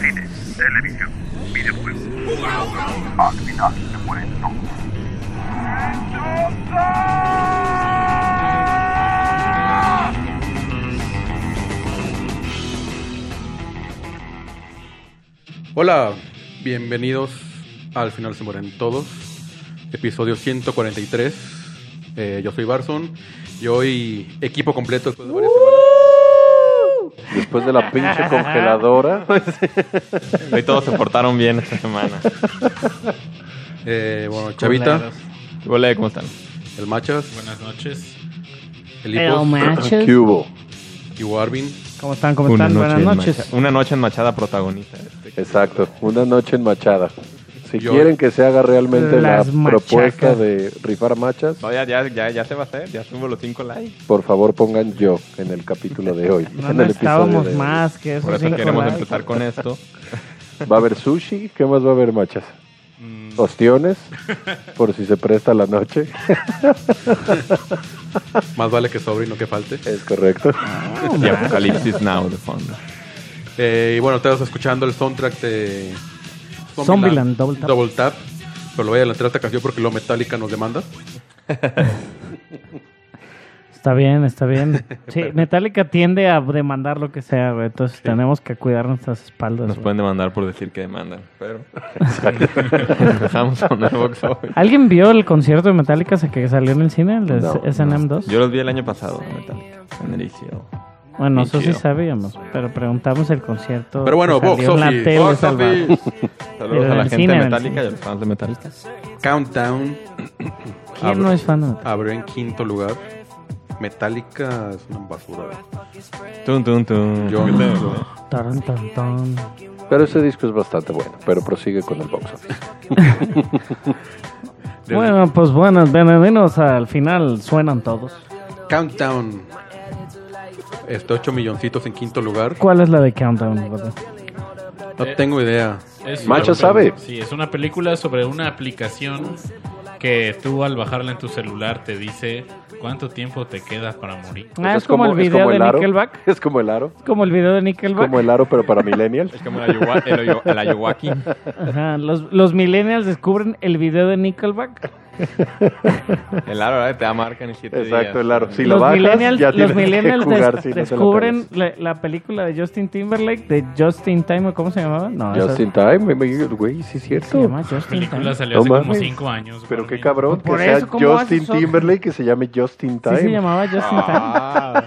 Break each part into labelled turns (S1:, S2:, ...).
S1: Cine, televisión, videojuegos. Al final se muere todo.
S2: Hola, bienvenidos al final se mueren todos, episodio 143. Eh, yo soy Barson y hoy equipo completo después de varias
S3: Uh.
S4: Después de la pinche congeladora.
S5: Hoy todos se portaron bien esta semana.
S2: semanas. Eh, bueno, Chavita,
S5: Hola, ¿cómo están?
S2: el Machas,
S6: Buenas noches.
S2: el
S3: El
S2: Hipos,
S3: Manches.
S4: ¿Qué hubo?
S2: y Warvin.
S6: ¿Cómo están? ¿Cómo están? Buenas
S5: en
S6: noches.
S5: Macha- una noche en Machada este. protagonista.
S4: Exacto. Una noche en Machada. Si
S2: Yo-
S4: quieren que se haga realmente
S3: Las
S4: la propuesta
S3: machacas.
S4: de rifar machas,
S5: No, ya, ya, ya, ya se va a hacer, ya subo los 5 likes.
S4: por favor pongan yo en el capítulo de hoy.
S3: No
S4: en el
S3: necesitábamos
S4: episodio de-
S3: más que eso.
S5: Por eso queremos empezar con esto.
S4: ¿Va a haber sushi? ¿Qué más va a haber machas? Ostiones, por si se presta la noche.
S2: Más vale que sobre y no que falte.
S4: Es correcto.
S3: Ah,
S5: Y Este Apocalipsis Now de fondo.
S2: Eh, y bueno, estás escuchando el soundtrack de
S3: Zombieland, Double Tap.
S2: Double Tap. Pero lo voy a adelantar a esta canción porque lo Metallica nos demanda.
S3: Está bien, está bien. Sí, Metallica tiende a demandar lo que sea, güey. Entonces tenemos que cuidar nuestras espaldas.
S5: Nos
S3: güey.
S5: pueden demandar por decir que demandan, pero. Empezamos con el box hoy.
S3: ¿Alguien vio el concierto de Metallica se- que salió en el cine, el de
S4: No,
S3: SNM2?
S5: Yo los vi el año pasado, Metallica, en el ICO.
S3: bueno, eso sí
S5: chido.
S3: sabíamos, pero preguntamos el concierto.
S2: Pero bueno,
S3: que
S2: Box
S3: salió en la
S2: Office.
S3: tele,
S2: Box
S3: Salvador.
S2: Office.
S5: Saludos
S3: Pero
S5: a
S3: en
S5: la
S3: el
S5: gente
S3: cine,
S5: de
S3: en el
S5: Metallica y
S3: cine.
S5: a los fans de Metallica.
S2: Countdown
S3: ¿Quién no es fan de Metallica?
S2: abrió en quinto lugar. Metallica es una basura.
S5: Tum, tum, tum.
S2: Yo-
S3: Tan, tan, tan.
S4: Pero ese disco es bastante bueno, pero prosigue con el box
S3: Ah,
S4: office.
S2: Desde
S3: Bueno, pues buenas, bienvenidos al final. Suenan todos.
S2: Countdown. Este 8 milloncitos en quinto lugar.
S3: ¿Cuál es la de Countdown? güey?
S2: No tengo idea.
S6: Es
S4: Macho
S6: una
S4: sabe.
S6: peli- Sí, es una película sobre una aplicación que tú al bajarla en tu celular te dice cuánto tiempo te queda para morir.
S3: Ah,
S4: Entonces,
S3: es como el
S4: es
S3: video de
S4: aro,
S3: Nickelback.
S4: Es como el aro.
S3: Es como el video de
S4: Es
S3: Nickelback.
S4: como el aro, pero para millennial.
S5: Es como el ayuwa- el ayu- el Ayuwaki.
S3: Ajá, los, los millennials descubren el video de Nickelback.
S5: El aro, ¿verdad? Te marcan en 7 días.
S4: Exacto, el aro. Si
S3: los
S4: lo bajas,
S3: millennials,
S4: ya tienes
S3: los millennials
S4: que jugar
S3: des-
S4: si no te lo
S3: descubren
S4: pelas.
S3: la, la película de Justin Timberlake, de Justin Time, ¿o ¿cómo se llamaba? No, esa-
S4: Justin Time, me- me- güey, sí es
S3: se
S4: cierto.
S3: llama
S6: La
S3: Justin Time.
S6: película salió
S4: No
S6: hace como
S4: mames.
S6: 5 años.
S4: Pero
S6: Barbie.
S4: qué cabrón que
S3: Por
S4: sea
S3: eso, ¿cómo
S4: Justin
S3: haces eso?
S4: Timberlake que se llame Justin
S3: Sí
S4: Time.
S3: se llamaba Justin Time.
S5: Ah,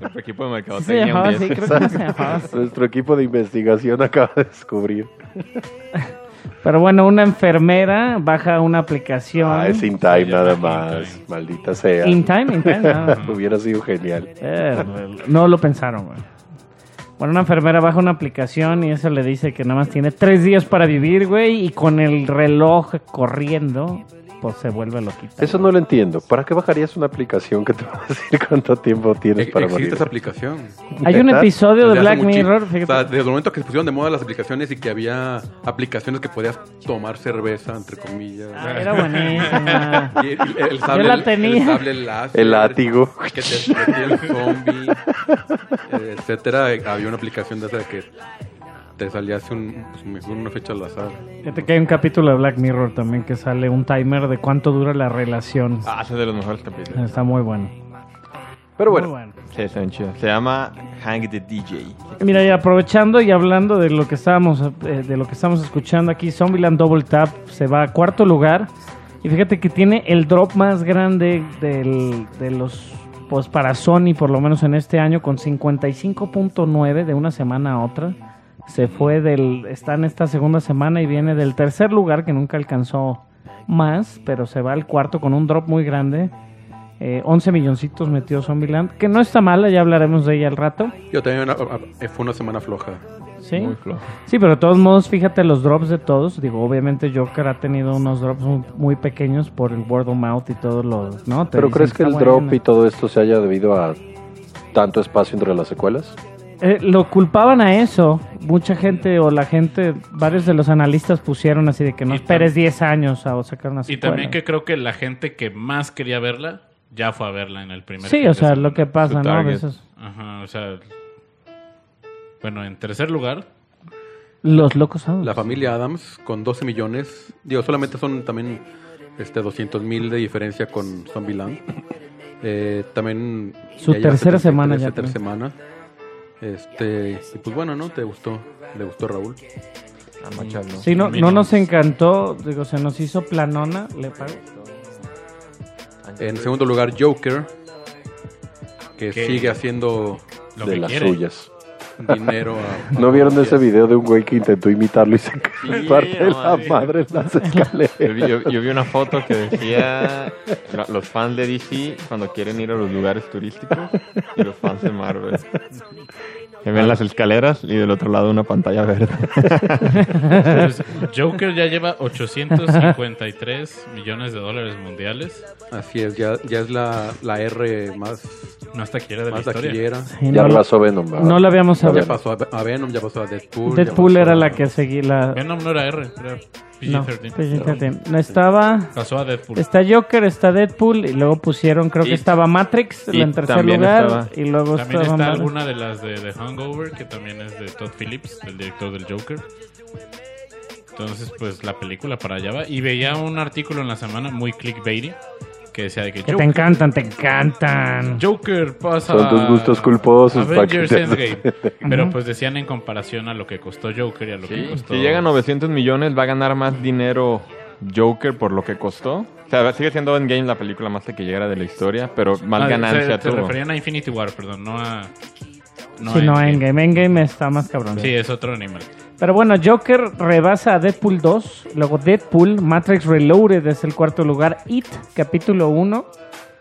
S5: nuestro equipo de
S3: Sí se
S5: mercadotecnia.
S3: llamaba
S5: un
S3: así,
S5: 10.
S3: creo que se llamaba así.
S4: Nuestro equipo de investigación acaba de descubrir.
S3: Pero bueno, una enfermera baja una aplicación.
S4: Ah, es In Time nada más. Maldita sea.
S3: In Time, In Time. nada más.
S4: Hubiera sido genial.
S3: Eh, no lo pensaron, güey. Bueno, una enfermera baja una aplicación y eso le dice que nada más tiene tres días para vivir, güey, y con el reloj corriendo, pues se vuelve loquita.
S4: Eso no lo entiendo. ¿Para qué bajarías una aplicación que te va a decir cuánto tiempo tienes
S2: E-
S4: para
S2: existe
S4: morir?
S2: esa aplicación.
S3: Hay un
S4: ¿Verdad?
S3: episodio de
S2: Desde hace
S3: Black
S2: muchi-
S3: Mirror,
S2: o sea,
S3: fíjate.
S2: desde el momento que se pusieron de moda las aplicaciones y que había aplicaciones que podías tomar cerveza, entre comillas.
S3: Ah, era buenísima.
S2: Y el, el- el sable,
S3: la
S2: el-
S3: tenía.
S2: El, sable láser,
S4: El látigo.
S2: Que te metía el zombie, eh, etcétera. Había una aplicación de esa que te salía hace un, pues, una fecha al azar.
S3: Fíjate que hay un capítulo de Black Mirror también que sale un timer de cuánto dura la relación.
S5: Ah, ese es de los mejores capítulos.
S3: Está muy bueno.
S4: Pero
S3: Muy
S4: bueno,
S3: bueno.
S5: Sí, está bien chido. Se llama Hang the DJ.
S3: Mira, y aprovechando y hablando de lo que estábamos, eh, de lo que estamos escuchando aquí, Zombieland Double Tap se va a cuarto lugar. Y fíjate que tiene el drop más grande del- de los, pues para Sony, por lo menos en este año, con 55.9 de una semana a otra. Se fue del, está en esta segunda semana y viene del tercer lugar, que nunca alcanzó más, pero se va al cuarto con un drop muy grande. Eh, 11 milloncitos metió Zombieland, que no está mala, ya hablaremos de ella al rato.
S2: Yo también, a- a- a- fue una semana floja.
S3: Sí.
S5: Muy flojo.
S3: Sí, pero de todos modos, fíjate los drops de todos. Digo, obviamente Joker ha tenido unos drops muy, muy pequeños por el word of mouth y todo lo, ¿no? Te
S4: ¿pero
S3: dicen,
S4: crees que el
S3: "Está
S4: drop
S3: buena".
S4: y todo esto se haya debido a tanto espacio entre las secuelas?
S3: Eh, lo culpaban a eso. Mucha gente o la gente, varios de los analistas pusieron así de que no
S6: Y
S3: esperes 10 años a sacar una
S6: Y
S3: secuela.
S6: también que creo que la gente que más quería verla ya fue a verla en el primer
S3: Sí,
S6: fin
S3: o
S6: de
S3: sea,
S6: semana.
S3: lo que pasa,
S5: Su
S3: ¿no? De
S5: target.
S3: esos-
S6: Ajá, o sea, bueno, en tercer lugar,
S3: Los locos Adams.
S2: La familia Adams con 12 millones. Digo, solamente son también este 200 mil de diferencia con Zombieland. Eh, también.
S3: Su
S2: ya lleva
S3: tercera semana
S2: 73
S3: ya,
S2: tercera
S3: creo.
S2: semana. Este, y pues bueno, ¿no? ¿Te gustó? ¿Le gustó Raúl?
S5: A Machas Ah, no.
S3: Sí, no, no
S6: Mínimo.
S3: nos encantó, digo, se nos hizo planona. Le pago.
S2: En segundo lugar, Joker. Que
S6: Que-
S2: sigue haciendo
S6: lo
S4: de
S6: que
S4: las
S6: quiere.
S4: suyas.
S2: dinero a- a
S4: ¿No vieron ese
S2: policías.
S4: video de un güey que intentó imitarlo y se
S5: Sí,
S4: parte
S5: no
S4: la
S5: mames.
S4: madre en las
S5: Yo
S4: escaleras?
S5: vi, yo- yo vi una foto que decía la- los fans de DC cuando quieren ir a los lugares turísticos y los fans de Marvel. Que ven las escaleras y del otro lado una pantalla verde.
S6: Entonces, Joker ya lleva 853 millones de dólares mundiales.
S2: Así es, ya, ya es la, la R más,
S6: No hasta quiera de la
S2: más
S6: historia.
S5: eh.
S2: taquillera.
S3: Sí,
S4: Ya
S3: no, la,
S4: la Venom, ¿verdad?
S3: no la habíamos
S2: Ya
S3: hablado.
S2: pasó a, a Venom, ya pasó a Deadpool. ya
S3: Deadpool
S2: pasó
S3: era
S2: a-
S3: la que seguía la.
S6: Venom no era R, era
S3: No,
S6: PG-13.
S3: PG-13. No estaba.
S6: Pasó a Deadpool.
S3: Está Joker, está Deadpool y luego pusieron, creo que
S5: It.
S3: estaba Matrix
S5: It
S3: en tercer
S5: también
S3: lugar
S5: estaba.
S3: y luego
S6: También
S3: estaba
S6: está
S3: Mar-
S6: alguna de las de The Hangover, que también es de Todd Phillips, el director del Joker. Entonces, pues la película para allá va. Y veía un artículo en la semana muy clickbaity que decía de que,
S3: que te
S6: Joker,
S3: encantan, te encantan.
S6: Joker pasa
S4: Son tus gustos culposos,
S6: Avengers
S4: pa' que-
S6: Endgame. Pero pues decían en comparación a lo que costó Joker y a lo que
S5: Sí,
S6: costó.
S5: Si llega a 900 millones, va a ganar más dinero Joker por lo que costó. O sea, sigue siendo Endgame la película más taquillera de la historia, pero más
S6: Ah, se-
S5: ganancia
S6: se,
S5: tuvo.
S6: referían a Infinity War, perdón, no a.
S3: si no,
S6: Endgame.
S3: Endgame. Endgame está más cabrón.
S6: Sí, es otro animal.
S3: Pero bueno, Joker rebasa a Deadpool 2, luego Deadpool, Matrix Reloaded es el cuarto lugar, It, capítulo 1,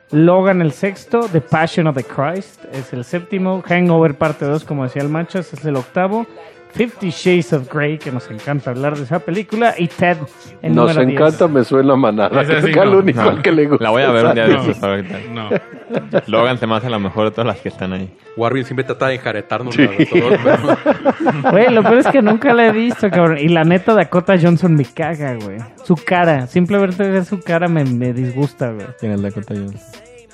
S3: Logan el sexto, The Passion of the Christ es el séptimo, Hangover parte 2, como decía el Machas, es el octavo, Fifty Shades of Grey, que nos encanta hablar de esa película, y Ted en
S4: Nos
S3: número 10.
S4: encanta, me suena manada.
S6: Ese
S4: Creo
S6: sí,
S4: que al
S6: no,
S4: único
S5: no.
S4: al que le gusta.
S5: La voy a ver un día de
S6: No.
S5: estos, a ver qué tal.
S6: No.
S5: Logan se me hace la mejor de todas las que están ahí.
S2: Warren siempre trata de enjaretarnos. la verdad, pero-
S3: Güey, lo peor es que nunca la he visto, cabrón. Y la neta, Dakota Johnson me caga, güey. Su cara, simple verte ver su cara me, me disgusta, güey.
S5: ¿Quién es Dakota Jones?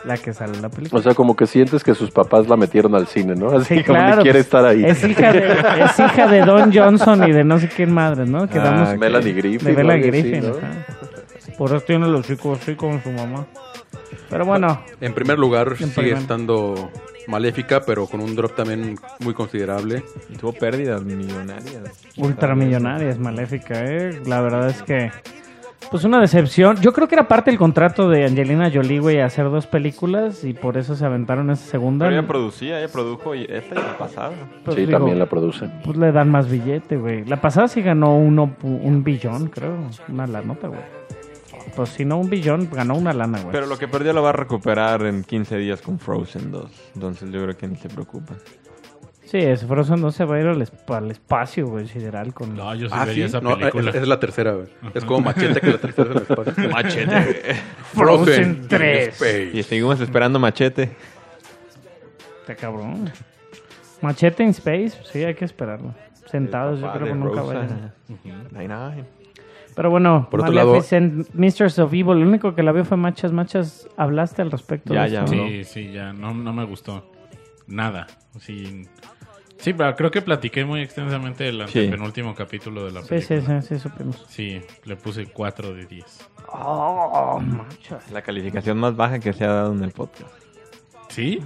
S3: La que sale en la película.
S4: O sea, como que sientes que sus papás la metieron al cine, ¿no? Así
S3: Sí,
S4: como
S3: claro.
S4: ni quiere
S3: pues,
S4: estar ahí.
S3: Es hija, de, es hija de Don Johnson y de no sé quién madre, ¿no? Quedamos
S5: Ah,
S4: Melanie Griffith.
S3: de Bella
S4: algo así,
S3: Griffin.
S4: ¿no?
S3: ajá. Por eso tiene los chicos así como su mamá. Pero bueno,
S2: En primer lugar,
S3: En
S2: sigue
S3: primer-
S2: estando maléfica, pero con un drop también muy considerable.
S6: Pues
S5: Y tuvo pérdidas millonarias.
S3: ultramillonaria es maléfica, ¿eh? La verdad es que. Pues una decepción. Yo creo que era parte del contrato de Angelina Jolie, güey, hacer dos películas y por eso se aventaron esa segunda.
S5: Pero ella producía, ella produjo y esta y la pasada.
S3: Pues
S4: Sí,
S3: digo,
S4: también la producen.
S3: Pues le dan más billete, güey. La pasada sí ganó uno, pu- un billón, creo. Una lanota, güey. Pues si no un billón, ganó una lana, güey.
S5: Pero lo que perdió lo va a recuperar en 15 días con Frozen 2. Entonces yo creo que ni se preocupa.
S3: Sí, es Frozen no se va a ir al, esp- al espacio, güey, sideral con...
S6: No, yo sí
S2: Ah,
S6: vería
S2: sí.
S6: esa
S2: No, es,
S6: película.
S2: es la tercera. güey. Es como machete que la tercera se me pasa.
S5: Machete.
S3: Frozen
S2: in
S3: 3.
S2: Space.
S5: y seguimos esperando Machete.
S3: Está este cabrón. Machete in Space, sí, hay que esperarlo. Sentados, yo
S5: Papá
S3: creo que
S5: de
S3: nunca va a
S5: Frozen.
S3: llegar.
S5: Nine-Nine.
S3: Pero bueno,
S2: Por otro lado-
S3: Maleficent, Mistress of Evil, lo único que la vio fue Machas. Machas, ¿hablaste al respecto?
S5: Ya,
S3: de
S5: ya
S3: esto?
S5: habló.
S6: Sí, sí, ya no, no me gustó. Nada. Sí, sí, pero creo que platiqué muy extensamente el
S5: Sí.
S6: antepenúltimo capítulo de la
S3: Sí, sí,
S6: película.
S3: sí, sí, supimos.
S6: Sí, le puse 4 de 10.
S3: Oh, Machas.
S5: La calificación más baja que se ha dado en el podcast.
S6: ¿Sí?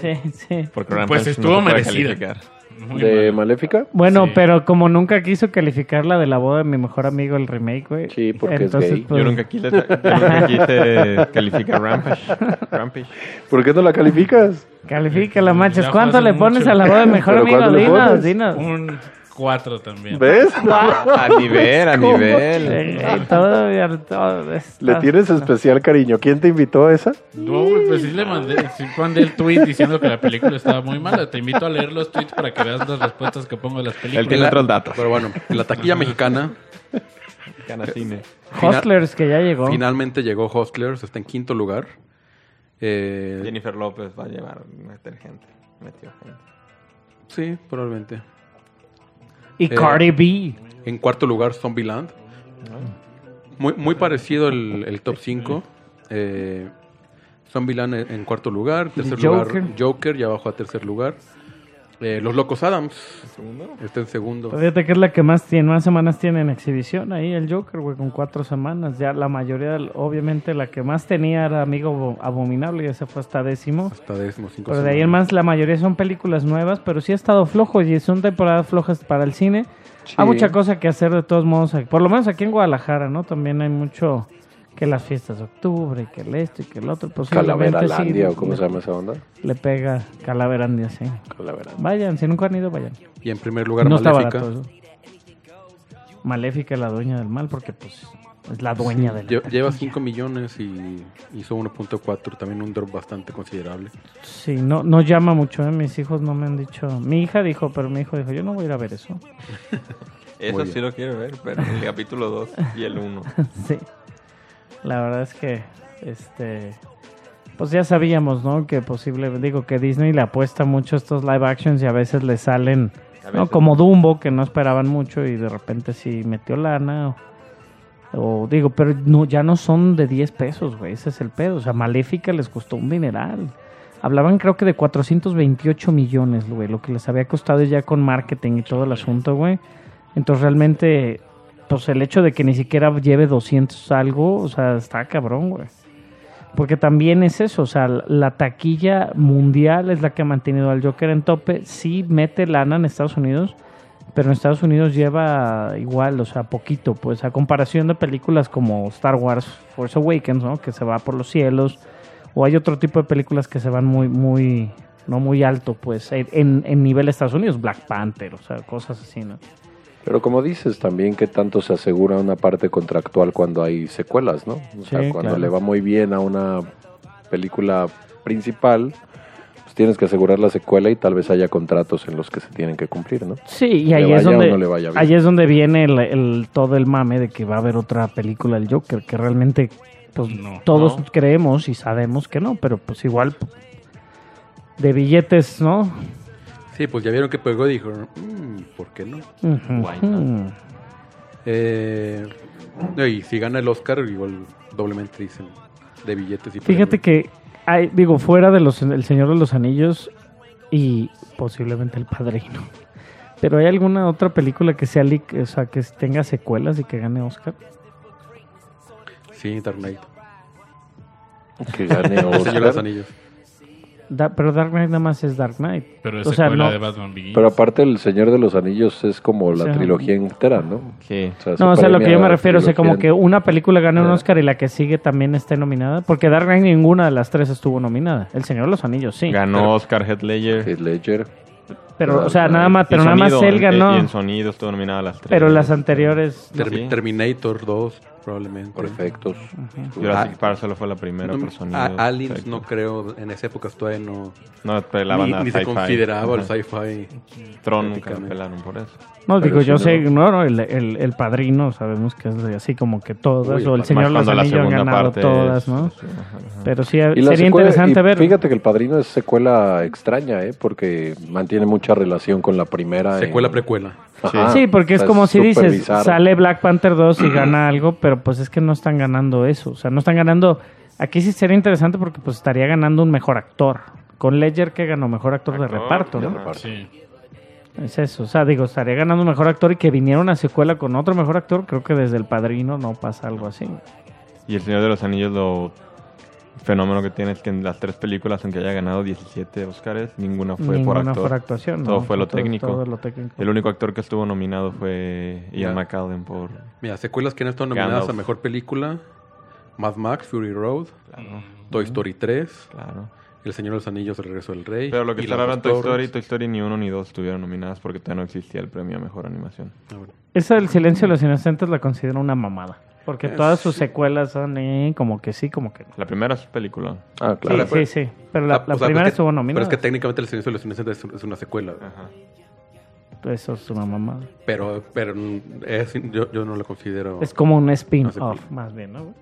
S3: Sí, sí.
S5: Porque Ryan
S6: Pues
S5: Pence
S6: estuvo
S5: se puede
S6: merecida.
S5: calificar.
S6: Muy
S4: ¿De
S6: mal.
S4: Maléfica?
S3: Bueno,
S6: Sí.
S3: pero como nunca quiso calificar la de la boda de mi mejor amigo, el remake, güey.
S4: Sí, porque es gay.
S3: pues,
S5: Yo nunca quise, yo nunca quise calificar Rampage. Rampage.
S4: ¿Por qué no la calificas?
S3: Califica la manchas.
S6: Ya
S3: ¿Cuánto
S6: fue hace
S3: le pones
S6: mucho.
S3: a la boda de mejor
S4: ¿Pero
S3: amigo?
S4: cuánto le
S3: Dinos, dinos.
S4: pones?
S6: Un 4 también.
S4: ¿Ves?
S3: Ah,
S5: A nivel, a nivel.
S3: Eh, todo, todo está-
S4: Le tienes
S3: ah.
S4: especial cariño. ¿Quién te invitó a esa?
S6: No, güey, pues sí le mandé, sí mandé el tweet diciendo que la película estaba muy mala. Te invito a leer los tweets para que veas las respuestas que pongo a las
S5: Él
S6: películas.
S5: tiene otros datos.
S2: Pero bueno, en la taquilla mexicana
S5: Canacine.
S3: Hustlers que ya llegó.
S2: finalmente llegó Hustlers, está en quinto lugar. Eh,
S5: Jennifer López va a llevar meter gente. Metió gente.
S2: sí, probablemente.
S3: Y
S2: eh,
S3: Cardi B.
S2: En cuarto lugar, Zombieland. Muy, muy parecido el, el top 5. Eh, Zombieland en en cuarto lugar. Tercer
S3: Joker.
S2: lugar, Joker, ya bajó a tercer lugar. Eh, Los Locos Adams
S5: ¿Segundo?
S2: está en segundo.
S3: Pues Fíjate que es la que más tiene, más semanas tiene en exhibición ahí el Joker, güey, con cuatro semanas. Ya la mayoría, obviamente, la que más tenía era Amigo Abo- Abominable y ese fue hasta décimo.
S2: Hasta décimo, cinco
S3: Pero Pues de ahí en
S2: semanas.
S3: más, la mayoría son películas nuevas, pero sí ha estado flojo y son temporadas flojas para el cine. Hay mucha cosa que hacer de todos modos, aquí- por lo menos aquí en Guadalajara, ¿no? También hay mucho que las fiestas de octubre, y que el esto y que el otro. Posiblemente
S4: Calavera
S3: sí,
S4: Landia, o cómo
S3: le,
S4: se llama esa onda.
S3: le pega Calaverandia, sí.
S4: Calavera.
S3: Vayan, si nunca han ido, vayan.
S2: Y en primer lugar,
S3: no está
S2: Maléfica.
S3: barato eso. Maléfica es la dueña del mal porque pues es la dueña del
S2: Lle- Lleva 5 millones y hizo 1.4, también un drop bastante considerable.
S3: Sí, no, no llama mucho, ¿eh? mis hijos no me han dicho. Mi hija dijo, pero mi hijo dijo, yo no voy a ir a ver eso.
S5: Eso
S2: Muy
S5: sí lo quiero ver, pero el capítulo 2 y el 1.
S3: sí. La verdad es que este pues ya sabíamos, ¿no? Que posible, digo que Disney le apuesta mucho a estos live actions y a veces le salen
S5: A
S3: ¿no?
S5: veces.
S3: Como Dumbo, que no esperaban mucho y de repente sí metió lana. O, o digo, pero no, ya no son de 10 pesos, güey. Ese es el pedo. O sea, Maléfica les costó un dineral. Hablaban creo que de 428 millones, güey. Lo que les había costado ya con marketing y todo el asunto, güey. Entonces realmente, pues el hecho de que ni siquiera lleve 200 algo, o sea, está cabrón, güey. Porque también es eso, o sea, la taquilla mundial es la que ha mantenido al Joker en tope. Sí mete lana en Estados Unidos, pero en Estados Unidos lleva igual, o sea, poquito, pues a comparación de películas como Star Wars Force Awakens, ¿no? Que se va por los cielos, o hay otro tipo de películas que se van muy, muy, no muy alto, pues, en- en, en nivel de Estados Unidos, Black Panther, o sea, cosas así, ¿no?
S4: Pero como dices también, que tanto se asegura una parte contractual cuando hay secuelas, ¿no? O sea,
S3: Sí,
S4: cuando
S3: claro.
S4: le va muy bien a una película principal, pues tienes que asegurar la secuela y tal vez haya contratos en los que se tienen que cumplir, ¿no?
S3: Sí, y
S4: Le
S3: ahí es
S4: vaya o
S3: donde
S4: no le vaya bien.
S3: ahí es donde viene el, el- todo el mame de que va a haber otra película del Joker, que realmente pues
S6: No.
S3: todos
S6: No.
S3: creemos y sabemos que no, pero pues igual p- de billetes, ¿no?
S2: Sí, pues ya vieron que pegó y dijeron, "Mm, ¿por qué no?
S3: Ujú. Hmm.
S5: Why not?
S2: Eh, y si gana el Oscar, igual doblemente dicen de billetes y
S3: Fíjate que hay, digo, fuera de los El Señor de los Anillos y posiblemente El Padrino. Pero hay alguna otra película que sea leak, o sea, que tenga secuelas y que gane Oscar?
S2: Sí, Internet.
S4: Que
S2: El
S4: gane
S2: Señor de los
S4: Oscar.
S2: Anillos.
S3: Da- pero Dark Knight nada más es Dark Knight.
S6: Pero es
S3: O sea,
S6: secuela
S3: no.
S6: de Batman Begins.
S4: Pero aparte, El Señor de los Anillos es como la
S3: Sí.
S4: trilogía entera, ¿no?
S5: Sí.
S4: sea, se
S3: No, o sea, lo que yo
S4: premia
S3: me
S4: la
S3: refiero, o sea, como que
S4: trilogía
S3: una película gane un
S4: Claro.
S3: Oscar y la que sigue también esté nominada. Porque Dark Knight ninguna de las tres estuvo nominada. El Señor de los Anillos, sí.
S5: Ganó Oscar Heath Ledger.
S3: uh,
S4: Heath Ledger.
S3: Pero, o
S4: Dark
S3: sea, nada
S4: Knight.
S3: más,
S5: Y
S3: pero nada más
S5: sonido,
S3: él
S5: eh,
S3: ganó.
S5: Y en sonido estuvo nominada a las tres.
S3: Pero las anteriores.
S2: Ter-
S5: Sí.
S2: Terminator 2, probablemente.
S4: Perfectos.
S5: Jurassic Park solo fue la primera
S2: No,
S5: por sonido.
S2: a- Aliens
S5: Perfecto.
S2: no creo, en esa época todavía no.
S5: No pelaban
S2: Ni,
S5: a
S2: ni se
S5: sci-fi.
S2: consideraba el
S5: Ajá.
S2: sci-fi.
S5: Tron nunca lo
S2: prácticamente.
S5: pelaron por eso.
S3: No,
S4: Pero
S3: digo, yo
S4: sí,
S3: sé,
S4: no.
S3: no, no, el, el, el padrino, sabemos que es de- así como que todas,
S2: Uy,
S3: o el
S2: más
S3: Señor de los
S5: cuando la
S3: Anillos han
S5: segunda
S3: ganado
S5: parte
S3: todas,
S5: es-
S3: ¿no?
S5: sí, ajá, ajá.
S3: Pero sí,
S4: Y la
S3: Eh, sería
S4: secuela-
S3: interesante
S4: y
S3: ver.
S4: Fíjate que El Padrino es secuela extraña, ¿eh? Porque mantiene mucha relación con la primera. en-
S2: Secuela, precuela.
S4: Ajá.
S3: sí, porque
S4: O
S3: es
S4: sea,
S3: como si
S4: súper
S3: dices,
S4: bizarro.
S3: sale Black Panther 2 y gana algo, pero pues es que no están ganando eso. O sea, no están ganando... Aquí sí sería interesante porque pues estaría ganando un mejor actor. Con Ledger que ganó mejor actor, de
S5: Actor,
S3: reparto,
S5: de
S3: ¿no?
S5: reparto.
S6: Sí.
S3: Es eso, o sea, digo, estaría ganando un mejor actor y que viniera una secuela con otro mejor actor, creo que desde El Padrino no pasa algo así.
S5: Y El Señor de los Anillos, lo fenómeno que tiene es que en las tres películas, aunque haya ganado 17 Oscars, ninguna fue por
S3: Ninguna
S5: actor.
S3: por actuación,
S5: Todo fue lo
S3: Todo-
S5: técnico.
S3: todo lo técnico.
S5: El único actor que estuvo nominado fue
S2: Ya.
S5: Ian McAllen por...
S2: Mira, secuelas que no están nominadas
S5: Gandalf.
S2: a mejor película: Mad Max, Fury Road,
S5: Claro,
S2: Toy Story 3,
S5: claro.
S2: El Señor de los Anillos, El Regreso del Rey.
S5: Pero lo que
S2: y
S5: está
S2: Las
S5: raro
S2: Dos
S5: en Toy Story,
S2: Torres.
S5: Toy Story ni uno ni dos estuvieron nominadas porque todavía no existía el premio a Mejor Animación.
S2: Ah, bueno.
S3: Esa del Silencio de los Inocentes la considero una mamada. Porque
S2: Eh,
S3: todas sus
S2: sí.
S3: secuelas son eh, como que sí, como que no.
S5: La primera es película.
S4: Ah,
S3: Sí,
S4: claro.
S2: pero-
S3: sí, sí. Pero la,
S2: Ah,
S3: la
S2: o sea,
S3: primera
S2: pues que-
S3: estuvo
S2: Pero
S3: nominada.
S2: es que técnicamente El Señor de los Inocentes es un- es una secuela.
S5: Ajá.
S3: Eso es una mamada.
S2: Pero, pero mm, es- yo, yo no lo considero.
S3: Es como un
S2: Oh. No
S3: spin-off,
S2: sé.
S3: más bien, ¿no?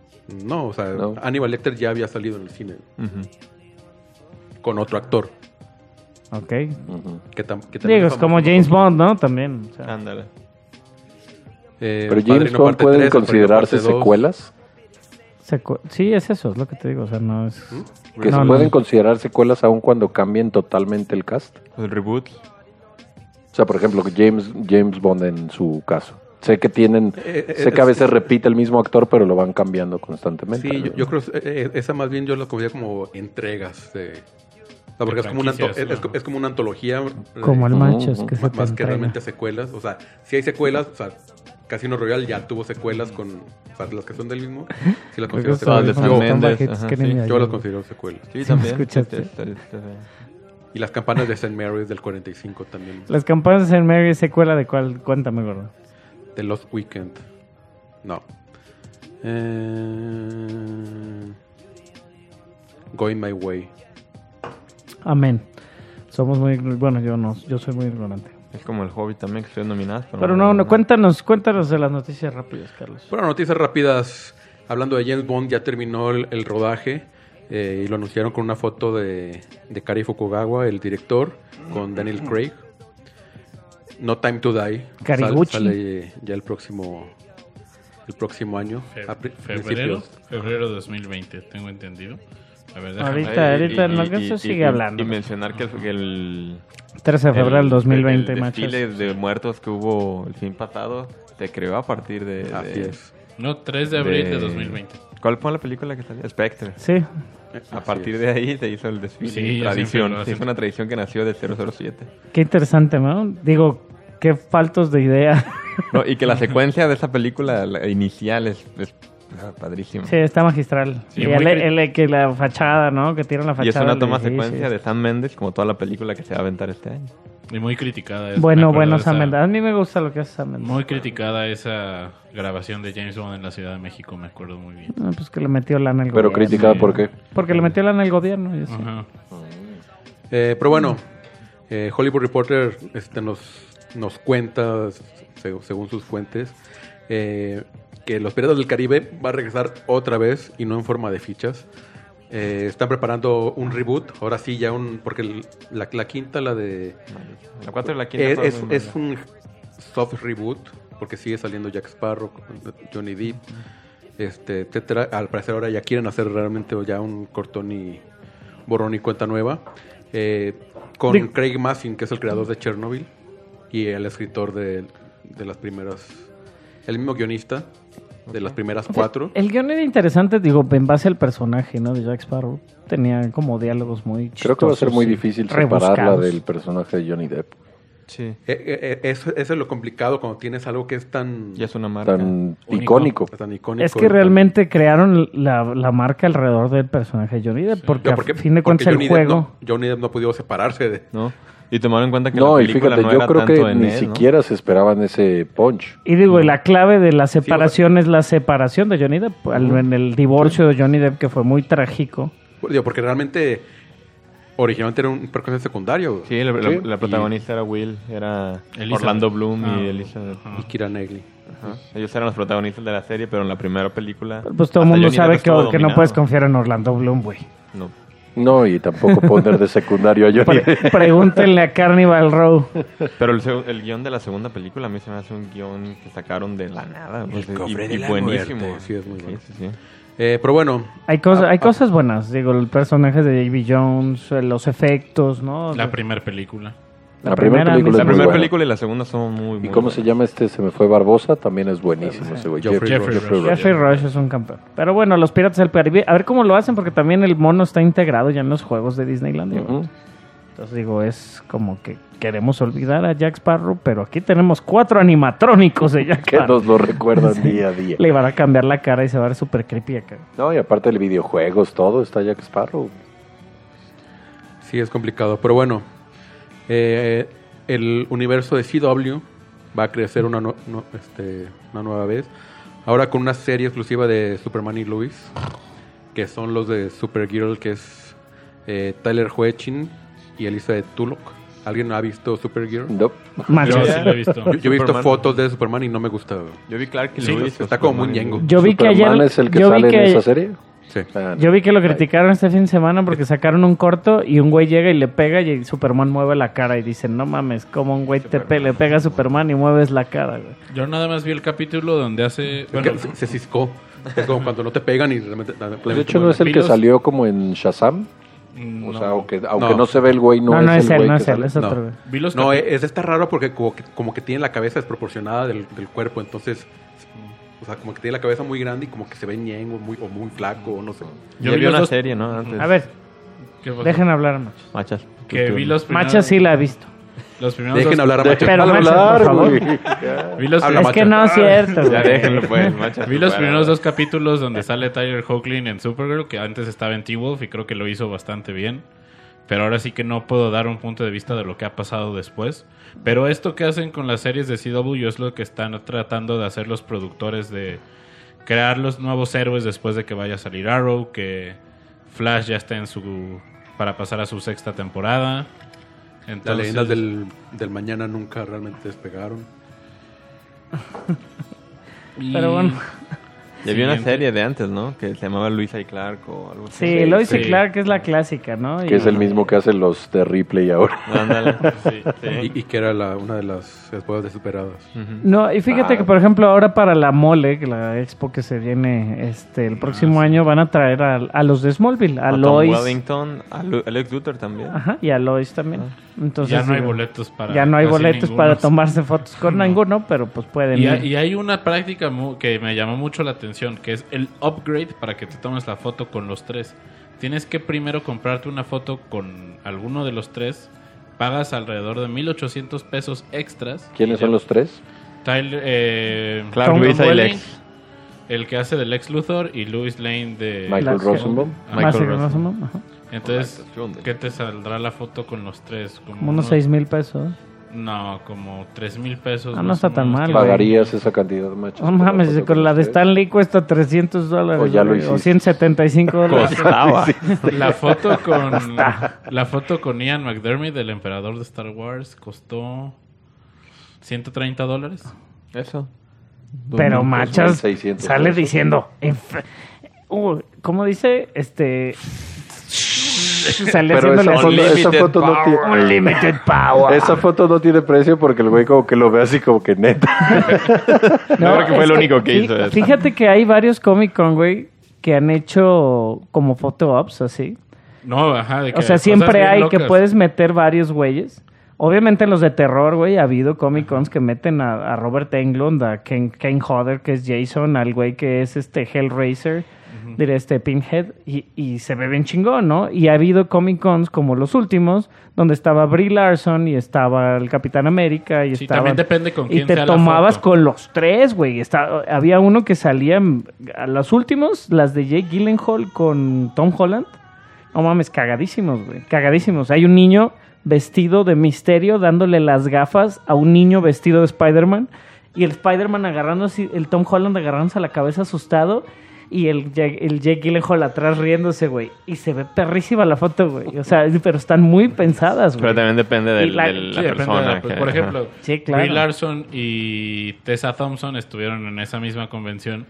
S2: No, o sea,
S4: No.
S2: Hannibal Lecter ya había salido en el cine
S5: Ujú.
S2: con otro actor.
S3: Ok.
S4: Ujú.
S2: Que tam- que también
S3: Digo, es
S2: famoso.
S3: como James Bond, ¿no? También. o sea,
S5: Ándale.
S2: Eh,
S4: Pero
S2: Padrino
S4: James
S2: Eh,
S4: Bond
S2: parte
S4: pueden
S2: tres, El Padrino
S4: considerarse
S2: parte dos.
S4: secuelas.
S3: secu- Sí, es eso, es lo que te digo. O sea, no es.
S4: Que
S3: No,
S4: se
S3: no.
S4: pueden considerar secuelas aun cuando cambien totalmente el cast.
S5: Pues El reboot.
S4: O sea, por ejemplo, James, James Bond en su caso. Sé que tienen,
S2: Eh, eh,
S4: sé que a
S2: es-
S4: veces repite el mismo actor, pero lo van cambiando constantemente.
S2: Sí,
S4: ¿no?
S2: yo, yo creo que eh, eh, esa más bien yo la comía como entregas de... o sea, porque es como, una anto-
S6: franquicias,
S2: es-
S6: ajá.
S2: es como una antología. eh,
S3: Como el
S4: Ujú,
S3: Machos
S4: ujú.
S3: que se
S2: más,
S3: te
S2: más que
S3: entrega.
S2: realmente secuelas. O sea, si hay secuelas, o sea, Casino Royale ya tuvo secuelas con o sea, las que son del mismo. Si las
S3: Creo que
S2: considero
S3: son
S5: todas de
S2: secuelas.
S3: los más
S5: San
S2: Yo,
S5: Méndez,
S3: bajitos
S5: ajá,
S3: que
S5: sí.
S3: ni me
S2: yo las
S3: ayudan.
S2: considero secuelas.
S5: Sí,
S3: me
S5: también.
S3: escuchaste.
S5: Este, este, este, este.
S2: Y las campanas de St. Mary's del 45 también.
S3: Las campanas de St. Mary, secuela de cuál, cuéntame, gordo.
S2: De Lost Weekend. No. Eh... Going My Way.
S3: Amén. Somos muy. Bueno, yo no, yo soy muy ignorante.
S5: Es como el Hobbit también, que estuvieron nominadas.
S3: Pero no, no, cuéntanos, cuéntanos de las noticias rápidas, Carlos.
S2: Bueno, noticias rápidas. Hablando de James Bond, ya terminó el, el rodaje eh, y lo anunciaron con una foto de, de Kari Fukugawa, el director, con Daniel Craig. No Time to Die. Sal-
S3: Kariguchi.
S2: sale ya el próximo el próximo año.
S6: Fe-
S2: a pri-
S6: febrero,
S2: principios.
S6: febrero 2020, tengo entendido. A ver, déjame-
S3: Ahorita, ahorita, no, que eso sigue hablando.
S5: Y mencionar que el. que el
S3: 13 de febrero del
S5: el-
S3: 2020,
S5: el
S3: Machos.
S5: desfile de muertos que hubo el fin pasado se creó a partir de. de-
S2: Así es.
S6: No, 3 de abril de, 2020.
S5: ¿Cuál fue la película que salió? Spectre.
S3: Sí,
S5: A
S2: Así
S5: partir
S2: es.
S5: de ahí se hizo el desfile.
S6: Sí, ellos siempre lo
S5: tradición.
S6: hacen.
S5: Sí, es una tradición que nació de 007.
S3: qué interesante, ¿no? Digo, qué faltos de idea.
S5: No, y que la secuencia de esa película la inicial es, es ah, padrísima.
S3: Sí, está magistral.
S6: Sí,
S3: y
S6: muy
S3: el,
S6: cri-
S3: el- que la fachada, ¿no? Que tiran la fachada.
S5: Y es una
S3: le-
S5: toma
S3: sí,
S5: secuencia
S3: sí.
S5: de Sam Mendes, como toda la película que se va a aventar este año.
S6: Y muy criticada. es- me
S3: Bueno,
S6: acuerdo
S3: bueno,
S6: de esa-
S3: Sam Mendes. A mí me gusta lo que hace Sam Mendes.
S6: Muy criticada esa grabación de James Bond en la Ciudad de México, me acuerdo muy bien.
S3: Ah, pues que le metió lana al
S4: Pero
S3: gobierno.
S4: criticada
S6: sí.
S4: por qué.
S3: Porque le metió lana al gobierno. y eso.
S6: Ajá.
S2: Eh, pero bueno, eh, Hollywood Reporter este, nos, nos cuenta, seg- según sus fuentes, eh, que Los Piratas del Caribe va a regresar otra vez y no en forma de fichas. Eh, están preparando un reboot, ahora sí ya un... porque el- la, la quinta, la de...
S5: La 4 y la 15
S2: Es, es- es un soft reboot, porque sigue saliendo Jack Sparrow, Johnny Depp, este, etcétera. Al parecer ahora ya quieren hacer realmente ya un cortón y borrón y cuenta nueva. eh, con
S3: Digo-
S2: Craig Massin, que es el creador de Chernobyl, y el escritor de, de las primeras. El mismo guionista de las primeras cuatro.
S3: El guión era interesante, digo, en base al personaje, ¿no? De Jack Sparrow. Tenía como diálogos muy chistosos.
S4: Creo que va a ser muy
S3: y
S4: difícil separarla
S3: rebuscados.
S4: del personaje de Johnny Depp.
S5: Sí.
S2: Eh, eh, eh, eso, eso es lo complicado cuando tienes algo que es tan,
S5: Y es una marca.
S4: Tan
S6: Único.
S4: icónico.
S2: tan icónico.
S3: Es
S2: y
S3: que
S2: tan-
S3: realmente crearon la, la marca alrededor del personaje de Johnny Depp, porque,
S2: No, porque-
S3: a fin de
S2: porque
S3: cuentas el
S2: Johnny Depp
S3: juego...
S2: no- Johnny Depp no ha podido separarse de,
S5: ¿no? Y tomaron en cuenta que
S4: No,
S5: la
S4: y
S5: película
S4: fíjate,
S5: no
S4: yo
S5: era
S4: creo
S5: tanto
S4: que
S5: en
S4: ni
S5: él, ¿no?
S4: siquiera se esperaban ese punch.
S3: Y digo, y la clave de la
S2: sea-
S3: separación es la separación de Johnny Depp, al- en el divorcio de Johnny Depp que fue muy trágico.
S2: Digo, porque realmente originalmente era un personaje secundario. güey.
S5: Sí, la, la-
S2: Sí.
S5: la protagonista era Will, era
S6: Elizabeth.
S5: Orlando Bloom
S6: Ah.
S5: y Elizabeth.
S2: Y Kira Knightley.
S5: Ajá. Ellos eran los protagonistas de la serie, pero en la primera película.
S3: Pues todo el
S5: hasta
S3: mundo
S5: Johnny
S3: sabe
S5: Depp
S3: que,
S5: estuvo
S3: que no
S5: dominado.
S3: puedes confiar en Orlando Bloom, güey.
S5: No.
S4: No, y tampoco poner de secundario a Johnny
S3: Pre-
S4: Depp.
S3: pregúntenle a Carnival Row.
S5: Pero el, seg- el guión de la segunda película a mí se me hace un guión que sacaron de la nada. pues,
S2: cofre
S5: y,
S2: de
S5: y
S2: la
S5: buenísimo.
S2: muerte. Sí, es muy bueno.
S5: Sí, sí, sí.
S2: Eh, pero bueno,
S3: Hay,
S5: Ah,
S3: cosas hay cosas buenas, digo, el personaje de J.B. Jones, eh, los efectos, ¿no?
S6: La primera película.
S4: La, primera película
S3: La
S5: La
S4: es muy
S5: primera
S4: buena.
S5: película y la segunda son muy
S4: ¿Y
S5: muy
S4: cómo
S5: buenas.
S4: se llama este? Se me fue Barbosa, también es buenísimo ese güey.
S2: Jeffrey
S6: Rush.
S2: Rush.
S3: Jeffrey Rush es un campeón. Pero bueno, los Piratas del Caribe, a ver cómo lo hacen, porque también el mono está integrado ya en los juegos de Disneylandia. güey.
S4: Ujú.
S3: Entonces digo, es como que queremos olvidar a Jack Sparrow, pero aquí tenemos cuatro animatrónicos de Jack
S4: Que
S3: Sparrow.
S4: nos lo recuerdan día a día.
S3: Le van a cambiar la cara y se va a ver súper creepy acá.
S4: No, y aparte el videojuegos, todo, está Jack Sparrow.
S2: sí es complicado. Pero bueno, eh, el universo de CW va a crecer una, nu- no- este, una nueva vez. Ahora con una serie exclusiva de Superman y Lois, que son los de Supergirl, que es eh, Tyler Hoechlin y Elizabeth Tulloch. ¿Alguien ha visto Supergirl?
S4: No.
S3: Machos.
S6: Yo sí la he visto.
S2: Yo, yo he visto
S5: Superman.
S2: fotos de Superman y no me gusta. güey.
S5: Yo vi Clark y
S6: Sí,
S5: Lewis.
S2: pues,
S5: pues,
S2: está como muy ñengo.
S3: Yo vi que
S4: ¿Superman
S3: ayer.
S4: es el que
S3: yo,
S4: sale
S3: vi que,
S4: en esa serie?
S2: Sí.
S4: Ah, no.
S3: yo vi que lo criticaron este fin de semana porque sacaron un corto y un güey llega y le pega y Superman mueve la cara y dicen, no mames, como un güey te pe- le pega a Superman y mueves la cara, güey.
S6: Yo nada más vi el capítulo donde hace. Bueno,
S2: Que se, se ciscó. Es como cuando no te pegan y realmente...
S4: pues de hecho, ¿no es el que
S6: Pilos.
S4: salió como en Shazam?
S6: Mm,
S4: O
S6: no.
S4: sea, aunque, aunque no.
S2: No.
S4: se ve el güey, no,
S3: No, no es él,
S4: güey
S3: no
S4: que
S3: es él,
S4: sale.
S3: es otro. güey.
S6: Vi los
S2: No, eh,
S6: cap-
S2: es, está raro porque como que, como que tiene la cabeza desproporcionada del, del cuerpo, entonces... O sea, como que tiene la cabeza muy grande y como que se ve ñengo muy, o muy flaco, o no sé.
S5: Yo
S6: Yo vi
S5: vi
S6: los
S5: una
S6: dos-
S5: serie, ¿no? Antes.
S3: A ver,
S6: ¿Qué pasó?
S3: dejen hablar a Machas.
S5: Machas.
S6: Que
S5: Tú, tú.
S6: vi los primeros.
S3: Machas sí la he visto.
S6: Los primeros
S2: Dejen
S6: dos-
S2: hablar a Macho.
S3: Pero
S4: Déjalo
S3: Machas, por
S4: hablar,
S3: favor.
S4: güey.
S6: Vi los,
S2: Habla
S3: es
S2: Machas.
S3: que no es cierto,
S5: Ya
S3: güey.
S5: déjenlo, pues, machas.
S6: vi los
S5: Bueno,
S6: primeros dos capítulos donde sale Tyler Hoechlin en Supergirl, que antes estaba en T-Wolf y creo que lo hizo bastante bien. Pero ahora sí que no puedo dar un punto de vista de lo que ha pasado después. Pero esto que hacen con las series de CW es lo que están tratando de hacer los productores de crear los nuevos héroes después de que vaya a salir Arrow, que Flash ya está en su para pasar a su sexta temporada.
S2: Las
S6: Entonces,
S2: leyendas del, del mañana nunca realmente despegaron.
S6: y-
S3: Pero bueno.
S5: Ya vi una
S6: Siguiente.
S5: serie de antes, ¿no? Que se llamaba Luisa y Clark o algo así.
S3: Sí, Lois y
S6: sí.
S3: Clark es la clásica, ¿no?
S4: Que es el mismo que hace los de Ripley ahora.
S5: Ándale. Sí, sí.
S2: Y, y que era la- una de las esposas desesperadas.
S5: Ujú.
S3: No, y fíjate
S4: Ah.
S3: que por ejemplo ahora para la Mole, que la expo que se viene este
S4: Ah,
S3: el próximo año, van a traer a, a los de Smallville, a,
S5: Tom
S3: Lois.
S5: Wellington, a Lu- Alex Luthor también.
S3: Ajá, y a Lois también.
S5: Ah.
S3: Entonces,
S6: ya no hay
S3: digo,
S6: boletos para.
S3: ya no hay
S6: casi
S3: boletos
S6: ninguno.
S3: para tomarse fotos con ninguno, pero pues pueden
S6: Y, ha-
S3: ir.
S6: y hay una práctica mu- que me llamó mucho la atención, que es el upgrade para que te tomes la foto con los tres. Tienes que primero comprarte una foto con alguno de los tres. Pagas alrededor de 1.800 pesos extras.
S4: ¿Quiénes
S6: Y
S4: son
S6: ya-
S4: los tres?
S6: Tyler, eh,
S5: Clark,
S6: Tom
S5: Luisa y
S6: Welling,
S5: Lex.
S6: El que hace de Lex Luthor y Louis Lane de...
S4: Michael
S3: Clark-
S4: Rosenbaum.
S6: Ah,
S3: Más
S5: Michael
S3: o menos,
S5: Rosenbaum.
S3: ¿no? Ajá.
S6: Entonces,
S5: Correcto.
S6: ¿qué te saldrá la foto con los tres? Como
S3: Como unos seis mil pesos.
S6: No, como tres mil pesos.
S3: Ah, no
S6: más
S3: está
S6: o
S3: tan
S6: menos,
S3: mal,
S6: que-
S3: güey.
S4: ¿Pagarías esa cantidad, pues, macho?
S3: No mames, con la de Stanley cuesta 300 dólares.
S4: O ya lo
S3: güey,
S4: hiciste.
S3: 175 dólares.
S5: Costaba.
S6: La foto con la foto con Ian McDermott del emperador de Star Wars costó 130 dólares.
S5: Eso.
S3: Pero
S4: Dos mil,
S3: Machas
S4: 600
S3: sale
S4: pesos.
S3: diciendo. "Enf- uh, ¿Cómo dice? Este. Sale
S4: Pero
S3: haciéndole
S4: esa
S3: así,
S4: foto, esa
S5: Unlimited
S4: foto no tiene...
S3: Unlimited power.
S4: Esa foto no tiene precio porque el güey como que lo ve así como que neta.
S5: Yo creo que fue
S3: es
S5: lo único que hizo
S3: fí-
S5: eso.
S3: Fíjate que hay varios Comic Con, güey, que han hecho como photo ops así.
S6: No, ajá, de que
S3: O sea,
S6: cosas
S3: siempre
S6: bien
S3: hay que
S6: locas.
S3: puedes meter varios güeyes. Obviamente en los de terror, güey, ha habido Comic Cons que meten a, a Robert Englund, a Ken, Ken Hodder, que es Jason, al güey que es este Hellraiser, diré este Pinhead, y, y se ve bien chingón, ¿no? Y ha habido Comic Cons como los últimos, donde estaba Brie Larson y estaba el Capitán América y
S6: Sí,
S3: estaba...
S6: también depende con
S3: Y
S6: quién
S3: te
S6: sea la
S3: tomabas
S6: foto.
S3: con los tres, güey. Está- Había uno que salía, mm, a los últimos, las de Jake Gyllenhaal con Tom Holland. No mames, cagadísimos, güey. Cagadísimos. Hay un niño vestido de misterio dándole las gafas a un niño vestido de Spider-Man. Y el Spider-Man agarrando así, el Tom Holland agarrándose a la cabeza asustado. Y el, Ja- el Jake Gyllenhaal atrás riéndose, güey. Y se ve perrísima la foto, güey. O sea, pero están muy pensadas, güey.
S5: Pero también depende
S3: Y
S5: del-
S3: la-
S5: de
S3: Sí,
S5: la
S6: Sí, depende de la- pues,
S5: persona. que-
S6: por
S5: ajá.
S6: ejemplo,
S3: Sí, claro.
S6: Brie Larson y Tessa Thompson estuvieron en esa misma convención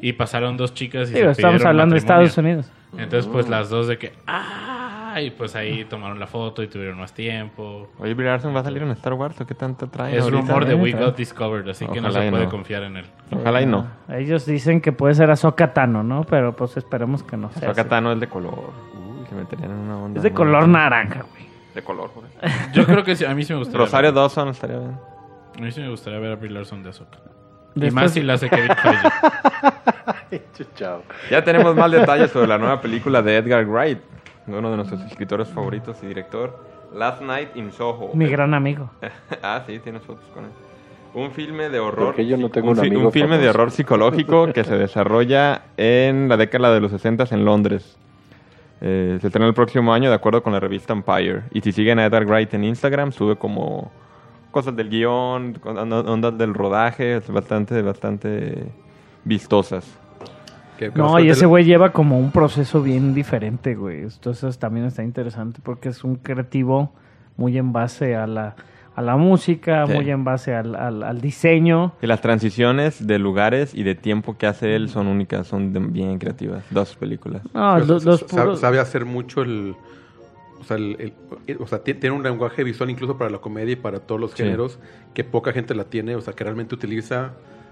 S6: y pasaron dos chicas y
S3: Digo,
S6: se
S3: estamos
S6: pidieron
S3: hablando de
S6: matrimonio.
S3: Estados Unidos.
S6: Entonces,
S5: Oh.
S6: pues las dos de que ah, y pues ahí tomaron la foto y tuvieron más tiempo.
S5: Oye, Brie Larson va a salir en Star Wars o qué tanto trae.
S6: Es
S5: ahorita?
S6: rumor de We
S3: ahorita. ¿eh?
S6: Got Discovered, así que no
S5: Ojalá
S6: se
S5: y
S6: puede
S5: no.
S6: confiar en él.
S5: Ojalá y no.
S3: Ellos dicen que puede ser Ahsoka Tano, ¿no? Pero pues esperemos que no sea.
S5: Acá
S3: así.
S5: es de color. Uy, se meterían en una onda.
S3: Es de
S5: muy-
S3: color naranja, güey.
S5: De color, joder.
S6: Yo creo que sí, a mí sí me gustaría.
S5: Rosario
S6: ver-
S5: Dawson estaría bien.
S6: A mí sí me gustaría ver a Brie Larson de Ahsoka. Y
S3: Después-
S6: más si la hace Kevin Feige.
S4: Chao.
S5: Ya tenemos más detalles sobre la nueva película de Edgar Wright, uno de nuestros escritores favoritos y director. Last Night in Soho.
S3: Mi gran amigo.
S5: ah, sí, tienes fotos con él. Un filme de horror.
S4: Porque yo no tengo
S5: un,
S4: un
S5: fi-
S4: amigo
S5: un filme de
S4: famoso.
S5: horror psicológico que se desarrolla en la década de los 60 en Londres. Eh, se estrena el próximo año de acuerdo con la revista Empire. Y si siguen a Edgar Wright en Instagram, sube como cosas del guión, con- on- ondas del rodaje, es bastante, bastante vistosas.
S2: Que- que
S3: No,
S2: bastante
S3: y ese
S2: la-
S3: güey lleva como un proceso bien diferente, güey. Entonces también está interesante porque es un creativo muy en base a la, a la música,
S5: Sí.
S3: muy en base al, al- al diseño.
S5: Y las transiciones de lugares y de tiempo que hace él son únicas, son de- bien creativas. Dos sus películas.
S3: No,
S2: Pero
S3: Ah, los,
S2: sa-
S3: los
S2: sa-
S3: puros-
S2: Sabe hacer mucho el... O sea, el- el- o sea, ti- tiene un lenguaje visual incluso para la comedia y para todos los
S5: Sí.
S2: géneros que poca gente la tiene. O sea, que realmente utiliza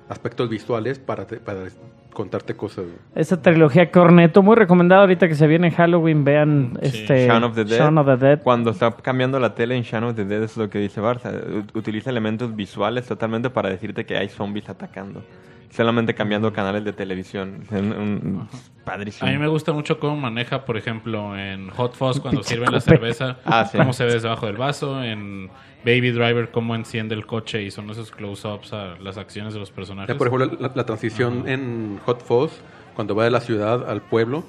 S2: aspectos visuales para, te- para contarte cosas.
S3: Esa trilogía Corneto, muy recomendada ahorita que se viene Halloween, vean
S6: Sí.
S3: este
S5: Shaun of the Dead.
S3: Shaun of the Dead.
S5: Cuando está cambiando la tele en Shaun of the Dead, es lo que dice Barça. U- Utiliza elementos visuales totalmente para decirte que hay zombies atacando. Solamente cambiando canales de televisión. Es un- un-
S6: A
S5: padrísimo.
S6: mí me gusta mucho cómo maneja, por ejemplo, en Hot Fuzz cuando
S3: Pinche
S6: sirven la
S3: copete.
S6: cerveza,
S5: Ah, sí.
S6: cómo se ve debajo del vaso, en Baby Driver cómo enciende el coche y son esos close-ups a las acciones de los personajes.
S2: Ya, por ejemplo, la, la transición en Hot Fuzz, cuando va de la ciudad al pueblo,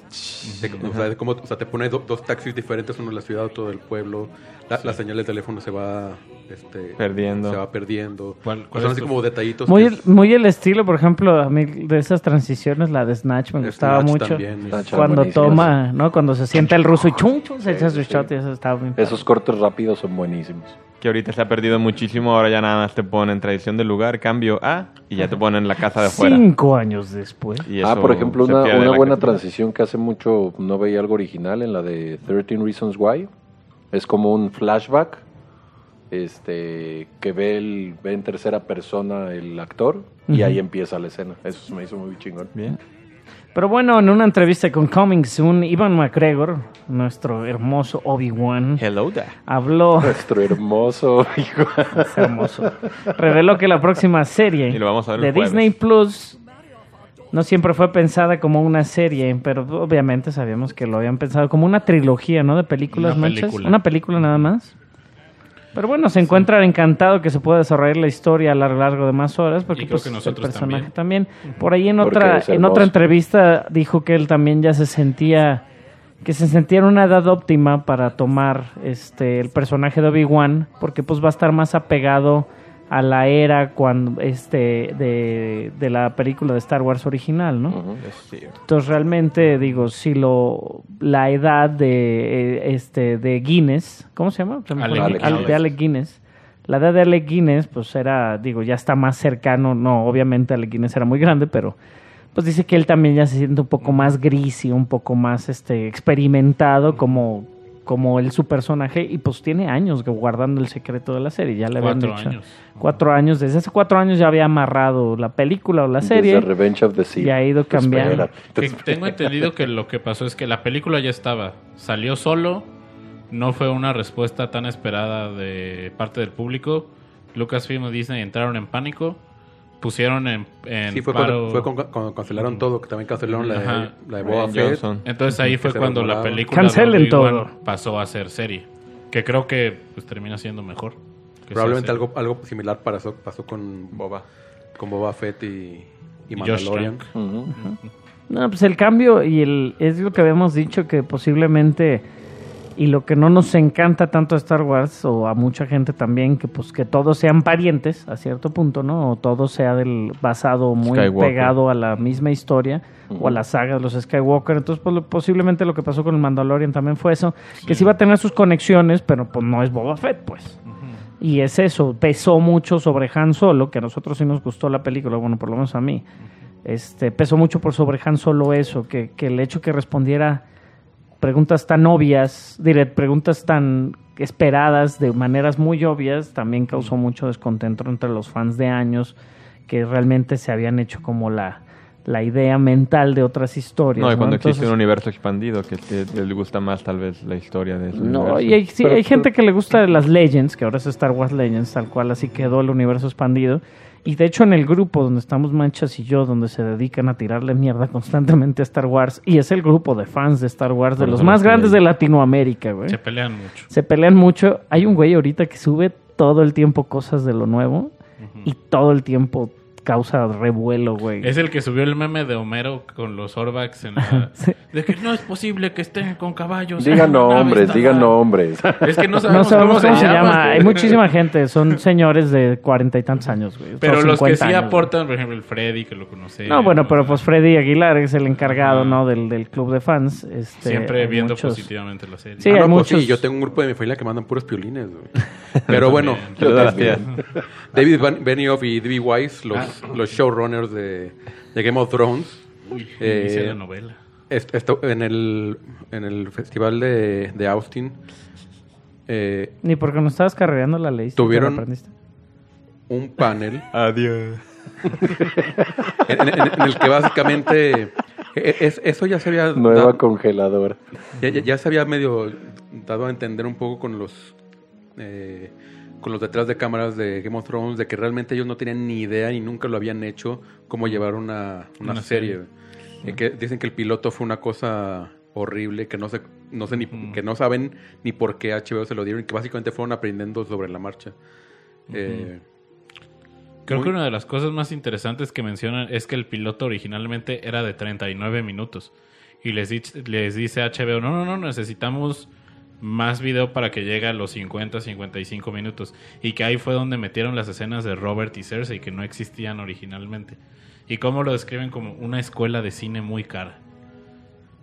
S2: de- o, sea, de cómo- o sea, te pone do- dos taxis diferentes, uno de la ciudad, otro del pueblo, la, la señal de teléfono se va este,
S5: Perdiendo.
S2: Se va perdiendo.
S6: ¿Cuál- cuál
S2: O sea,
S6: es
S2: así
S6: tu-
S2: como detallitos.
S3: Muy
S2: que
S3: el,
S2: es-
S3: muy el estilo, por ejemplo, a mí de esas transiciones, la de Snatch me
S2: es
S3: gustaba
S2: Snatch
S3: mucho.
S2: también, este, es-
S4: Snatch.
S3: Cuando
S4: Buenísimo.
S3: toma, ¿no? Cuando se sienta el ruso y chum, chum, se echa su
S4: sí.
S3: shot y eso estaba bien.
S4: Esos cortes rápidos son buenísimos.
S5: Que ahorita se ha perdido muchísimo. Ahora ya nada más te ponen tradición del lugar, cambio A, y ya te ponen la casa de afuera.
S3: Cinco años después.
S5: Y
S4: Ah,
S5: eso
S4: por ejemplo,
S5: se
S4: una,
S5: pierde
S4: una
S5: la
S4: buena
S5: cultura.
S4: transición que hace mucho no veía algo original en la de 13 Reasons Why. Es como un flashback este, que ve, el, ve en tercera persona el actor y
S3: Ujú.
S4: ahí empieza la escena. Eso se me hizo muy chingón.
S5: Bien.
S3: Pero bueno, en una entrevista con Coming Soon, Ivan McGregor, nuestro hermoso Obi-Wan,
S5: Hello there.
S3: habló,
S4: Nuestro hermoso hijo.
S3: es hermoso, reveló que la próxima serie
S5: Y lo vamos a ver el
S3: de
S5: jueves.
S3: Disney Plus no siempre fue pensada como una serie, pero obviamente sabíamos que lo habían pensado como una trilogía, ¿no? De películas,
S6: Una
S3: ¿no, Chas?
S6: película.
S3: Una película nada más. Pero bueno, se encuentra encantado que se pueda desarrollar la historia a lo largo de más horas, porque
S6: Y creo
S3: pues,
S6: que nosotros
S3: el personaje también. Por ahí en
S4: Porque
S3: otra
S4: es
S3: en
S4: hermoso.
S3: otra entrevista dijo que él también ya se sentía que se sentía en una edad óptima para tomar este el personaje de Obi-Wan, porque pues va a estar más apegado a la era cuando este de, de la película de Star Wars original, ¿no? Entonces realmente digo, si lo la edad de eh, este de Guinness, ¿cómo se llama? Se me fue.
S6: Alec
S3: Al-
S6: Guinness.
S3: de Alec Guinness. La edad de Alec Guinness, pues era, digo, ya está más cercano, no, obviamente Alec Guinness era muy grande, pero pues dice que él también ya se siente un poco más gris y un poco más este experimentado como como el su personaje y pues tiene años guardando el secreto de la serie, ya le habían
S6: Cuatro
S3: dicho.
S6: años.
S3: Cuatro años, desde hace cuatro años ya había amarrado la película o la serie.
S4: Desde pues, Revenge of the Sea.
S3: Y ha ido
S4: Te
S3: cambiando.
S4: espera, te
S6: Que
S4: espera.
S6: tengo entendido que lo que pasó es que la película ya estaba, salió solo, no fue una respuesta tan esperada de parte del público. Lucasfilm y Disney entraron en pánico, pusieron en, en
S2: Sí, fue, cuando,
S6: paro- Mm.
S2: fue con- cuando cancelaron todo, que también cancelaron la, de-
S6: Ajá.
S2: la de Boba
S5: Ryan
S2: Fett.
S5: Johnson.
S6: Entonces ahí
S2: Que
S6: fue
S2: se
S6: cuando la
S2: rumoraba.
S6: película
S3: Cancelen
S6: de Obi-Wan
S3: todo.
S6: pasó a ser serie, que creo que pues, termina siendo mejor. que
S2: Probablemente
S6: sea
S2: algo, algo similar pasó, pasó con,
S5: Boba. Mm.
S2: con Boba Fett y, y
S6: serie. Y Josh
S2: Mandalorian.
S6: Trank.
S4: Ujú.
S3: No, pues el cambio y el es lo que habíamos dicho que posiblemente y lo que no nos encanta tanto a Star Wars o a mucha gente también que pues que todos sean parientes a cierto punto, ¿no? O todo sea del basado muy
S5: Skywalker.
S3: pegado a la misma historia o a la saga de los Skywalker. Entonces, pues, lo- posiblemente lo que pasó con el Mandalorian también fue eso, que sí va a tener sus conexiones, pero pues no es Boba Fett, pues. Y es eso, pesó mucho sobre Han Solo, que a nosotros sí nos gustó la película, bueno, por lo menos a mí. Este, pesó mucho por sobre Han Solo eso, que, que el hecho que respondiera preguntas tan obvias, diré, preguntas tan esperadas de maneras muy obvias, también causó mucho descontento entre los fans de años que realmente se habían hecho como la, la idea mental de otras historias.
S5: No, y cuando
S3: Entonces-
S5: existe un universo expandido que te, te gusta más tal vez la historia de ese
S3: no,
S5: universo.
S3: y hay, sí,
S4: Pero-
S3: hay gente que le gusta las Legends, que ahora es Star Wars Legends, tal cual así quedó el universo expandido. Y de hecho en el grupo donde estamos Manchas y yo, donde se dedican a tirarle mierda constantemente a Star Wars, y es el grupo de fans de Star Wars, de
S5: Por
S3: los
S5: eso
S3: más
S5: los que
S3: grandes
S5: hay.
S3: de Latinoamérica, güey.
S6: Se pelean mucho.
S3: Se pelean mucho. Hay un güey ahorita que sube todo el tiempo cosas de lo nuevo y todo el tiempo causa revuelo, güey.
S6: Es el que subió el meme de Homero con los Orvax en la...
S3: Sí.
S6: De que no es posible que estén con caballos.
S4: Digan
S6: en una nave
S4: nombres,
S6: estelar".
S4: digan nombres.
S6: Es que no
S3: No
S6: sabemos,
S3: sabemos cómo se
S6: güey.
S3: llama. Hay muchísima gente. Son señores de cuarenta y tantos años, güey. o
S6: Pero los que
S3: 50
S6: sí
S3: años, güey.
S6: aportan, por ejemplo, el Freddy, que lo conoce.
S3: No, bueno, pero pues Freddy Aguilar es el encargado, ¿no? Del, del club de fans. Este,
S6: Siempre
S3: hay
S6: viendo
S3: muchos-
S6: positivamente la serie.
S3: Sí,
S2: Ah,
S3: hay
S2: no, pues
S3: muchos.
S2: sí, yo tengo un grupo de mi familia que mandan puros piolines, güey. Pero bueno,
S5: Saludos a las
S4: también.
S5: tías.
S2: David Ban- Benioff y D.B. Weiss, los,
S6: Ah.
S2: los showrunners de, de Game of Thrones,
S6: Uy,
S2: Eh,
S6: inicia la novela.
S2: est- esto- en, el, en el festival de, de Austin, eh,
S3: Ni porque no estabas carreando la ley.
S2: Tuvieron-
S3: aprendiste.
S2: un panel
S5: Adiós.
S2: en, en- en el que básicamente e- es- eso ya se había
S4: Nueva
S2: da-
S4: congeladora.
S2: ya, ya- ya se había medio dado a entender un poco con los eh, con los detrás de cámaras de Game of Thrones de que realmente ellos no tenían ni idea y nunca lo habían hecho cómo llevar una, una
S6: Una serie.
S2: serie. Eh, que dicen que el piloto fue una cosa horrible que no se no sé ni que no saben ni por qué a HBO se lo dieron que básicamente fueron aprendiendo sobre la marcha. Eh,
S6: Creo
S2: Muy-
S6: que una de las cosas más interesantes que mencionan es que el piloto originalmente era de 39 minutos. Y les, dich- les dice HBO, no, no, no, necesitamos más video para que llegue a los 50, 55 minutos. Y que ahí fue donde metieron las escenas de Robert y Cersei que no existían originalmente. Y cómo lo describen como una escuela de cine muy cara.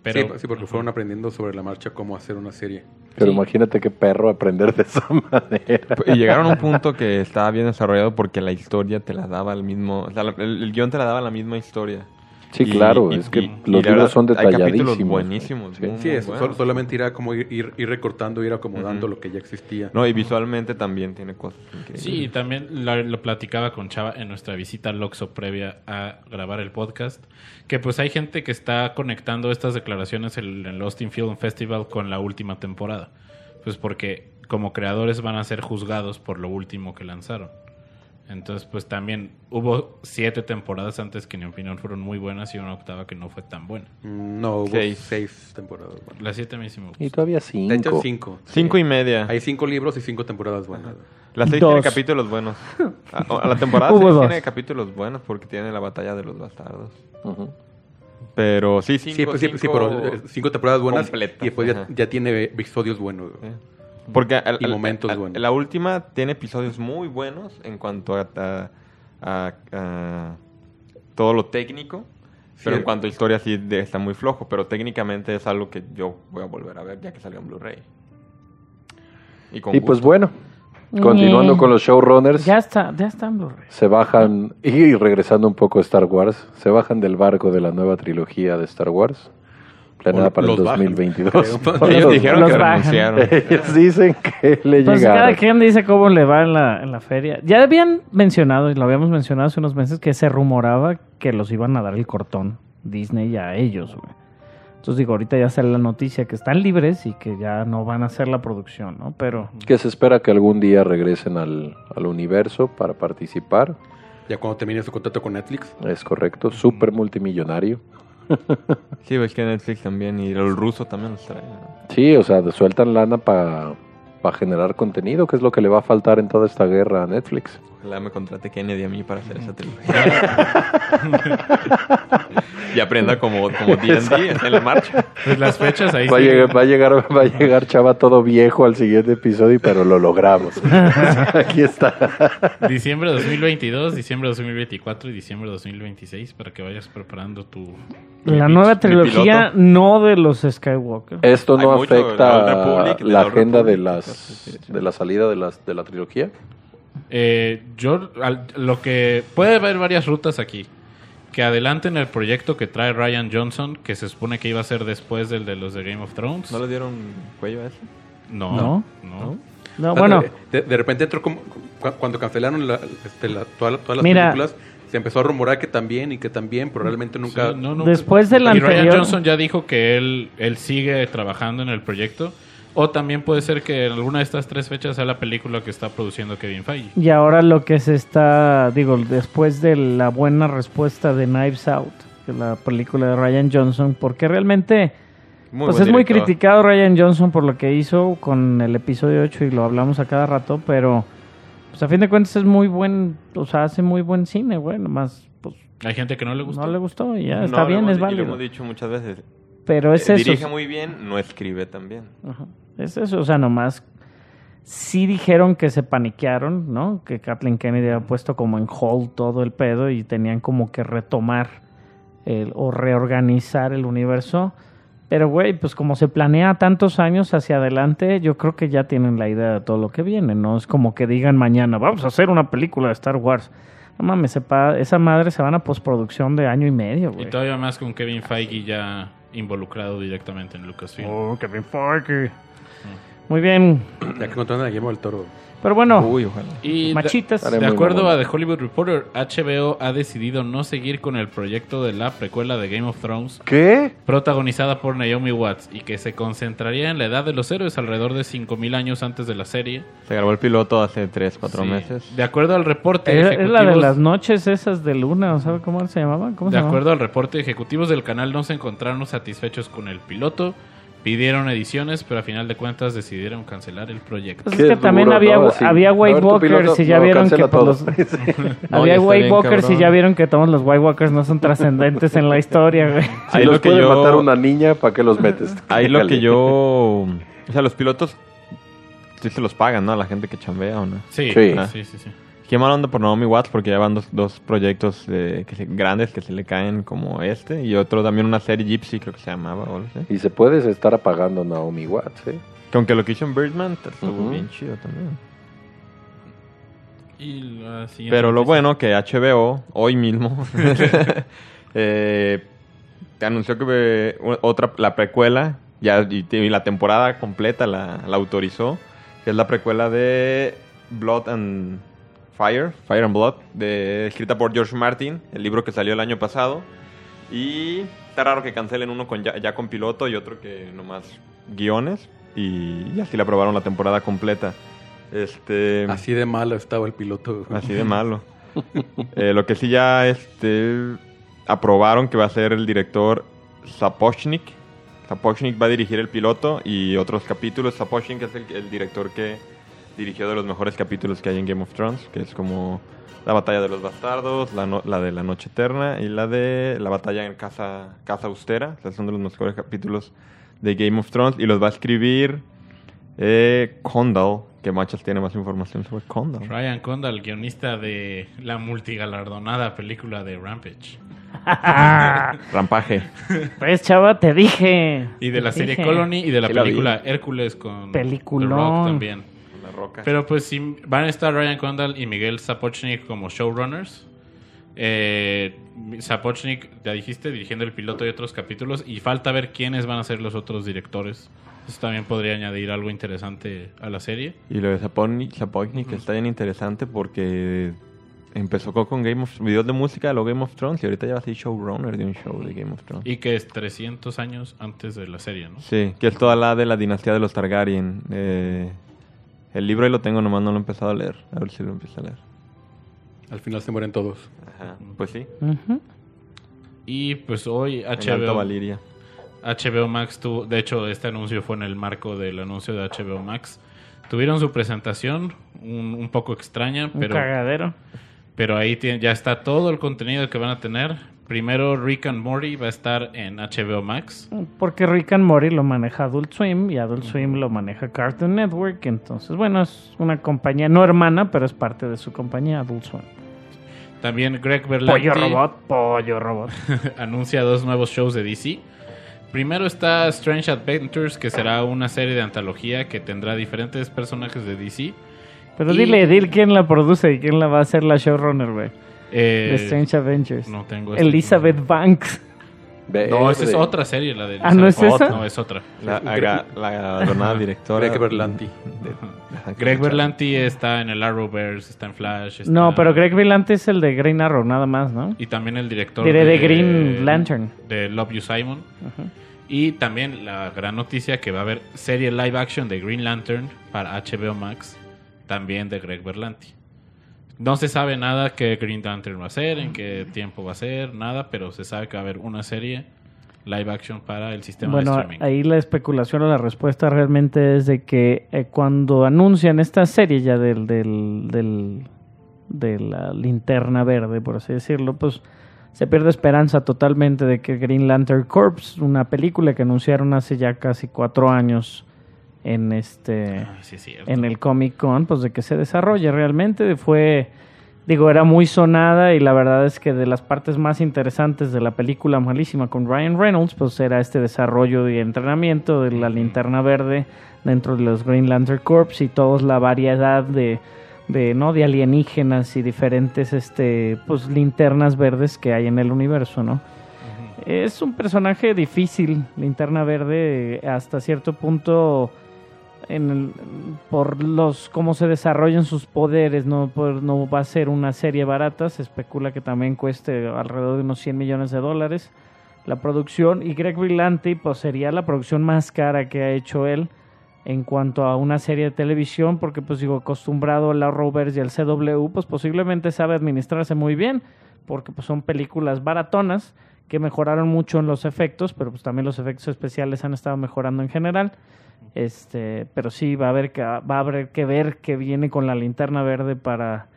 S2: sí, sí, porque fueron aprendiendo sobre la marcha cómo hacer una serie.
S4: Pero
S6: Sí.
S4: imagínate qué perro aprender de esa manera.
S5: Pues, Y llegaron a un punto que estaba bien desarrollado porque la historia te la daba el mismo. O sea, la- el, el guión te la daba la misma historia.
S4: Sí,
S5: Y-
S4: claro,
S5: y-
S4: es que
S5: y- y
S4: los
S5: la verdad,
S4: libros son
S5: Hay
S4: detalladísimos.
S5: capítulos buenísimos.
S4: Sí.
S5: muy,
S2: Sí,
S5: muy
S2: eso, sol-
S5: buenos.
S2: solamente ir, a como ir, ir, ir recortando, ir acomodando
S5: Ujú.
S2: lo que ya existía.
S5: No, y visualmente también tiene cosas increíbles.
S6: Sí, y también la- lo, platicaba con Chava en nuestra visita al Oxxo previa a grabar el podcast, que pues hay gente que está conectando estas declaraciones en el Austin Film Festival con la última temporada, pues porque como creadores van a ser juzgados por lo último que lanzaron. Entonces, pues también hubo siete temporadas antes que en mi opinión fueron muy buenas y una octava que no fue tan buena.
S2: Mm, No, hubo
S5: Seis.
S2: seis, temporadas. buenas.
S6: Las siete a mí sí me gustan.
S4: Y todavía
S2: De hecho,
S4: cinco.
S2: cinco.
S5: Cinco y media.
S2: Hay cinco libros y cinco temporadas buenas.
S5: Las seis tiene
S3: Dos.
S5: capítulos buenos. A, a la temporada
S3: Hubo
S5: seis
S3: dos.
S5: tiene capítulos buenos porque tiene la batalla de los bastardos.
S4: Ujú.
S5: Pero sí, cinco,
S2: sí, pues, sí, sí,
S5: cinco-
S2: pero eh, cinco temporadas buenas
S5: completas,
S2: y después
S5: ajá. Eh.
S2: ya, ya tiene episodios buenos. güey.
S5: Sí. Porque al-
S2: Y
S5: al-
S2: momentos
S5: al-
S2: buenos.
S5: la última tiene episodios muy buenos en cuanto a, a- a- a todo lo técnico.
S2: Sí,
S5: Pero en
S2: eh.
S5: cuanto a historia sí de- está muy flojo. Pero técnicamente es algo que yo voy a volver a ver ya que salga en Blu-ray. Y con
S4: Y pues
S5: gusto.
S4: bueno, continuando con los showrunners,
S3: Ya está, ya está en Blu-ray.
S4: se bajan, y regresando un poco a Star Wars, se bajan del barco de la nueva trilogía de Star Wars, planeada
S2: O
S4: para el
S2: los bajan,
S4: 2022.
S2: creo.
S3: Por
S5: Ellos
S3: los-
S5: dijeron
S3: los
S5: que
S3: bajan.
S5: renunciaron.
S4: Ellos dicen que le
S3: Pues cada
S4: llegaron.
S3: quien dice cómo le va en la, en la feria. Ya habían mencionado, y lo habíamos mencionado hace unos meses, que se rumoraba que los iban a dar el cortón Disney a ellos, güey. Entonces digo, ahorita ya sale la noticia que están libres y que ya no van a hacer la producción, ¿no? Pero
S4: Que se espera que algún día regresen al, al universo para participar.
S2: Ya cuando termine su contrato con Netflix.
S4: Es correcto, súper multimillonario.
S5: Sí, ves que Netflix también y el ruso también los trae. ¿no?
S4: Sí, o sea, sueltan lana para generar contenido, que es lo que le va a faltar en toda esta guerra a Netflix.
S5: Ojalá me contrate Kennedy a mí para hacer esa trilogía. y aprenda como, como D&D en la marcha.
S6: Pues las fechas ahí
S4: Va a,
S6: sí.
S4: llegar, va, a llegar, va a llegar Chava todo viejo al siguiente episodio, pero lo logramos. Aquí está.
S6: Diciembre 2022, diciembre 2024 y diciembre 2026 para que vayas preparando tu...
S3: la
S5: Mi-
S3: nueva
S5: mi
S3: trilogía
S5: piloto.
S3: no de los Skywalker.
S4: Esto no
S5: Hay mucho de
S4: afecta
S5: la Old Republic, de
S4: la
S5: la Old
S4: agenda de,
S5: Republic,
S4: las,
S5: entonces, sí.
S4: de la salida de, las, de la trilogía.
S6: Eh, yo al- lo que puede haber varias rutas aquí. Que adelanten el proyecto que trae Ryan Johnson, que se supone que iba a ser después del de los de Game of Thrones.
S5: ¿No le dieron cuello a eso?
S6: No,
S3: No.
S6: no.
S3: No, Ah, bueno,
S4: eh,
S2: De, de repente entró como. cu- Cuando cancelaron la, este, la- toda la- todas las
S3: Mira.
S2: películas, se empezó a rumorar que también y que también, pero realmente nunca.
S6: Sí, no, no.
S3: Después del
S6: y Ryan
S3: anterior-
S6: Johnson ya dijo que él, él sigue trabajando en el proyecto. O también puede ser que en alguna de estas tres fechas sea la película que está produciendo Kevin Feige.
S3: y ahora lo que se está, digo, después de la buena respuesta de Knives Out, que es la película de Ryan Johnson, porque realmente... pues
S5: buen
S3: es muy
S5: director.
S3: criticado Ryan Johnson por lo que hizo con el episodio 8 y lo hablamos a cada rato, pero pues a fin de cuentas es muy buen, o sea, hace muy buen cine, güey, nomás pues,
S6: Hay gente que no le gusta.
S3: no le gustó y ya,
S5: No,
S3: está
S5: lo
S3: bien,
S5: hemos-
S3: es
S5: y Lo
S3: válido.
S5: hemos dicho muchas veces.
S3: Pero es
S5: Eh,
S3: eso.
S5: Dirige muy bien, no escribe también.
S3: Ajá. Es eso, o sea, nomás sí dijeron que se paniquearon, ¿no? Que Kathleen Kennedy había puesto como en hold todo el pedo y tenían como que retomar el- o reorganizar el universo. Pero, güey, pues como se planea tantos años hacia adelante, yo creo que ya tienen la idea de todo lo que viene, ¿no? Es como que digan mañana, vamos a hacer una película de Star Wars. No mames, sepa- esa madre se van a postproducción de año y medio,
S6: Y
S3: güey.
S6: todavía más con Kevin Feige ya involucrado directamente en Lucasfilm.
S3: Oh, Kevin Feige. Muy bien.
S2: Ya que encontraron a Guillermo del Toro.
S3: Pero bueno,
S5: Uy, ojalá.
S6: Y de-
S3: machitas.
S4: Dale.
S6: De
S4: Muy
S6: acuerdo
S4: mamón.
S6: a The Hollywood Reporter, HBO ha decidido no seguir con el proyecto de la precuela de Game of Thrones
S4: ¿Qué?
S6: protagonizada por Naomi Watts y que se concentraría en la edad de los héroes alrededor de 5.000 años antes de la serie.
S5: Se grabó el piloto hace 3, 4
S6: Sí.
S5: meses.
S6: De acuerdo al reporte,
S3: Es, es la de
S6: ejecutivos-
S3: las noches esas de luna, o sea, ¿cómo se llamaba? ¿Cómo se
S6: De
S3: llamaba?
S6: acuerdo al reporte, ejecutivos del canal no se encontraron satisfechos con el piloto, pidieron ediciones, pero a final de cuentas decidieron cancelar el proyecto.
S3: Pues
S4: Qué
S3: es que también
S4: duro,
S3: había,
S4: ¿no? Así,
S3: había
S4: a ver,
S3: White
S4: tu piloto,
S3: Walkers y ya
S4: no,
S3: vieron que
S4: cancela
S3: por
S4: todo.
S3: los,
S5: No,
S3: había
S5: ya está
S3: White
S5: bien,
S3: Walkers y
S5: cabrón.
S3: ya vieron que todos los White Walkers no son trascendentes en la historia, güey.
S4: Si
S5: Ahí
S4: los
S5: lo que
S4: puede
S5: yo-
S4: matar una niña, ¿para qué los metes?
S5: Ahí lo que
S4: Cali.
S5: yo... O sea, los pilotos sí se los pagan, ¿no? A la gente que chambea o no.
S6: Sí,
S4: Sí.
S6: sí, sí, sí.
S5: Qué mala onda por Naomi Watts porque ya van dos, dos proyectos eh, que se- grandes que se le caen como este y otro también una serie Gypsy creo que se llamaba o algo así.
S4: Y se puede estar apagando Naomi Watts, ¿eh?
S5: Que aunque lo que hizo en Birdman t- estuvo
S4: Ujú.
S5: bien chido también.
S6: Y la siguiente
S5: Pero lo
S6: noticia.
S5: bueno que HBO hoy mismo eh, anunció que eh, u- otra la precuela ya y, te- y la temporada completa la, la autorizó que es la precuela de Blood and Fire, Fire and Blood, de- escrita por George Martin, el libro que salió el año pasado. Y está raro que cancelen uno con ya, ya con piloto y otro que nomás guiones. Y, y así la aprobaron la temporada completa. Este,
S2: Así de malo estaba el piloto. güey.
S5: Pues Así de malo. Eh, lo que sí ya este, aprobaron que va a ser el director Zapochnik. Zapochnik va a dirigir el piloto y otros capítulos. Zapochnik es el, el director que dirigió de los mejores capítulos que hay en Game of Thrones, que es como la batalla de los bastardos, la, no- la de la noche eterna y la de la batalla en casa, casa austera. O sea, son de los mejores capítulos de Game of Thrones y los va a escribir eh, Condal, que Machas tiene más información sobre Condal.
S6: Ryan Condal, guionista de la multigalardonada película de Rampage
S5: Rampaje.
S3: Pues chava, te dije.
S6: y de la
S3: Te
S6: serie
S3: dije.
S6: Colony y de la
S5: Sí la vi.
S6: película Hércules con
S3: Peliculón.
S6: The Rock también.
S5: La roca.
S6: Pero pues sí, van a estar Ryan Condal y Miguel Sapochnik como showrunners. Eh, Sapochnik, ya dijiste, dirigiendo el piloto y otros capítulos. Y falta ver quiénes van a ser los otros directores. Eso también podría añadir algo interesante a la serie.
S5: y lo de Zaponi- Zapochnik está bien interesante porque empezó co- con Game of videos de música, luego Game of Thrones y ahorita ya va a ser showrunner de un show de Game of Thrones.
S6: Y que es 300 años antes de la serie, ¿no?
S5: Sí, que es toda la de la dinastía de los Targaryen. Eh, el libro ahí lo tengo, nomás no lo he empezado a leer. A ver si lo empiezo a leer.
S2: Al final se mueren todos.
S5: Ajá. Pues sí.
S3: Ujú.
S6: Y pues hoy
S5: En Alta
S6: HBO,
S5: Valiria.
S6: HBO Max tuvo... De hecho, este anuncio fue en el marco del anuncio de HBO Max. Tuvieron su presentación, un, un poco extraña,
S3: Un
S6: pero...
S3: cagadero.
S6: Pero ahí tiene- ya está todo el contenido que van a tener. Primero, Rick and Morty va a estar en HBO Max.
S3: Porque Rick and Morty lo maneja Adult Swim y Adult Swim lo maneja Cartoon Network. Entonces, bueno, es una compañía no hermana, pero es parte de su compañía Adult Swim.
S6: También Greg Berlanti
S3: Pollo Robot, Pollo Robot.
S6: anuncia dos nuevos shows de DC. Primero está Strange Adventures, que será una serie de antología que tendrá diferentes personajes de DC.
S3: Pero
S6: Y-
S3: dile, dile quién la produce y quién la va a hacer la showrunner, güey.
S6: Eh,
S3: de Strange Adventures.
S6: No tengo este
S3: Elizabeth Banks.
S4: Verde.
S6: No, esa es otra serie, la de
S3: Ah, ¿no es
S6: Elizabeth.
S3: esa?
S6: No, es otra.
S5: La, aga- la donada directora.
S2: Greg Berlanti.
S5: de- ajá,
S6: Greg
S5: que-
S6: Berlanti está en el Arrowverse, está en Flash. está-
S3: No, pero Greg Villante es el de Green Arrow, nada más, ¿no?
S6: Y también el director
S3: Diré de Green Lantern.
S6: De Love You Simon. Y también la gran noticia que va a haber serie live action de Green Lantern para HBO Max, también de Greg Berlanti. No se sabe nada que Green Lantern va a ser, en qué tiempo va a ser, nada, pero se sabe que va a haber una serie live action para el sistema de
S3: Bueno,
S6: streaming.
S3: ahí la especulación o la respuesta realmente es de que eh, cuando anuncian esta serie ya del, del, del- de la linterna verde, por así decirlo, pues se pierde esperanza totalmente de que Green Lantern Corps, una película que anunciaron hace ya casi cuatro años en este...
S6: Ah, sí, es cierto.
S3: en el Comic Con, pues de que se desarrolle realmente. Fue, digo, era muy sonada y la verdad es que de las partes más interesantes de la película malísima con Ryan Reynolds, pues era este desarrollo y entrenamiento de la linterna verde dentro de los Green Lantern Corps y toda la variedad de, de, ¿no? de alienígenas y diferentes este, pues, linternas verdes que hay en el universo, ¿no? Es un personaje difícil, Linterna Verde, eh, hasta cierto punto en el- por los cómo se desarrollan sus poderes, no, por- no va a ser una serie barata, se especula que también cueste alrededor de unos 100 millones de dólares la producción y Greg Berlanti pues sería la producción más cara que ha hecho él en cuanto a una serie de televisión porque pues digo acostumbrado a la Rovers y al CW pues posiblemente sabe administrarse muy bien porque pues son películas baratonas que mejoraron mucho en los efectos pero pues también los efectos especiales han estado mejorando en general este pero sí va a haber que va a haber que ver que viene con la linterna verde para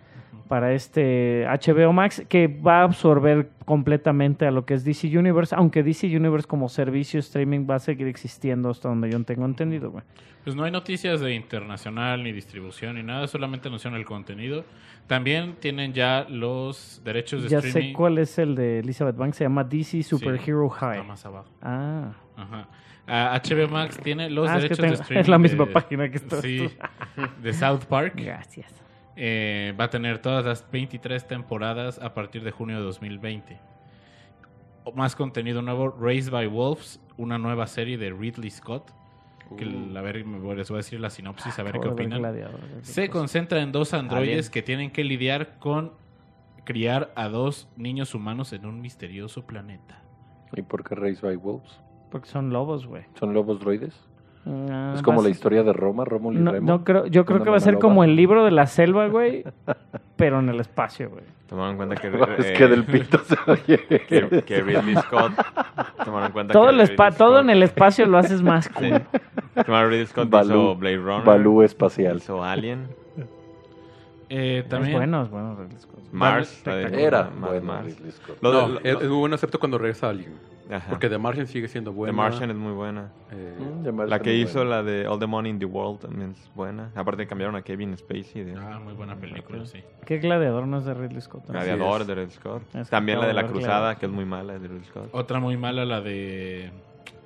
S3: para este HBO Max que va a absorber completamente a lo que es DC Universe, aunque DC Universe como servicio streaming va a seguir existiendo hasta donde yo tengo entendido, güey.
S6: Pues no hay noticias de internacional, ni distribución, ni nada. Solamente anunciaron el contenido. También tienen ya los derechos Pues de
S3: Ya
S6: streaming.
S3: sé cuál es el de Elizabeth Banks, se llama DC
S6: Sí,
S3: Superhero High.
S6: Está más abajo.
S3: Ah,
S6: Ajá. Ah, HBO Max tiene los
S3: Ah, es que
S6: derechos
S3: tengo-
S6: de
S3: es
S6: streaming.
S3: la misma
S6: de-
S3: página que estás
S6: Sí, de South Park. Gracias. va a tener todas las 23 temporadas a partir de junio de 2020. O Más contenido nuevo, Raised by Wolves, una nueva serie de Ridley Scott. Que,
S2: Uh.
S6: a ver, me voy- les voy a decir la sinopsis, a ver qué
S3: Ah, acabo de ver
S6: opinan.
S3: Gladiador, güey. pues,
S6: Se concentra en dos androides
S5: Alien.
S6: que tienen que lidiar con criar a dos niños humanos en un misterioso planeta.
S4: ¿Y por qué Raised by Wolves?
S3: Porque son lobos, güey.
S4: ¿Son lobos droides?
S3: Ah,
S4: es como
S3: vas-
S4: la historia de Roma, Rómulo y
S3: no,
S4: Remo.
S3: no creo, yo creo
S4: Una
S3: que va a ser
S4: mamaloba.
S3: como el libro de la selva, güey, pero en el espacio, güey.
S5: Tomaron en cuenta que...
S4: es
S5: eh,
S4: que del pito se oye.
S5: que, que Ridley Scott... Tomaron en cuenta
S3: Todo,
S5: que
S3: el
S5: Ridley
S3: espa- todo
S5: Scott-
S3: en el espacio lo haces más
S5: Sí.
S3: cool.
S5: Tomaron Ridley Scott hizo
S4: Balú.
S5: Blade Runner.
S4: Balú espacial.
S5: Hizo Alien.
S6: Eh,
S3: Es
S6: también
S3: bueno, es bueno. Ridley Scott.
S5: Mars. la de-
S4: Era
S5: Mars,
S4: bueno,
S5: Mars.
S4: Ridley Scott.
S5: Lo de-
S2: No,
S5: lo-
S2: es, es muy bueno excepto cuando regresa alguien.
S5: ajá.
S2: Porque The Martian sigue siendo eh,
S5: The
S2: bueno.
S5: Martian es muy buena.
S4: Mm, llamarse
S5: La que
S4: muy
S5: hizo
S4: bueno.
S5: la de All the Money in the World también es buena. Aparte cambiaron a Kevin Spacey de
S6: Ah, muy buena película, sí.
S3: ¿Qué gladiador no es de Ridley Scott? no?
S5: Gladiador de Ridley Scott.
S3: Es que
S5: También la de La
S3: acabo de ver
S5: Cruzada,
S3: Gladiador.
S5: que es muy mala de Ridley Scott.
S6: Otra muy mala, la de.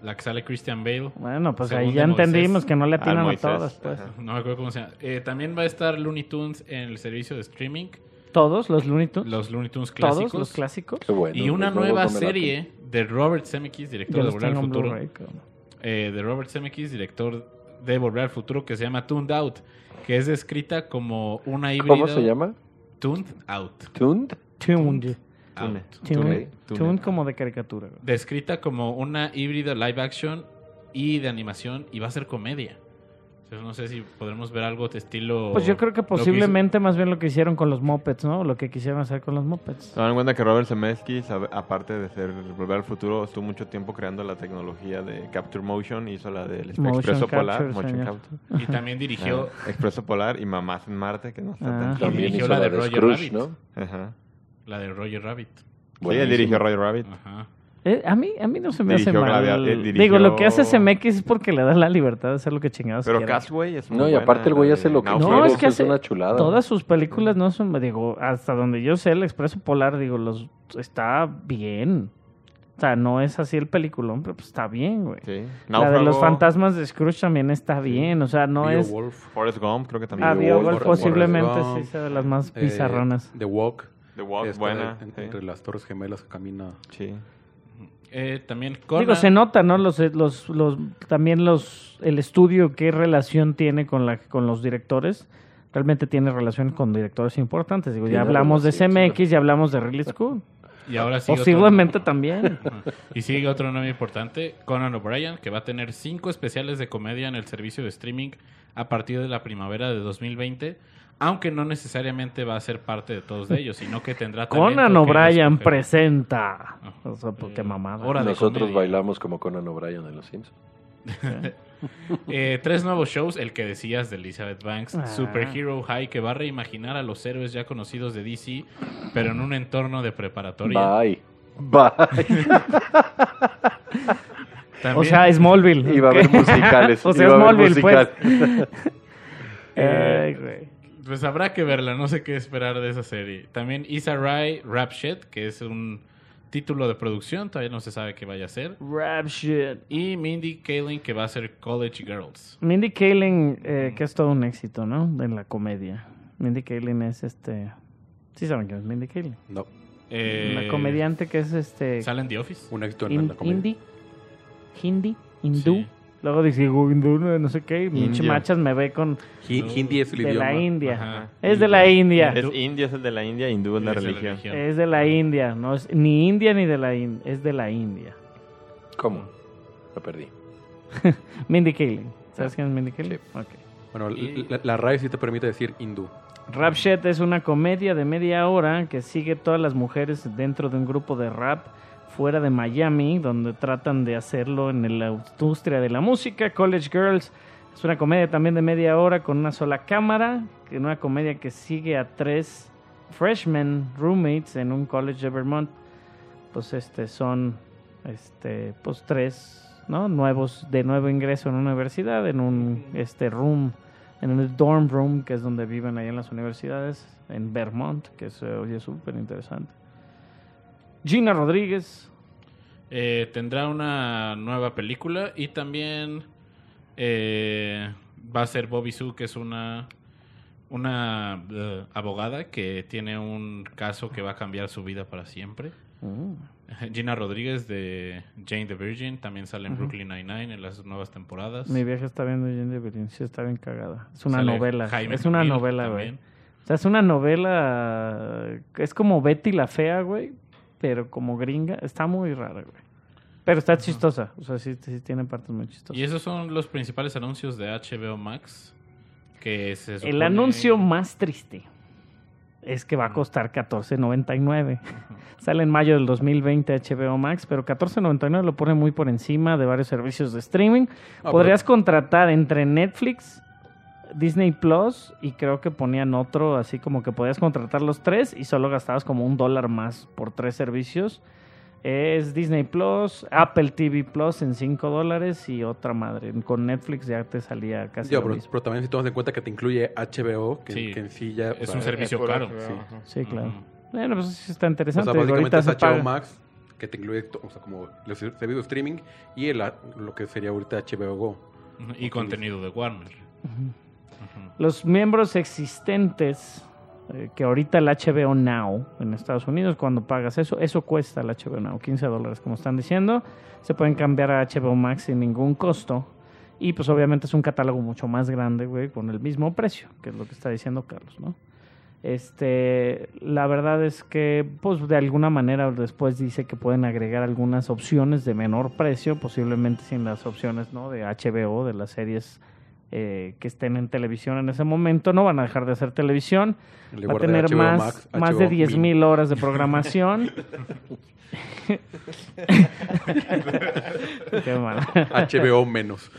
S6: La que sale Christian Bale.
S3: Bueno, pues ahí
S6: Según
S3: ya
S6: de Moisés.
S3: entendimos que no le
S5: Al
S3: atinan a
S5: Moisés,
S3: todas. pues.
S5: ajá.
S6: No me acuerdo cómo se llama. Eh, también va a estar Looney Tunes en el servicio de streaming.
S3: Todos los Looney Tunes.
S6: Los Looney Tunes clásicos.
S3: todos los clásicos.
S4: Qué bueno,
S6: y una
S4: los nuevos
S6: nueva
S4: no me laten.
S6: serie de Robert Zemeckis,
S3: Yo
S6: director de
S3: los
S6: Volver al
S3: tengo en
S6: Futuro.
S3: Blu-ray, cabrón.
S6: eh, de Robert Zemeckis, director de Volver al Futuro, que se llama Tuned Out. Que es descrita como una híbrida.
S4: ¿Cómo se llama?
S6: Tuned Out.
S4: ¿Tuned?
S3: Tuned.
S5: Tune.
S6: Out.
S3: Tuned.
S5: Tuned.
S3: Tuned como de caricatura. güey.
S6: descrita como una híbrida live action y de animación y va a ser comedia. Entonces no sé si podremos ver algo de
S5: Oh,
S6: estilo...
S3: Pues yo creo que
S6: lo hizo-
S3: posiblemente más bien lo que hicieron con los Muppets, ¿no? Lo que quisieron hacer con los Muppets.
S5: Tomaron en cuenta que Robert Zemeckis, a- aparte de ser Volver al Futuro, estuvo mucho tiempo creando la tecnología de Capture Motion. Hizo la del Expreso
S3: Motion
S5: Polar.
S3: Capture,
S5: Motion
S3: señor.
S5: Capture.
S6: Y también dirigió...
S5: Ah, Expreso Polar y Mamás en Marte, que no está
S3: Ah.
S5: tan
S4: También
S6: dirigió
S4: hizo
S6: la
S4: la
S6: de
S4: de,
S6: Roger
S4: Scrooge,
S6: Rabbit.
S4: ¿no?
S5: Ajá.
S6: La de Roger Rabbit.
S5: Sí, él
S4: Buenísimo.
S5: dirigió Roger Rabbit.
S6: Ajá.
S3: Eh, a, mí, a mí no se me
S5: Dirigió
S3: hace mal.
S5: Gladiador, eh, dirigió-
S3: Digo, lo que hace CMX es porque le da la libertad de hacer lo que chingados
S5: Pero
S3: quiera.
S5: Castaway es muy
S4: No, y
S5: buena,
S4: aparte el
S5: la
S4: güey
S5: de
S4: hace lo que
S3: No,
S5: Náufrago.
S4: quiere,
S3: es
S4: eso
S3: que hace
S4: una chulada.
S3: Todas sus películas no son, digo, hasta donde yo sé, el Expreso Polar, digo, los está bien. O sea, no es así el peliculón, pero pues está bien, güey.
S5: Sí.
S3: La de
S5: Náufrago,
S3: los fantasmas de Scrooge también está bien, o sea, no es...
S2: Wolf.
S5: Forrest Gump, creo que también.
S3: Ah, Beowulf
S2: Wolf,
S3: posiblemente
S2: Forrest
S3: sí
S2: Gump,
S3: sea de las más
S2: eh,
S3: pizarronas.
S2: The Walk.
S5: The Walk,
S2: esta
S5: buena.
S2: de- en-
S5: sí.
S2: Entre las torres gemelas que camina.
S5: Sí.
S6: Eh, también Conan.
S3: Digo, se nota, ¿no? Los, eh, los, los, también los, el estudio, qué relación tiene con, la, con los directores. Realmente tiene relación con directores importantes. Digo, ya
S4: Tiene
S3: hablamos de
S4: relación, claro.
S3: CMX, ya hablamos de Ridley Scott.
S6: Y ahora sigue otro-
S3: Posiblemente también.
S6: Ajá. Y sigue otro nombre importante, Conan O'Brien, que va a tener cinco especiales de comedia en el servicio de streaming a partir de la primavera de 2020, aunque no necesariamente va a ser parte de todos de ellos, sino que tendrá
S3: Conan
S6: talento que
S3: O'Brien
S6: escoger.
S3: presenta.
S6: Ah.
S3: O sea, pues, qué
S6: Eh,
S3: mamada.
S6: ahora- de
S4: Nosotros
S6: comedia.
S4: bailamos como Conan O'Brien en Los Simpsons.
S6: Eh, tres nuevos shows, el que decías de Elizabeth Banks,
S3: Ah.
S6: Superhero High, que va a reimaginar a los héroes ya conocidos de DC, pero en un entorno de preparatoria.
S4: Bye. Bye.
S6: También,
S3: O sea, Smallville.
S4: Iba a haber
S3: Ok.
S4: musicales.
S3: o sea,
S4: iba a haber
S3: Smallville, pues.
S4: musical.
S3: Ay, güey.
S6: pues habrá que verla, no sé qué esperar de esa serie. También Issa Rae Rap Shit, que es un título de producción, todavía no se sabe qué vaya a ser.
S3: Rap shit.
S6: Y Mindy Kaling, que va a ser College Girls.
S3: Mindy Kaling, eh, que es todo un éxito, ¿no? En la comedia. Mindy Kaling es este. Sí, saben quién es Mindy Kaling.
S2: No,
S6: Eh,
S3: Una comediante que es este.
S6: Sale en The Office.
S2: un éxito en
S3: in-
S2: la comedia.
S3: Indie. Hindi. Hindú.
S6: Sí.
S3: Luego dice Gundun, no sé qué. y Pinche
S5: India.
S3: Machas me ve con.
S2: Hi- Hindi es el
S3: de
S2: idioma.
S3: la India.
S6: Ajá.
S3: Es de la India.
S5: Es indio, es el de la India, hindú es la religión.
S3: Es de la India. No es ni India ni de la India. Es de la India.
S4: ¿Cómo? Lo perdí.
S3: Mindy Kaling. ¿Sabes quién es Mindy Kaling? Ok.
S2: Bueno, l- la, la RAE sí te permite decir hindú. Ah,
S3: Rap Shit es una comedia de media hora que sigue todas las mujeres dentro de un grupo de rap fuera de Miami, donde tratan de hacerlo en la industria de la música, College Girls. Es una comedia también de media hora con una sola cámara, que una comedia que sigue a tres freshmen roommates en un college de Vermont. Pues este son este pues tres, ¿no? nuevos de nuevo ingreso en una universidad en un este room en el dorm room, que es donde viven ahí en las universidades, en Vermont, que se oye súper interesante. Gina Rodríguez,
S6: Eh, tendrá una nueva película y también eh, va a ser Bobby Sue, que es una, una eh, abogada que tiene un caso que va a cambiar su vida para siempre. Mm. Gina Rodríguez de Jane the Virgin también sale en Brooklyn Nine-Nine en las nuevas temporadas.
S3: mi vieja está viendo Jane Virgin, sí está bien cagada. Es una
S6: Sale
S3: novela,
S6: Jaime
S3: es una
S6: Camil
S3: novela, güey.
S6: también.
S3: O sea, es una novela, es como Betty la Fea, güey, pero como gringa, está muy rara, güey. Pero está chistosa, o sea, sí, sí tiene partes muy chistosas.
S6: Y esos son los principales anuncios de HBO Max. Que se
S3: El
S6: supone-
S3: anuncio más triste es que va a costar 14.99. Sale en mayo del 2020 HBO Max, pero 14.99 lo pone muy por encima de varios servicios de streaming.
S2: Ah,
S3: Podrías contratar entre Netflix, Disney Plus y creo que ponían otro, así como que podías contratar los tres y solo gastabas como un dólar más por tres servicios. Es Disney Plus, Apple TV Plus en 5 dólares y otra madre. Con Netflix ya te salía casi
S2: Ya,
S3: lo
S2: pero,
S3: mismo.
S2: pero también si tomas en cuenta que te incluye HBO, que,
S6: Sí.
S2: que en sí ya... o
S6: Es
S2: sea,
S6: un servicio caro.
S2: Sí.
S3: Sí, claro.
S6: Ujú.
S3: Bueno, pues sí está
S2: O
S3: interesante.
S2: sea,
S3: digo,
S2: básicamente
S3: ahorita
S2: es
S3: se paga.
S2: HBO Max, que te incluye to- o sea, como los servicios de streaming y el, a- lo que sería ahorita HBO Go.
S6: Y contenido de Warner.
S3: Los miembros existentes, eh, que ahorita el HBO Now en Estados Unidos, cuando pagas eso, eso cuesta el HBO Now, 15 dólares, como están diciendo. Se pueden cambiar a HBO Max sin ningún costo. Y pues obviamente es un catálogo mucho más grande, güey, con el mismo precio, que es lo que está diciendo Carlos, ¿no? Este, la verdad es que, pues de alguna manera después dice que pueden agregar algunas opciones de menor precio, posiblemente sin las opciones, ¿no? De HBO, de las series eh, que estén en televisión en ese momento, no van a dejar de hacer televisión,
S2: Le
S3: va a
S2: guardé
S3: tener
S2: HBO
S3: más,
S2: Max,
S3: más de
S2: HBO
S3: 10.000
S2: mil.
S3: horas de programación. Qué mal.
S2: HBO menos.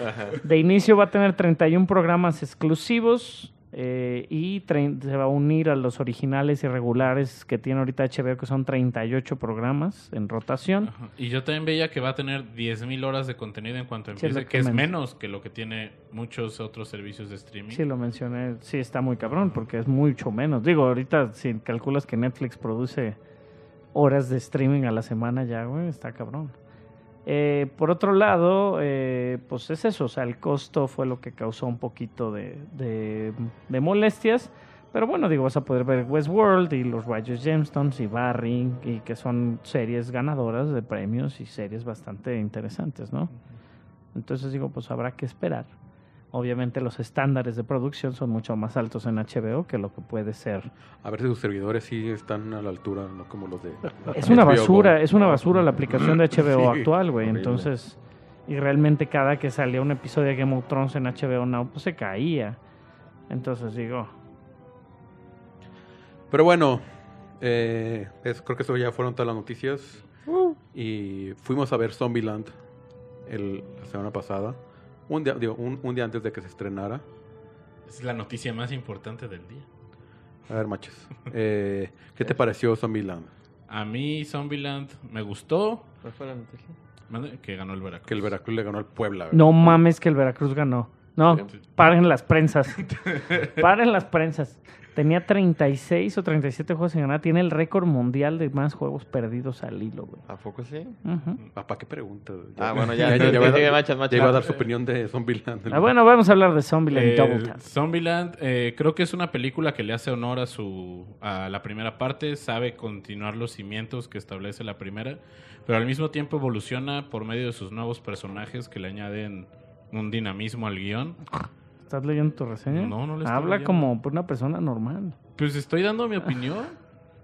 S3: De inicio va a tener 31 programas exclusivos eh, y trein- se va a unir a los originales y regulares que tiene ahorita HBO, que son 38 programas en rotación.
S6: Ajá. Y yo también veía que va a tener 10.000 horas de contenido en cuanto
S3: Sí, es lo
S6: empiece,
S3: que
S6: que es
S3: comenté.
S6: menos que lo que tiene muchos otros servicios de streaming.
S3: Sí, lo mencioné. Sí, está muy cabrón porque es mucho menos. Digo, ahorita si calculas que Netflix produce horas de streaming a la semana ya, güey, está cabrón. Eh, por otro lado, eh, pues es eso. O sea, el costo fue lo que causó un poquito de, de- de molestias. Pero bueno, digo, vas a poder ver Westworld y Los Rayos Gemstones y Barry, y que son series ganadoras de premios y series bastante interesantes, ¿no? Entonces digo, pues habrá que esperar. Obviamente los estándares de producción son mucho más altos en HBO que lo que puede ser.
S2: A ver si sus servidores sí están a la altura, no como los de...
S3: Es una
S2: HBO Go.
S3: basura, es una basura la aplicación de HBO
S2: Sí,
S3: actual, güey.
S2: horrible.
S3: Entonces, y realmente cada que salía un episodio de Game of Thrones en HBO Now, pues se caía. Entonces digo,
S2: Pero bueno, eh, es- creo que eso ya fueron todas las noticias.
S3: Uh.
S2: Y fuimos a ver Zombieland el, la semana pasada. Un día, digo, un, un día antes de que se estrenara.
S6: Es la noticia más importante del día.
S2: A ver, machos. eh, ¿Qué te pareció Zombieland?
S6: A mí Zombieland me gustó,
S5: ¿Cuál fue la noticia?
S6: Mande, que ganó el Veracruz.
S2: Que el Veracruz le ganó al Puebla. ¿verdad?
S3: no mames que el Veracruz ganó. No,
S4: Sí.
S3: paren las prensas. Paren las prensas. Tenía 36 o 37 juegos sin ganar. Tiene el récord mundial de más juegos perdidos al hilo, güey.
S5: ¿A poco sí?
S3: Ujú.
S2: Ah, ¿Para qué pregunta?
S5: Ah, bueno, ya, ya,
S2: iba a
S5: sigue
S2: dar-
S5: Machas, Machas.
S2: ya iba a dar su opinión de Zombieland.
S3: Ah, bueno, vamos a hablar de Zombieland
S6: Eh,
S3: Double Tap.
S6: Zombieland, eh, creo que es una película que le hace honor a su a la primera parte, sabe continuar los cimientos que establece la primera, pero al mismo tiempo evoluciona por medio de sus nuevos personajes que le añaden un dinamismo al guión.
S3: ¿Estás leyendo tu reseña?
S6: No, no la estoy
S3: Habla
S6: leyendo.
S3: como por una persona normal.
S6: Pues estoy dando mi opinión.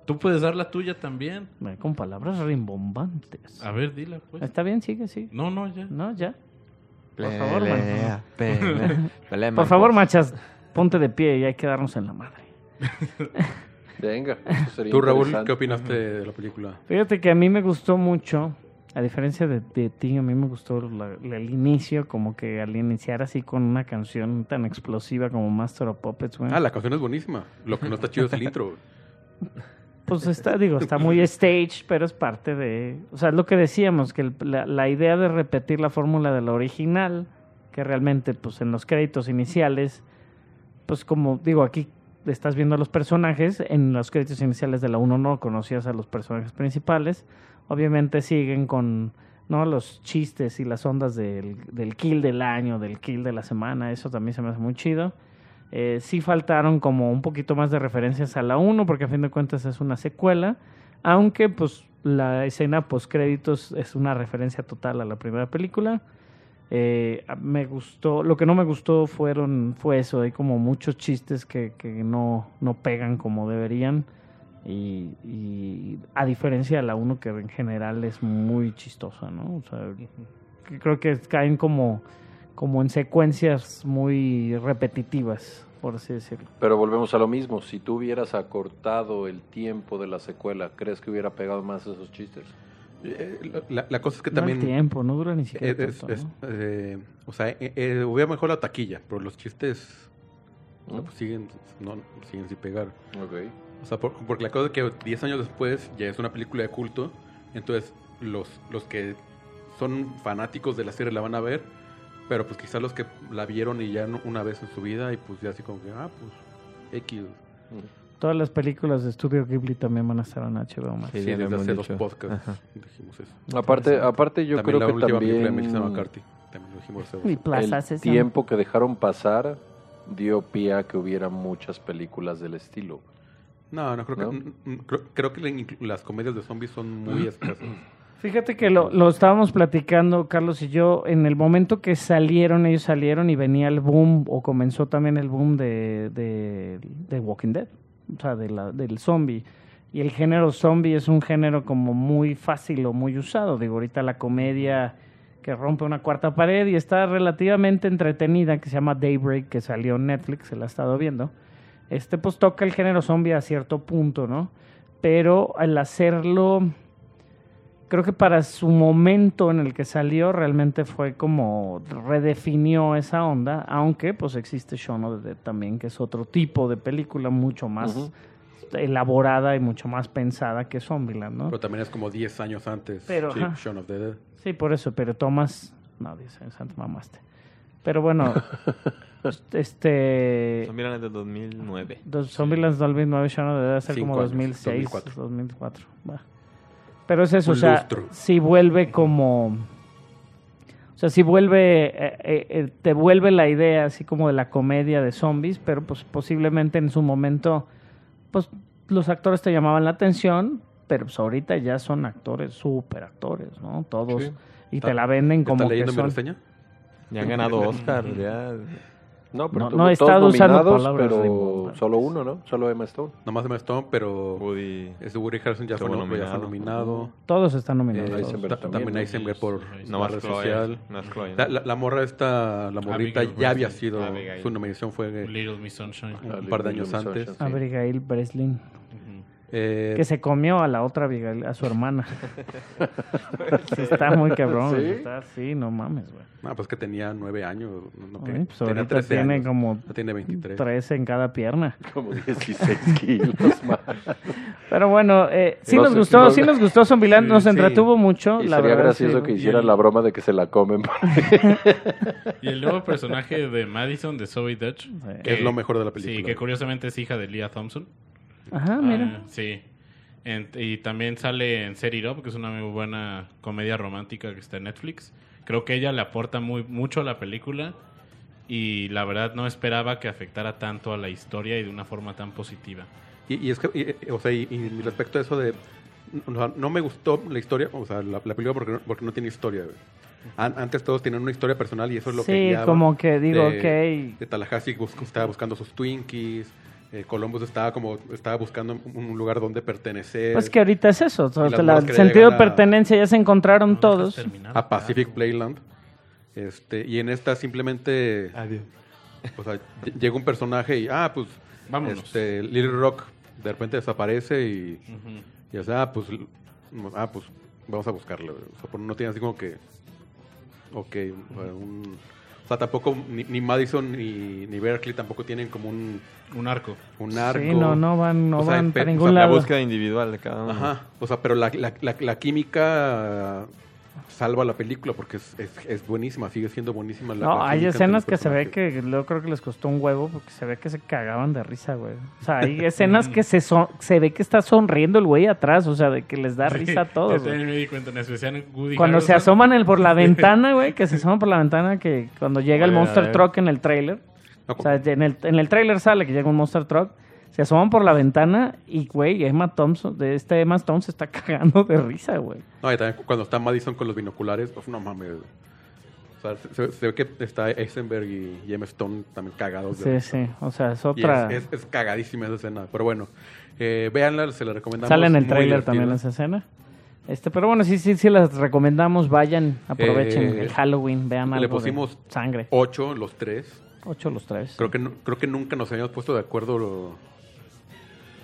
S6: Tú puedes dar la tuya también.
S3: Ve, Con palabras rimbombantes.
S6: A ver, dila, pues.
S3: Está bien, sigue, sigue.
S6: No, no, ya.
S3: No, ya.
S5: Por
S3: favor, Marcos.
S5: Pelea,
S3: Por favor, machas, ponte de pie y hay que darnos en la madre.
S4: Venga. eso sería
S2: Tú, Raúl,
S4: interesante.
S2: ¿qué opinaste de la película?
S3: Fíjate que a mí me gustó mucho, a diferencia de, de ti, a mí me gustó la- la- el inicio, como que al iniciar así con una canción tan explosiva como Master of Puppets, güey.
S2: Ah, la canción es buenísima. Lo que no está chido es el intro.
S3: Pues está, digo, está muy stage, pero es parte de... O sea, es lo que decíamos, que el- la, la idea de repetir la fórmula de la original, que realmente, pues en los créditos iniciales, pues como digo, aquí estás viendo a los personajes, en los créditos iniciales de la 1 no conocías a los personajes principales, obviamente siguen con no los chistes y las ondas del, del kill del año, del kill de la semana, eso también se me hace muy chido. Eh, sí faltaron como un poquito más de referencias a la 1, porque a fin de cuentas es una secuela, aunque pues la escena post créditos es una referencia total a la primera película. Eh, a- me gustó, lo que no me gustó fueron, fue eso, hay como muchos chistes que, que no, no pegan como deberían. Y, y a diferencia de la 1 que en general es muy chistosa, ¿no? O sea, que creo que caen como, como en secuencias muy repetitivas, por así decirlo.
S4: Pero volvemos a lo mismo. Si tú hubieras acortado el tiempo de la secuela, ¿crees que hubiera pegado más esos chistes?
S2: Eh, La, la cosa es que
S3: No el
S2: también...
S3: tiempo, no dura ni siquiera
S2: es- es-
S3: tanto,
S2: es-
S3: ¿no?
S2: eh, o sea, eh, eh, hubiera mejor la taquilla, pero los chistes
S4: ¿Mm?
S2: no, pues, siguen, no, no, siguen sin pegar.
S4: Ok.
S2: O sea, por- porque la cosa es que 10 años después ya es una película de culto. Entonces, los, los que son fanáticos de la serie la van a ver. Pero pues quizás los que la vieron y ya no- una vez en su vida y pues ya así como que, ah, pues X.
S3: Todas las películas de Estudio Ghibli también van a estar en HBO Max.
S5: Sí,
S2: Sí,
S5: ya lo
S2: desde
S5: hemos
S2: hace dos
S5: dicho.
S2: podcasts
S5: Ajá.
S2: dijimos eso.
S4: Aparte, aparte yo
S2: también la
S4: creo que
S2: última película de Melissa
S4: también
S2: McCarthy. También lo dijimos hace dos.
S3: Y Plaza
S4: el
S3: Sésamo.
S4: tiempo que dejaron pasar dio pie a que hubiera muchas películas del estilo.
S2: No, no, creo que,
S4: ¿No?
S2: mm, mm, creo, creo que la inclu- las comedias de zombies son muy escasas.
S3: Fíjate que lo, lo estábamos platicando, Carlos y yo, en el momento que salieron, ellos salieron y venía el boom, o comenzó también el boom de, de, de Walking Dead, o sea, de la- del zombie. Y el género zombie es un género como muy fácil o muy usado. Digo, ahorita la comedia que rompe una cuarta pared y está relativamente entretenida, que se llama Daybreak, que salió en Netflix, se la ha estado viendo. Este pues toca el género zombie a cierto punto, ¿no? Pero al hacerlo creo que para su momento en el que salió realmente fue como redefinió esa onda, aunque pues existe Shaun of the Dead también, que es otro tipo de película mucho más elaborada y mucho más pensada que Zombieland, ¿no?
S2: Pero también es como 10 años antes.
S3: Pero,
S2: sí,
S3: ajá.
S2: Shaun of the Dead.
S3: Sí, por eso, pero tomas... No, dice, santo mamaste. Pero bueno, este...
S5: Son miran desde 2009.
S3: Dos Zombieland 2009, Shaun of the Dead debe ser
S2: Cinco
S3: como
S2: años,
S3: 2006, 2004.
S2: 2004.
S3: va. Pero es eso,
S2: Un
S3: o sea,
S2: lustro.
S3: si vuelve como... O sea, si vuelve, eh, eh, eh, te vuelve la idea así como de la comedia de zombies, pero pues posiblemente en su momento, pues los actores te llamaban la atención, pero pues ahorita ya son actores, súper actores, ¿no? Todos.
S4: Sí.
S3: Y
S2: Está-
S3: te la venden
S2: ¿Estás
S3: como que
S2: leyendo mi
S3: son...
S2: reseña?
S5: Ya han ganado Oscar,
S2: Ah.
S5: ya.
S4: No,
S3: No,
S4: pero
S3: no he
S4: todos
S3: estado usando
S4: nominados,
S3: palabras
S4: pero
S3: rimbombantes.
S4: solo uno, ¿no? Solo Emma Stone.
S2: Nomás Emma Stone, pero
S5: Woody.
S2: es de Woody Harrison ya fue
S5: Estuvo
S2: nominado. Ya fue
S5: nominado.
S2: nominado.
S3: Todos están
S2: Eh,
S3: nominados.
S4: Eisenberg
S3: todos.
S2: ta-
S4: también,
S2: también
S4: ¿no?
S2: Eisenberg por la
S5: No más
S2: red
S5: Chloe.
S2: social.
S5: No más Chloe.
S2: La, la- la morra esta, la morrita,
S6: Abigail
S2: ya había
S6: Breslin.
S2: sido,
S5: Abigail.
S2: su nominación fue eh,
S6: Little Miss Sunshine.
S2: un par de años antes.
S4: Sí.
S3: Abigail Breslin.
S6: Ujú.
S2: Eh,
S3: Que se comió a la otra Abigail, a su hermana. Sí, está muy cabrón.
S4: ¿Sí?
S3: ¿Sí? sí, no mames, güey.
S2: ah, pues que tenía nueve años. No, no, que
S3: Ay, pues
S2: tenía
S3: ahorita
S2: 13
S3: tiene
S2: años.
S3: como
S2: Ya tiene 23.
S3: tres en cada pierna.
S4: Como 16 kilos más.
S3: Pero bueno, eh, sí
S4: No
S3: nos
S4: sé,
S3: gustó,
S4: no-
S3: sí nos gustó Zombieland,
S2: Sí,
S3: nos
S2: sí.
S3: entretuvo mucho.
S4: Y
S3: la
S4: sería
S3: verdad,
S4: gracioso
S3: sí.
S4: que hicieran la broma de que se la comen.
S6: Y el nuevo personaje de Madison, de Zoe Dutch.
S2: Es lo mejor de la película.
S6: Sí, que curiosamente es hija de Leah Thompson.
S3: Ajá, mira.
S6: Ah, sí. En- y también sale en Set It Up, que es una muy buena comedia romántica que está en Netflix. Creo que ella le aporta muy, mucho a la película. Y la verdad no esperaba que afectara tanto a la historia y de una forma tan positiva.
S2: eh, Y, y es que, y- y- o sea, y, y respecto a eso de o sea, no me gustó la historia, o sea, la, la película porque no, porque no tiene historia. güey. An- antes todos tenían una historia personal y eso es lo que
S3: Sí,
S2: guiaba
S3: como que digo, ok.
S2: De Tallahassee bus- estaba buscando sus Twinkies, eh, Columbus estaba como estaba buscando un, un lugar donde pertenecer.
S3: Pues que ahorita es eso. o sea,
S2: las
S3: la-
S2: morras que
S3: el sentido de
S2: llegan a-
S3: pertenencia ya se encontraron todos.
S2: a Pacific Playland. Este, y en esta simplemente
S6: Ah,
S5: Adiós.
S2: o sea, ll- llega un personaje y ah, pues
S6: Vámonos.
S2: este, Little Rock de repente desaparece y,
S6: Ujú.
S2: y o sea, ah, pues ah, pues vamos a buscarlo. O sea, pero no tiene así como que ok, o sea, un- o sea, tampoco ni, ni Madison ni, ni Berkeley tampoco tienen como un,
S6: Un arco.
S2: un arco.
S3: Sí, no, no van, no
S2: O sea,
S3: van
S2: pe-
S3: para
S2: o
S3: ningún
S2: sea, la
S5: La
S3: lado.
S5: búsqueda individual de cada uno.
S2: Ajá. O sea, pero la, la- la- la química salva la película porque es, es- es buenísima, sigue siendo buenísima la
S3: No,
S2: la
S3: hay
S2: química entre
S3: escenas
S2: los
S3: que se ve
S2: personajes.
S3: que yo creo que les costó un huevo porque se ve que se cagaban de risa, güey. O sea, hay escenas que se son- se ve que está sonriendo el güey atrás, o sea, de que les da risa a
S6: Yo
S3: todos. güey.
S6: también Este, me di cuenta, en especial en Woody
S3: Cuando se
S6: Harrelson.
S3: asoman el, por la ventana, güey, que se asoman por la ventana, que cuando llega el
S5: Oye, a
S3: Monster
S5: ver.
S3: Truck en el trailer,
S2: No,
S3: o sea, en el, en el trailer sale que llega un Monster Truck, se asoman por la ventana y, güey, Emma Thompson, de este Emma Thompson se está cagando de risa, güey.
S2: No, y también cuando está Madison con los binoculares, uf, no mames. güey. O sea, se- se, se ve que está Eisenberg y, y M. Stone también cagados. de
S3: Sí,
S2: risa.
S3: sí, o sea, es
S2: Y
S3: otra...
S2: es, es- es cagadísima esa escena. Pero bueno, eh, véanla, se la recomendamos.
S3: Sale en el
S2: muy
S3: tráiler
S2: divertida.
S3: también esa escena. Este, pero bueno, sí, sí, sí las recomendamos, vayan, aprovechen
S2: Eh,
S3: el Halloween, vean
S2: le
S3: algo de
S2: pusimos-
S3: sangre.
S2: Ocho, los tres.
S3: Ocho los tres.
S2: Creo que, no- creo que nunca nos habíamos puesto de acuerdo lo-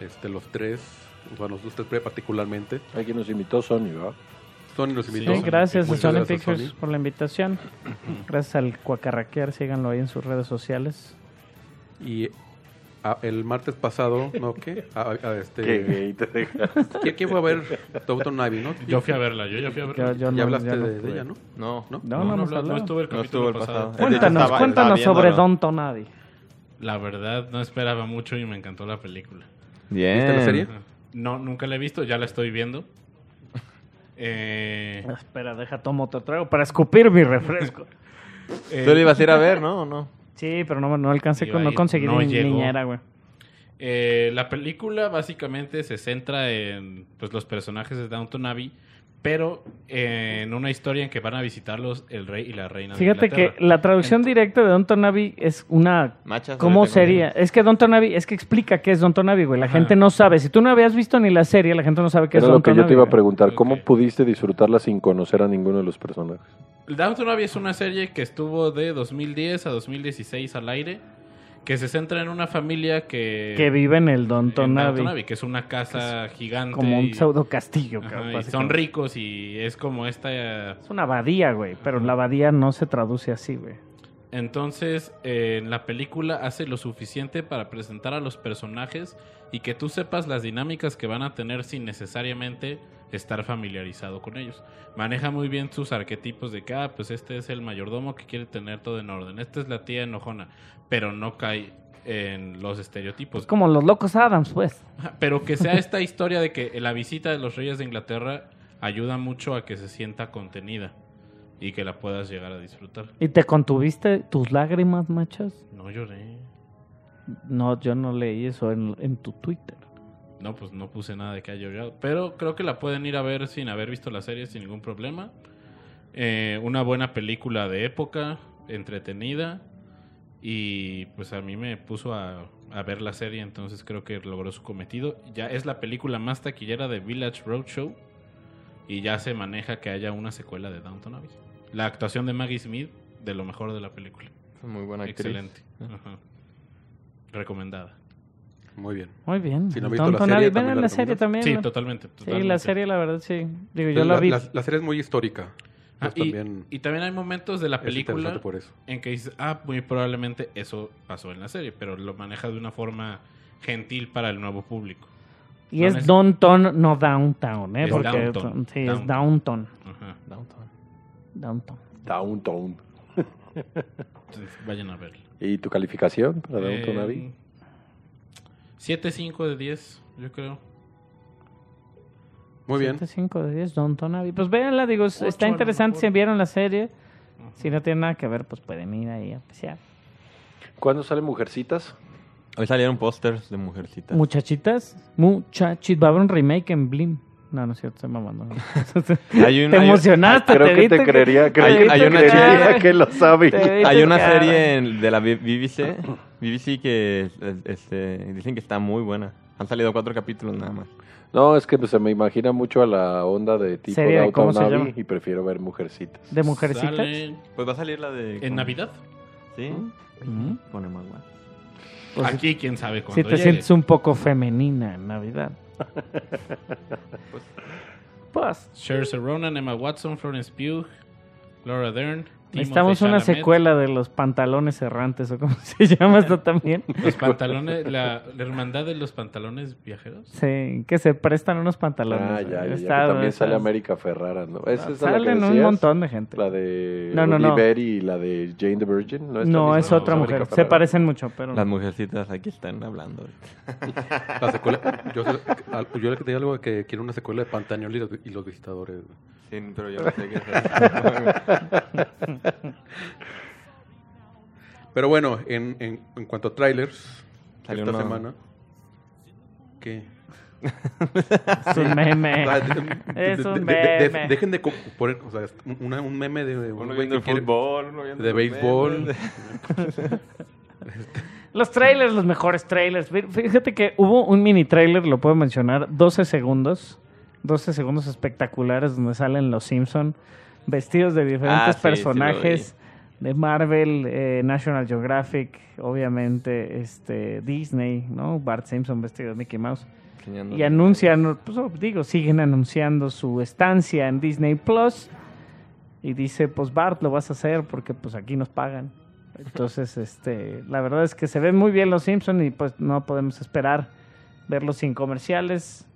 S2: este, los tres. Bueno, los tres particularmente.
S4: Alguien nos invitó, Sony, ¿verdad?
S2: Sony los invitó.
S3: Sí, gracias a
S2: Muchas
S3: Sony
S2: gracias,
S3: Pictures
S2: Sony.
S3: por la invitación. Gracias al Cuacarraquear, síganlo ahí en sus redes sociales.
S2: Y ah, el martes pasado, ¿no? ¿Qué? Ah, ah, este,
S4: Qué gay te dejaste.
S2: ¿Quién quién fue a ver Downton Abbey, no?
S6: Yo fui a verla, yo ya fui a
S3: Yo-
S6: verla.
S3: yo
S2: Ya
S3: no-
S2: hablaste
S3: yo no
S2: de, de
S3: pude.
S2: ella, ¿no?
S5: No.
S2: ¿No?
S3: No,
S6: No,
S3: no,
S6: no,
S3: hemos
S6: no,
S3: hablado.
S6: estuve el
S5: No
S6: capítulo
S5: estuvo el
S6: pasado.
S5: pasado.
S3: Cuéntanos,
S5: Estaba-
S3: cuéntanos
S5: estaba
S3: sobre
S5: viéndolo.
S3: Don Tonadi.
S6: La verdad, no esperaba mucho y me encantó la película.
S5: Bien.
S2: ¿Viste la serie?
S6: Mm. No, nunca la he visto, ya la estoy viendo. Eh,
S3: Espera, deja tomo otro trago para escupir mi refresco.
S6: eh,
S5: Tú lo ibas a ir a ver, ¿no? ¿O no?
S3: Sí, pero no, no alcancé,
S6: Iba
S3: con- no
S6: ahí,
S3: conseguí
S6: no
S3: ni-
S6: llegó.
S3: niñera, güey.
S6: eh, la película básicamente se centra en pues, los personajes de Downton Abbey, pero eh, en una historia en que van a visitarlos el rey y la reina. de
S3: Fíjate que
S6: Inglaterra.
S3: la traducción directa de Don Tonavi es una
S5: Machas.
S3: ¿Cómo
S5: ahorita
S3: sería? Es que Don Tonavi, es que explica qué es Don Tonavi, güey. La
S6: Ajá.
S3: gente no sabe. Si tú no habías visto ni la serie, la gente no sabe qué
S4: Era
S3: es Don
S4: lo que yo te
S3: Tonavi,
S4: iba a
S3: güey.
S4: preguntar. ¿Cómo
S6: Ok.
S4: pudiste disfrutarla sin conocer a ninguno de los personajes?
S6: Downton Abbey es una serie que estuvo de 2010 a 2016 al aire, que se centra en una familia que...
S3: Que vive en el Don
S6: en Downton
S3: Tonavi.
S6: Abbey, que es una casa gigante.
S3: Como
S6: y-
S3: un pseudo castillo,
S6: Ajá,
S3: cabrón,
S6: y
S3: básicamente.
S6: son ricos y es como esta...
S3: Es una abadía, güey. Pero la abadía no se traduce así, güey.
S6: Entonces, eh, en la película hace lo suficiente para presentar a los personajes y que tú sepas las dinámicas que van a tener sin necesariamente estar familiarizado con ellos. Maneja muy bien sus arquetipos de que, ah, pues este es el mayordomo que quiere tener todo en orden, esta es la tía enojona, pero no cae en los estereotipos.
S3: Es como los locos Adams, pues.
S6: Ajá, Pero que sea esta historia de que la visita de los reyes de Inglaterra ayuda mucho a que se sienta contenida y que la puedas llegar a disfrutar.
S3: ¿Y te contuviste tus lágrimas, machas?
S6: No lloré.
S3: No, yo no leí eso en, en tu Twitter.
S6: No, pues no puse nada de que haya llorado. Pero creo que la pueden ir a ver sin haber visto la serie sin ningún problema. Eh, una buena película de época, entretenida. Y pues a mí me puso a, a ver la serie, entonces creo que logró su cometido. Ya es la película más taquillera de Village Roadshow. Y ya se maneja que haya una secuela de Downton Abbey. La actuación de Maggie Smith, de lo mejor de la película.
S5: Es Muy buena actriz.
S6: Excelente. Ajá. Recomendada.
S2: Muy bien.
S3: Muy bien.
S2: Si no han visto
S3: Don
S2: la
S3: Tonavi,
S2: serie,
S3: ven
S2: también
S3: a
S2: la
S3: la serie
S2: recomiendas.
S3: también.
S6: Sí,
S3: ¿no?
S6: totalmente.
S3: Sí, la
S6: totalmente.
S3: serie, la verdad, sí. Digo, yo la
S2: la,
S3: vi.
S2: la- la serie es muy histórica.
S6: Ah,
S2: Entonces
S6: y,
S2: también
S6: y también hay momentos de la
S2: es
S6: película
S2: interesante por eso.
S6: en que dices, ah, muy probablemente eso pasó en la serie, pero lo maneja de una forma gentil para el nuevo público.
S3: Y
S6: No
S3: es
S6: neces-
S3: downtown, no downtown, ¿eh?
S6: Es
S3: Porque
S6: downtown,
S3: sí, es
S6: downtown.
S3: downtown.
S6: Ajá.
S5: Downton.
S3: Downtown.
S4: Downtown.
S6: Entonces, vayan a verlo.
S4: ¿Y tu calificación para
S3: Eh.
S4: Downton Abbey?
S6: 7-5 de 10, yo creo.
S2: Muy bien.
S3: 5 de 10, Downtown Abbey. Pues véanla, digo, es-
S6: Ocho,
S3: está
S6: a lo
S3: interesante
S6: mejor.
S3: si vieron la serie. Si no tiene nada que ver, pues pueden ir ahí a apreciar.
S4: ¿Cuándo salen Mujercitas?
S5: Hoy salieron pósters de Mujercitas.
S3: Muchachitas, muchachitas. Va a haber un remake en Blim. No, no es cierto, se mamando.
S5: Hay un-
S3: te
S5: hay un-
S3: emocionaste,
S4: Creo que
S3: viste
S4: te creería, creo
S5: Hay-
S3: viste
S5: hay una
S3: que-
S5: serie-
S4: creería que lo
S3: te
S4: sabe.
S3: viste
S5: Hay una
S3: que-
S5: serie en- de la B- BBC, BBC que es- este, dicen que está muy buena. Han salido cuatro capítulos nada más.
S4: No, es que pues, se me imagina mucho a la onda de tipo
S3: Serie de
S4: de
S3: cómo se
S4: Downton
S3: llama.
S4: Abbey y prefiero ver Mujercitas.
S3: ¿De mujercitas?
S6: Sale
S5: Pues va a salir la de...
S6: en Navidad.
S5: Sí.
S3: Ujú.
S5: Pone más guay.
S3: Pues,
S6: Aquí quién sabe cuándo
S3: Si te
S6: llegue.
S3: sientes un poco femenina en Navidad. pues,
S6: Saoirse Ronan, Emma Watson, Florence Pugh, Laura Dern. Timothée
S3: necesitamos una
S6: Chalamet.
S3: secuela de los pantalones errantes o como se llama esto también.
S6: Los pantalones, la, la hermandad de los pantalones viajeros.
S3: Sí, que se prestan unos pantalones.
S4: Ah, ya, ya, ya, que
S3: Está-
S4: también
S3: está-
S4: sale América Ferrara, ¿no? Esa es la que
S3: Salen un
S4: decías,
S3: montón de gente.
S4: La de
S3: No, no, no.
S4: Oliver y la de Jane the Virgin. No,
S3: No,
S4: Esta
S3: es
S4: misma,
S3: otra
S4: ¿no?
S3: mujer.
S4: América
S3: Se
S4: Ferrara.
S3: parecen mucho, pero...
S5: Las mujercitas aquí están hablando. ahorita.
S2: La secuela. Yo, sé- yo le tenía algo de que quiero una secuela de Pantaneol y los, y los visitadores. güey.
S5: Sí, pero yo no sé qué es eso.
S2: Pero bueno, en, en, en cuanto a trailers,
S5: Salió
S2: esta
S5: uno-
S2: semana. ¿Qué?
S3: Es un meme.
S2: Ah, de-
S3: Es
S2: de-
S3: un
S2: de- de-
S3: meme.
S2: Dejen de co- poner o sea, una- un meme de de un
S5: Uno
S2: güey
S5: viendo
S2: que
S5: el
S2: quiere-
S5: fútbol, uno viendo
S2: de
S5: los
S2: béisbol.
S5: memes.
S3: Los trailers, los mejores trailers. Fí- Fíjate que hubo un mini trailer, lo puedo mencionar, 12 segundos. 12 segundos espectaculares donde salen los Simpson vestidos de diferentes
S5: Ah, sí, sí lo
S3: personajes de Marvel, eh, National Geographic, obviamente este Disney, ¿no? Bart Simpson vestido de Mickey Mouse.
S5: Enseñando-
S3: Y anuncian, pues oh, digo, siguen anunciando su estancia en Disney Plus. Y dice, pues Bart, lo vas a hacer porque pues aquí nos pagan. Entonces, este, la verdad es que se ven muy bien los Simpsons y pues no podemos esperar verlos sin comerciales.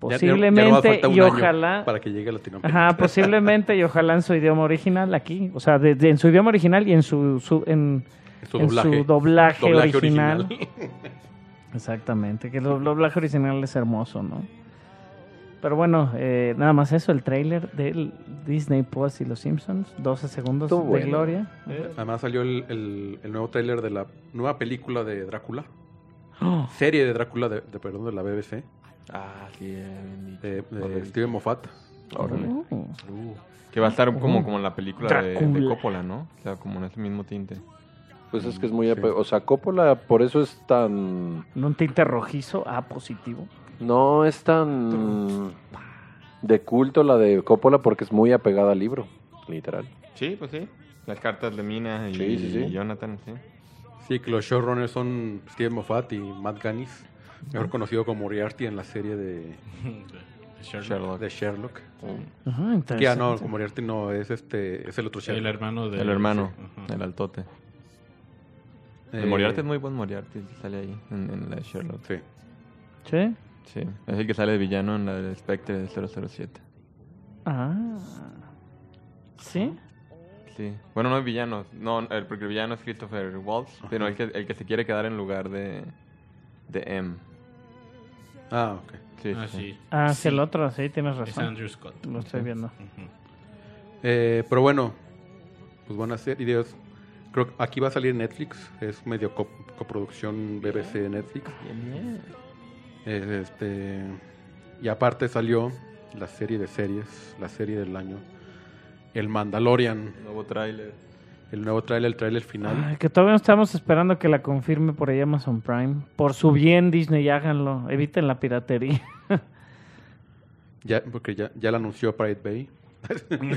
S2: Ya- ya- ya no va a
S3: Posiblemente
S2: faltar un
S3: y
S2: año
S3: ojalá.
S2: Para que llegue a Latinoamérica.
S3: Ajá, posiblemente y ojalá en su idioma original aquí. O sea, de- de- en su idioma original y en su, su- en,
S2: En su
S3: en
S2: doblaje.
S3: su doblaje,
S2: Doblaje
S3: original.
S2: original.
S3: Exactamente, que el do- doblaje original es hermoso, ¿no? Pero bueno, eh, nada más eso, el tráiler del Disney Plus y Los Simpsons, 12 segundos
S4: Estuvo
S3: de
S4: bueno.
S3: gloria.
S2: Además salió el, el- el nuevo tráiler de la nueva película de Drácula.
S3: Oh,
S2: Serie de Drácula, de, de- perdón, de la BBC.
S5: Ah, sí, ya habían dicho.
S2: De, de
S5: Ok.
S2: Steven Moffat.
S5: Eh, Órale.
S6: Uh.
S3: oh.
S5: Que va a estar como, como en la película de, de
S3: Mm. Drácula.
S5: Coppola, ¿no? O sea, como en ese mismo tinte.
S4: Pues es que es muy...
S2: Sí.
S4: ape- O sea, Coppola por eso es tan...
S3: Un tinte rojizo A positivo.
S4: No es tan... De culto la de Coppola porque es muy apegada al libro, literal.
S5: Sí, pues sí. Las cartas de Mina y,
S4: Sí, sí, sí.
S5: y Jonathan, sí.
S2: Sí, que los showrunners son Steven Moffat y Matt Gannis, mejor conocido como Moriarty en la serie de,
S6: Sherlock.
S2: de Sherlock. Que ah,
S3: Ajá,
S2: no,
S3: interesante.
S2: Moriarty no, es este, es el otro
S6: El
S2: Sherlock.
S6: hermano de...
S5: El hermano,
S6: Ajá.
S5: el altote.
S2: Eh,
S5: El Moriarty es muy buen Moriarty, el que sale ahí en, en la de Sherlock.
S2: Sí.
S3: ¿Sí?
S5: Sí, es el que sale de villano en la del Spectre de 007.
S3: Ah. ¿Sí?
S5: Sí. Bueno, no es villano, no, el, porque el villano es Christopher Waltz, pero el que, el que se quiere quedar en lugar de, de M.
S2: Ah, ok.
S5: Sí,
S6: Ah,
S5: sí.
S6: sí.
S3: Ah, sí,
S6: Sí,
S3: el otro, sí, tienes
S6: Es
S3: razón.
S6: Andrew Scott.
S3: Lo estoy viendo.
S6: Ujú.
S2: Eh, pero bueno, pues van a ser ideas. Creo que aquí va a salir Netflix, es medio co- coproducción BBC Netflix. Eh, este, y aparte salió la serie de series, la serie del año, El Mandalorian,
S5: Nuevo tráiler.
S2: el nuevo trailer, el trailer final.
S3: Ay, que todavía no estamos esperando que la confirme por ahí Amazon Prime. Por su bien, Disney, háganlo. Eviten la piratería.
S2: Ya, porque ya, ya la anunció Pirate Bay.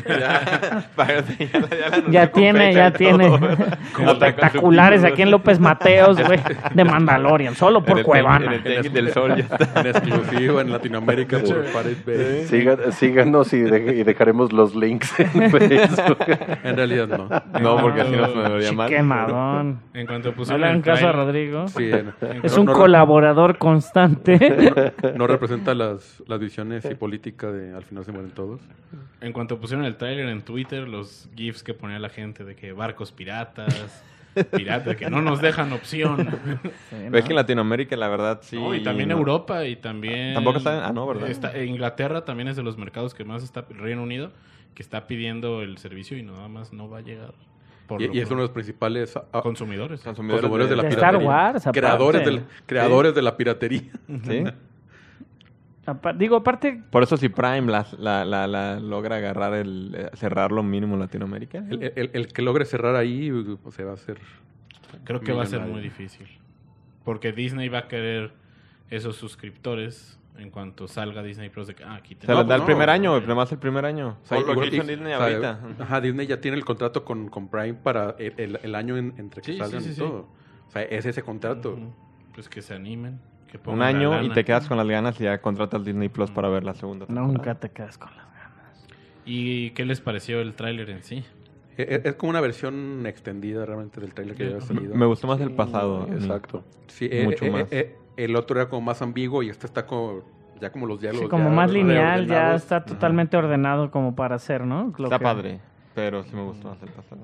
S5: ya, parece- ya, la- la anunció
S3: Ya
S5: con
S3: tiene,
S5: fecha
S3: ya
S5: y todo,
S3: tiene.
S5: ¿verdad?
S3: Espectaculares aquí en López Mateos, güey. De Mandalorian, solo
S5: En
S3: por
S5: el- En
S3: Cuevana.
S5: el Tianguis del Sol ya está.
S2: En exclusivo en Latinoamérica por Pirate Bay.
S4: Siga- síganos y, de- y dejaremos los links en Facebook.
S2: En realidad no.
S5: No, porque así nos sonaría mal.
S3: Quemadón.
S6: En cuanto
S3: No
S6: pusieron
S3: le hagan
S6: el
S3: caso a
S6: tráiler-
S3: Rodrigo.
S2: Sí, no,
S3: Es
S2: no-
S3: un
S2: no-
S3: colaborador constante.
S2: no representa las, las visiones y política de al final se mueren todos.
S6: En cuanto pusieron el tráiler en Twitter, los GIFs que ponía la gente de que barcos piratas, piratas que no nos dejan opción.
S5: Pero es que en Latinoamérica, la verdad, sí.
S6: No, y también
S5: no.
S6: Europa y también...
S5: Tampoco está- ah, no, ¿verdad?
S6: está- e Inglaterra también es de los mercados que más está... el Reino Unido, que está pidiendo el servicio y nada más no va a llegar. Por
S2: Y,
S6: lo
S2: y es
S6: pro-
S2: uno de los principales ah, ah,
S6: consumidores.
S5: Consumidores
S2: consumidores Pues, de la
S3: De
S2: piratería.
S3: Star Wars, aparte.
S2: creadores de la, creadores de la piratería.
S5: Sí.
S3: Apa- digo, aparte,
S5: Por eso si Prime la, la- la- la logra agarrar el eh, cerrar lo mínimo en Latinoamérica.
S2: El, el- el que logre cerrar ahí uh, se va a hacer.
S6: Creo que va a ser
S2: Millonario.
S6: muy difícil. Porque Disney va a querer esos suscriptores en cuanto salga Disney Plus. De que, ah, aquí
S5: O sea,
S6: tenemos.
S5: les da el
S3: pues
S2: no,
S5: primer año, el más el primer año. O sea,
S2: O-
S5: igual
S2: o-
S5: que hizo
S2: y-
S5: Disney
S2: o sea,
S5: ahorita.
S2: Ajá, Disney ya tiene el contrato con, con Prime para el, el- el año en- entre que
S6: Sí, sí,
S2: salgan
S6: sí,
S2: y
S6: sí.
S2: todo. O sea, es ese contrato.
S6: Ujú. Pues que se animen. que
S5: Un
S6: pongan la
S5: año y
S6: lana.
S5: te quedas con las ganas y ya contratas Disney Plus para ver la segunda. temporada.
S3: nunca te quedas con las ganas.
S6: ¿Y qué les pareció el tráiler en sí?
S2: E- e- Es, como una versión extendida realmente del trailer que ya había salido.
S5: Me gustó más el pasado.
S4: Exacto.
S2: Sí, eh,
S5: Mucho
S2: eh,
S5: más.
S2: eh, el otro era como más ambiguo y este está como, ya como los diálogos.
S3: Sí, como
S2: ya
S3: más lineal, ya
S2: reordenados.
S3: está totalmente ordenado como para hacer, ¿no? Lo
S5: Está
S3: que-
S5: padre, pero sí me gustó más el pasado.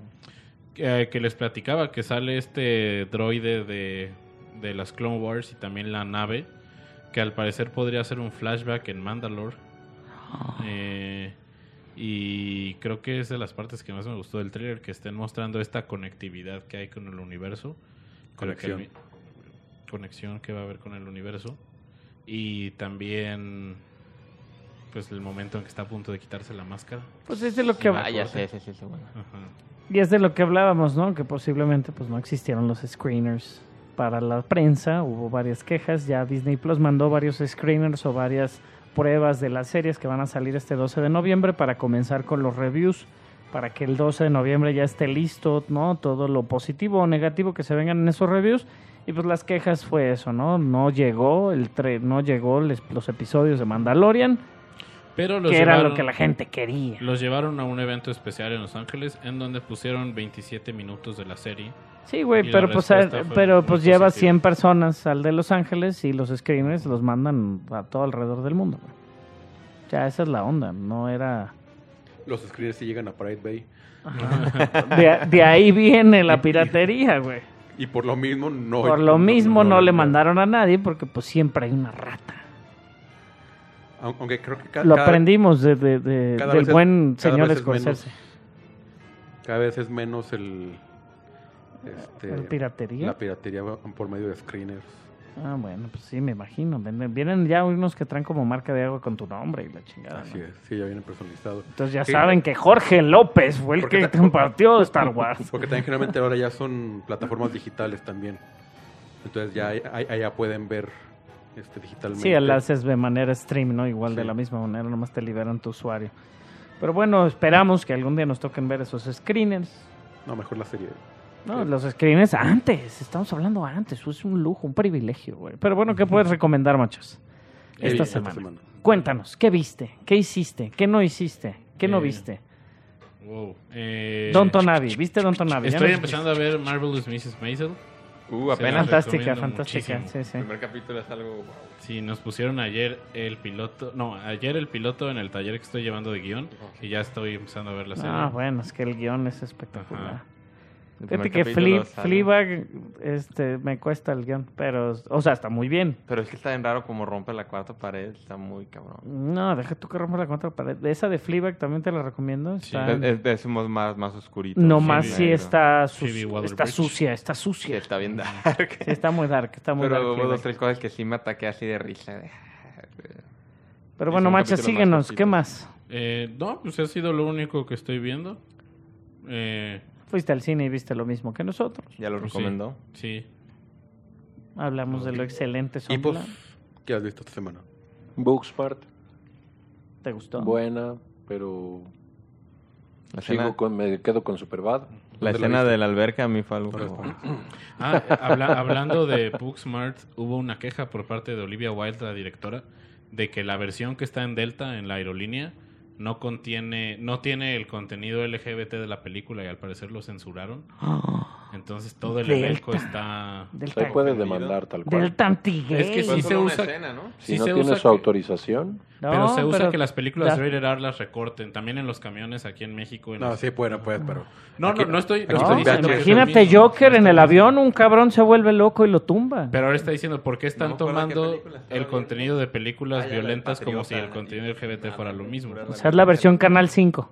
S6: Eh, que les platicaba que sale este droide de, de las Clone Wars y también la nave, que al parecer podría ser un flashback en Mandalore.
S3: Ah.
S6: Eh, y creo que es de las partes que más me gustó del thriller, que estén mostrando esta conectividad que hay con el universo. Para que el
S2: Conexión.
S6: mi- conexión que va a haber con el universo. Y también, pues, el momento en que está a punto de quitarse la máscara.
S3: Pues es de lo que...
S5: Ah, ya sé, sí, sí, sí, bueno.
S6: Ajá.
S3: Y es de lo que hablábamos, ¿no? Que posiblemente pues no existieron los screeners para la prensa, hubo varias quejas, ya Disney Plus mandó varios screeners o varias pruebas de las series que van a salir este 12 de noviembre para comenzar con los reviews, para que el 12 de noviembre ya esté listo, ¿no? Todo lo positivo o negativo que se vengan en esos reviews. Y pues las quejas fue eso, ¿no? No llegó el tre- no llegó les- los episodios de Mandalorian,
S6: Pero los
S3: que era lo
S6: llevaron-
S3: que la gente quería.
S6: Los llevaron a un evento especial en Los Ángeles en donde pusieron 27 minutos de la serie.
S3: Sí,
S6: Y
S3: güey,
S6: la
S3: pero pues,
S6: respuesta
S3: eh,
S6: fue
S3: pero
S6: muy
S3: pues lleva
S6: positiva.
S3: 100 personas al de Los Ángeles y los screeners los mandan a todo alrededor del mundo. güey. O sea, esa es la onda, no era...
S2: Los screeners sí llegan a Pride Bay.
S3: De, de ahí viene la piratería, güey.
S2: Y por lo mismo no.
S3: Por lo mismo no le
S2: mandaron
S3: mandaron a nadie porque pues siempre hay una rata.
S2: Au- Aunque creo que ca-
S3: Lo
S2: cada,
S3: aprendimos de, de- de-
S2: cada
S3: del
S2: vez es-
S3: buen
S2: cada
S3: señor
S2: vez es menos
S3: Scorsese.
S2: cada vez es menos el, este,
S3: ¿La piratería?
S2: la piratería por medio de screeners.
S3: Ah, bueno, pues sí, me imagino. Venden- Vienen ya unos que traen como marca de agua con tu nombre y la chingada.
S2: Así
S3: ¿no?
S2: es, sí, ya viene personalizado.
S3: Entonces ya
S2: Sí,
S3: saben que Jorge López fue el
S2: Porque
S3: que
S2: ta-
S3: compartió Star Wars.
S2: Porque también generalmente ahora ya son plataformas digitales también. Entonces ya ahí- ahí- ahí ya pueden ver este, digitalmente.
S3: Sí, la haces de manera stream, ¿no? Igual de
S2: Sí.
S3: la misma manera, nomás te liberan tu usuario. Pero bueno, esperamos que algún día nos toquen ver esos screeners.
S2: No, mejor la serie.
S3: No,
S2: Sí.
S3: los screeners antes, estamos hablando antes, es un lujo, un privilegio, güey. Pero bueno, ¿qué puedes recomendar, machos?
S2: Eh,
S3: Esta semana. Cuéntanos, ¿qué viste? ¿Qué hiciste? ¿Qué no hiciste? ¿Qué no
S6: Eh,
S3: viste?
S6: Wow. Eh,
S3: Don Tonavi, ¿viste Don Tonavi?
S6: Estoy empezando a ver Marvelous Mrs. Maisel.
S5: Uh, apenas.
S6: apenas.
S3: Fantástica,
S6: Fantástico. recomiendo
S3: fantástica,
S6: muchísimo.
S3: sí,
S5: El
S3: sí.
S5: primer capítulo es algo wow.
S6: Sí, nos pusieron ayer el piloto. No, ayer el piloto en el taller que estoy llevando de guión. Y ya estoy empezando a ver la serie.
S3: Ah, bueno, es que el guión es espectacular.
S6: Ajá.
S5: El
S3: Fíjate
S5: primer
S3: que
S5: capítulo
S3: Fle-
S5: sale-
S3: Fleabag este, me cuesta el guión, pero, o sea, está muy bien.
S5: Pero es que está bien raro como rompe la cuarta pared, está muy cabrón.
S3: No, deja tú que rompa la cuarta pared. Esa de Fleabag también te la recomiendo. Está...
S5: Es, es- es más, más oscurito.
S3: Ah. no
S5: sí,
S3: más
S6: Phoebe-
S3: si
S5: negro.
S3: está, sus-
S6: Phoebe Waller-Bridge.
S3: está sucia, está
S5: Sí,
S3: sucia.
S5: está bien dark.
S3: Sí, está muy dark, está muy
S5: Pero
S3: dark.
S5: hubo dos,
S3: Fleabag.
S5: tres cosas que sí me ataqué así de risa. de-
S3: Pero
S5: y
S3: bueno,
S5: son
S3: macha,
S5: capítulos más
S3: síguenos.
S5: cortitos.
S3: ¿Qué más?
S6: Eh, no, pues ha sido lo único que estoy viendo. Eh,
S3: Fuiste al cine y viste lo mismo que nosotros.
S5: Ya lo
S6: Pues sí.
S5: recomendó.
S6: sí.
S3: Hablamos de lo excelente
S2: Y pues,
S3: Sombra.
S2: ¿qué has visto esta semana?
S4: Booksmart,
S3: ¿Te gustó?
S4: buena, pero
S5: La escena,
S4: sigo con, me quedo con Superbad.
S5: la
S2: ¿Dónde la
S5: escena
S2: viste?
S5: de la alberca a mí fue algo.
S2: No
S5: como-
S2: respondes.
S6: Ah, habla- hablando de Booksmart, hubo una queja por parte de Olivia Wilde, la directora, de que la versión que está en Delta, en la aerolínea, no contiene, no tiene el contenido LGBT de la película y al parecer lo censuraron.
S3: Ah,
S6: Entonces todo el
S3: Delta.
S6: elenco está...
S3: Delta,
S4: Se puede demandar tal cual.
S3: Delta antigay.
S6: Es que
S5: Fue solo
S6: sí se
S5: una
S6: usa-
S5: escena, ¿no?
S4: Si
S6: sí
S4: no
S6: se
S4: tiene
S6: usa
S4: su
S6: que-
S4: autorización,
S3: No,
S6: pero se usa
S3: pero
S6: que las películas
S3: da-
S6: rated R las recorten, también en los camiones aquí en México. en-
S2: No, sí, bueno, pues, pero.
S6: no, no, no estoy... no
S3: No,
S6: estoy diciendo que es lo
S3: imagínate
S6: mismo.
S3: Joker en el avión, un cabrón se vuelve loco y lo tumba.
S6: Pero ahora está diciendo, ¿por qué están
S5: No me acuerdo qué
S6: tomando
S5: película estaba
S6: el
S5: viendo.
S6: contenido de películas
S5: Ah, ya, la de
S6: violentas como si
S5: Patriota,
S6: el contenido LGBT fuera lo mismo?
S3: o sea, es la versión Canal 5.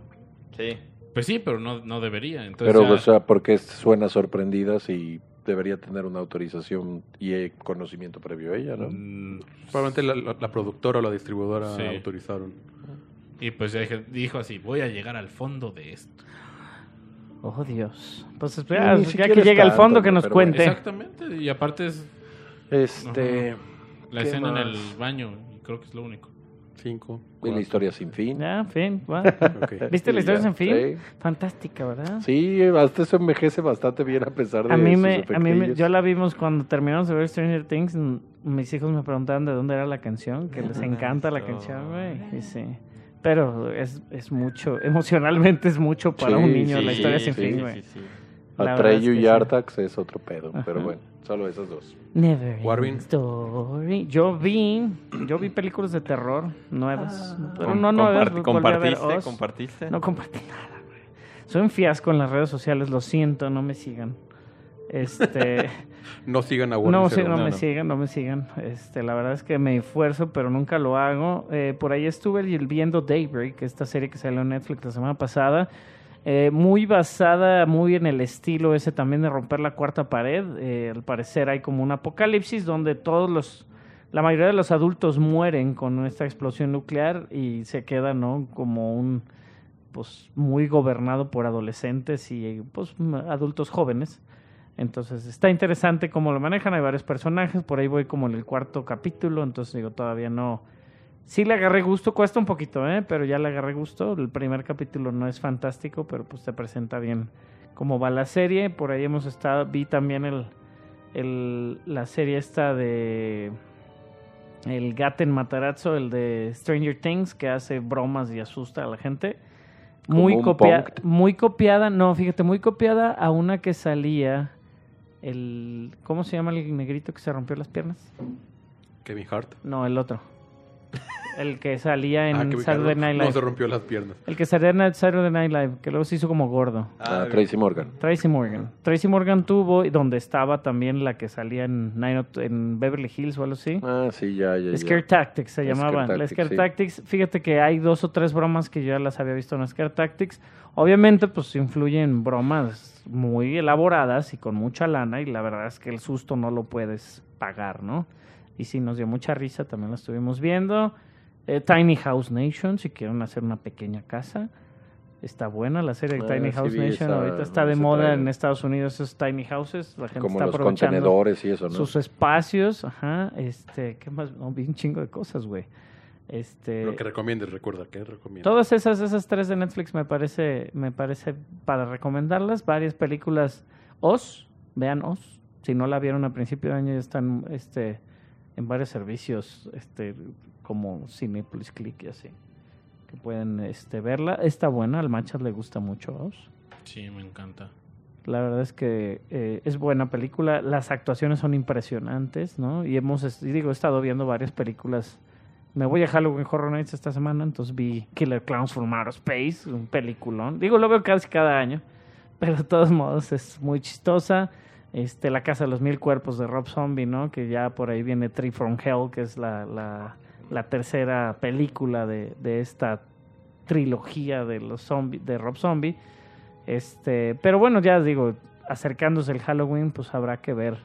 S5: Sí.
S6: Pues sí, pero no, no debería. Entonces
S4: pero
S6: ya-
S4: o sea, porque suena sorprendida si debería tener una autorización y eh, conocimiento previo a ella, ¿no?
S6: Mm,
S2: Probablemente la, la- la productora o la distribuidora
S6: Sí.
S2: autorizaron.
S6: Y pues dije- dijo así, voy a llegar al fondo de esto.
S3: Oh, Dios. Pues espera,
S4: Ni
S3: ya
S4: siquiera
S3: que llegue al
S4: es
S3: fondo
S4: tanto,
S3: que nos
S4: pero bueno.
S3: cuente.
S6: Exactamente. Y aparte es
S4: Este.
S6: la
S4: ¿Qué
S6: escena en
S4: más?
S6: el baño. Y creo que es lo único.
S2: Cinco.
S4: Y la
S2: cuatro.
S4: historia sin fin.
S3: Ya, en fin. va.
S2: Ok.
S3: ¿Viste la
S4: Y
S3: historia
S4: ya,
S3: en fin? Fantástica, ¿verdad?
S4: Sí, hasta eso envejece bastante bien a pesar de
S3: A mí,
S4: sus
S3: me, a mí me-
S4: efectillos.
S3: yo la vimos cuando terminamos de ver Stranger Things. m- Mis hijos me preguntaban de dónde era la canción, que
S4: Ah,
S3: les encanta la canción, güey. Y sí. Pero es, es mucho, emocionalmente es mucho para
S4: Sí,
S3: un niño la
S4: sí,
S3: historia sin
S4: sí,
S3: fin,
S4: sí,
S3: güey. la verdad
S4: Atreyu
S3: es que
S4: y
S3: sí.
S4: Artax es otro pedo,
S3: Ajá.
S4: pero bueno, solo esas dos.
S3: Never
S2: Warvin.
S3: Ending Story. Yo vi, yo vi películas de terror nuevas. Pero no nuevas, volví a ver
S5: Compart- compartiste,
S3: Oz.
S5: compartiste.
S3: No compartí nada, güey. Soy un fiasco en las redes sociales, lo siento, no me sigan. Este...
S2: No sigan a Warren
S3: No, sí,
S2: Zero.
S3: no,
S5: no,
S3: me
S5: no.
S3: sigan, no me sigan. Este, la verdad es que me esfuerzo, pero nunca lo hago. Eh, por ahí estuve y- viendo Daybreak, esta serie que salió en Netflix la semana pasada. Eh, muy basada, muy en el estilo ese también de romper la cuarta pared. Eh, al parecer hay como un apocalipsis donde todos los, la mayoría de los adultos mueren con esta explosión nuclear y se queda, ¿no? Como un, pues, muy gobernado por adolescentes y, pues, m- adultos jóvenes. Entonces está interesante cómo lo manejan, hay varios personajes, por ahí voy como en el cuarto capítulo, entonces digo, todavía no... Sí le agarré gusto, cuesta un poquito, ¿eh? pero ya le agarré gusto, el primer capítulo no es fantástico, pero pues te presenta bien cómo va la serie, por ahí hemos estado, vi también el, el- la serie esta de... El Gaten Matarazzo, el de Stranger Things, que hace bromas y asusta a la gente.
S4: Como
S3: Muy
S4: un
S3: copiada,
S4: punked.
S3: muy copiada, no, fíjate, muy copiada a una que salía el ¿cómo se llama el negrito que se rompió las piernas?
S2: Kevin Hart.
S3: No, el otro. El que salía en
S2: Ah, Kevin
S3: Saturday
S2: Hart.
S3: Night
S2: No se
S3: Live.
S2: rompió las piernas.
S3: el que salía en Saturday Night Live, que luego se hizo como gordo.
S4: Ah, Tracy Morgan.
S3: Tracy Morgan. Tracy Morgan tuvo y donde estaba también la que salía en, Nine Up- en Beverly Hills o algo así.
S4: Ah, sí, ya, ya. ya.
S3: Scare Tactics se
S4: Scare
S3: llamaban. La
S4: Tactics,
S3: Scare
S4: sí.
S3: Tactics, fíjate que hay dos o tres bromas que yo ya las había visto en Scare Tactics. Obviamente, pues influyen bromas muy elaboradas y con mucha lana, y la verdad es que el susto no lo puedes pagar, ¿no? Y sí, nos dio mucha risa, también la estuvimos viendo. Eh, Tiny House Nation, si quieren hacer una pequeña casa. Está buena la serie de
S4: Ah,
S3: Tiny
S4: sí
S3: House
S4: vi
S3: Nation.
S4: esa-
S3: Ahorita está de
S4: ese
S3: moda
S4: trailer.
S3: en Estados Unidos esos tiny houses. La gente
S4: Como
S3: está
S4: los
S3: aprovechando
S4: contenedores y eso, ¿no?
S3: sus espacios, ajá, este, ¿qué más? No, vi un chingo de cosas, güey. Este,
S2: Lo que recomiendes, recuerda, que recomiendas?
S3: todas esas, esas tres de Netflix me parece, me parece para recomendarlas, varias películas, Oz, vean Oz, si no la vieron a principio de año ya están, este, en varios servicios, este, como Cinepolis Click y así, que pueden, este, verla, está buena, al Manchas le gusta mucho Oz.
S6: Sí, me encanta.
S3: La verdad es que eh, es buena película. Las actuaciones son impresionantes, ¿no? Y hemos, es- y digo, he estado viendo varias películas. Me voy a Halloween Horror Nights esta semana, entonces vi Killer Clowns from Outer Space, un peliculón. Digo, lo veo casi cada año, pero de todos modos es muy chistosa. Este, La Casa de los Mil Cuerpos de Rob Zombie, ¿no? Que ya por ahí viene Tree from Hell, que es la, la, la tercera película de, de esta trilogía de los zombies, de Rob Zombie. Este, pero bueno, ya digo, acercándose el Halloween, pues habrá que ver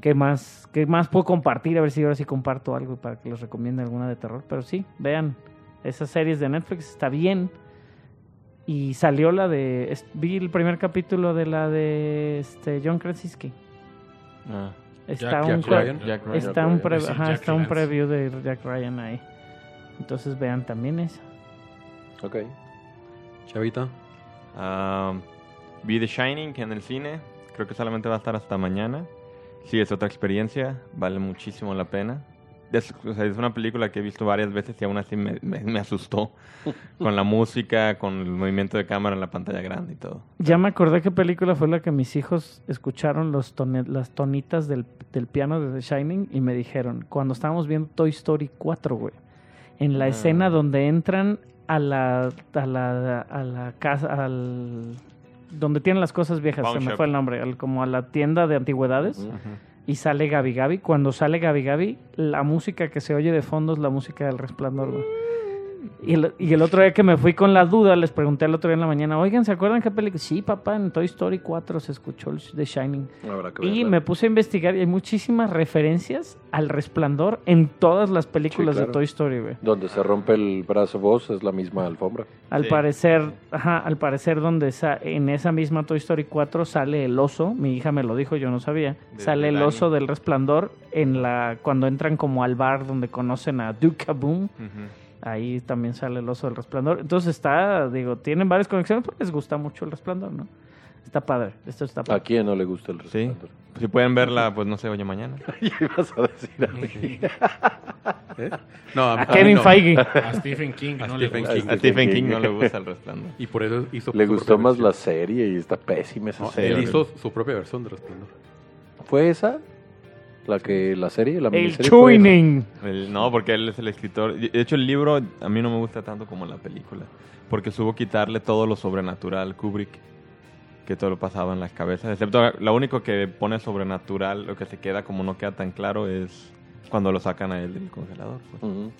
S3: qué más, qué más puedo compartir, a ver si ahora sí comparto algo para que les recomiende alguna de terror, pero sí, vean esas series de Netflix, está bien. Y salió la de es- vi el primer capítulo de la de este John Krasinski.
S5: Ah,
S3: Está
S2: Jack
S3: un pre-
S2: Ryan.
S5: Jack Ryan.
S3: está un, pre-
S6: Sí,
S3: ajá,
S6: Jack
S3: está un
S6: Ryan.
S3: preview de Jack Ryan ahí. Entonces vean también esa.
S4: Ok.
S2: Chavita.
S5: Um, vi The Shining en el cine. Creo que solamente va a estar hasta mañana. Sí, es otra experiencia. Vale muchísimo la pena. Es, o sea, es una película que he visto varias veces y aún así me, me- me asustó. con la música, con el movimiento de cámara en la pantalla grande y todo.
S3: Ya me acordé qué película fue la que mis hijos escucharon los tone- las tonitas del, del piano de The Shining y me dijeron, cuando estábamos viendo Toy Story 4, güey, en la
S5: Ah.
S3: escena donde entran a la, a la, a la casa, al... donde tienen las cosas viejas,
S5: Pawn
S3: se me
S5: shop.
S3: fue el nombre, al- como a la tienda de antigüedades y sale Gabi Gabi. Cuando sale Gabi Gabi, la música que se oye de fondo es la música del resplandor, güey. Y el, y el otro día que me fui con la duda, les pregunté al otro día en la mañana, oigan, ¿se acuerdan qué película? Sí, papá, en Toy Story 4 se escuchó el The Shining.
S4: Habrá que
S3: Y
S4: verla.
S3: me puse a investigar y hay muchísimas referencias al resplandor en todas las películas
S4: claro.
S3: de Toy Story, güey.
S4: Donde se rompe el brazo vos es la misma alfombra.
S3: Al
S5: Sí.
S3: parecer, ajá, al parecer donde sa- en esa misma Toy Story 4 sale el oso, mi hija me lo dijo, yo no sabía,
S5: Del
S3: sale el
S5: Milani.
S3: oso del resplandor en la cuando entran como al bar donde conocen a Duke Boom,
S5: Ujú.
S3: ahí también sale el oso del resplandor. Entonces está, digo, tienen varias conexiones porque les gusta mucho el resplandor, ¿no? Está padre, esto está
S4: ¿A
S3: padre.
S4: quién no le gusta el
S5: Sí.
S4: resplandor?
S5: Si pueden verla, pues no sé, oye, mañana.
S4: ibas a decir a mí?
S2: ¿Eh? No,
S3: A
S2: mí
S3: Kevin
S2: no.
S3: Feige.
S6: A Stephen King,
S2: A
S6: no le
S2: Stephen
S6: gusta.
S2: King.
S5: A Stephen King no le gusta el resplandor.
S2: Y por eso hizo.
S4: Le
S2: su
S4: gustó
S2: propia
S4: más la
S2: versión.
S4: serie y está pésima esa
S2: No,
S4: serie.
S2: él
S5: serie.
S2: hizo su propia versión de Resplandor.
S4: ¿Fue esa? ¿La que la serie? La
S3: El
S4: miniserie fue esa?
S3: Chuining.
S5: El- no, porque él es el escritor. Y- De hecho, el libro a mí no me gusta tanto como la película. Porque supo quitarle todo lo sobrenatural Kubrick. Que todo lo pasaba en las cabezas. Excepto, lo único que pone sobrenatural, lo que se queda como no queda tan claro, es cuando lo sacan a él del congelador. pues.
S4: Ujú.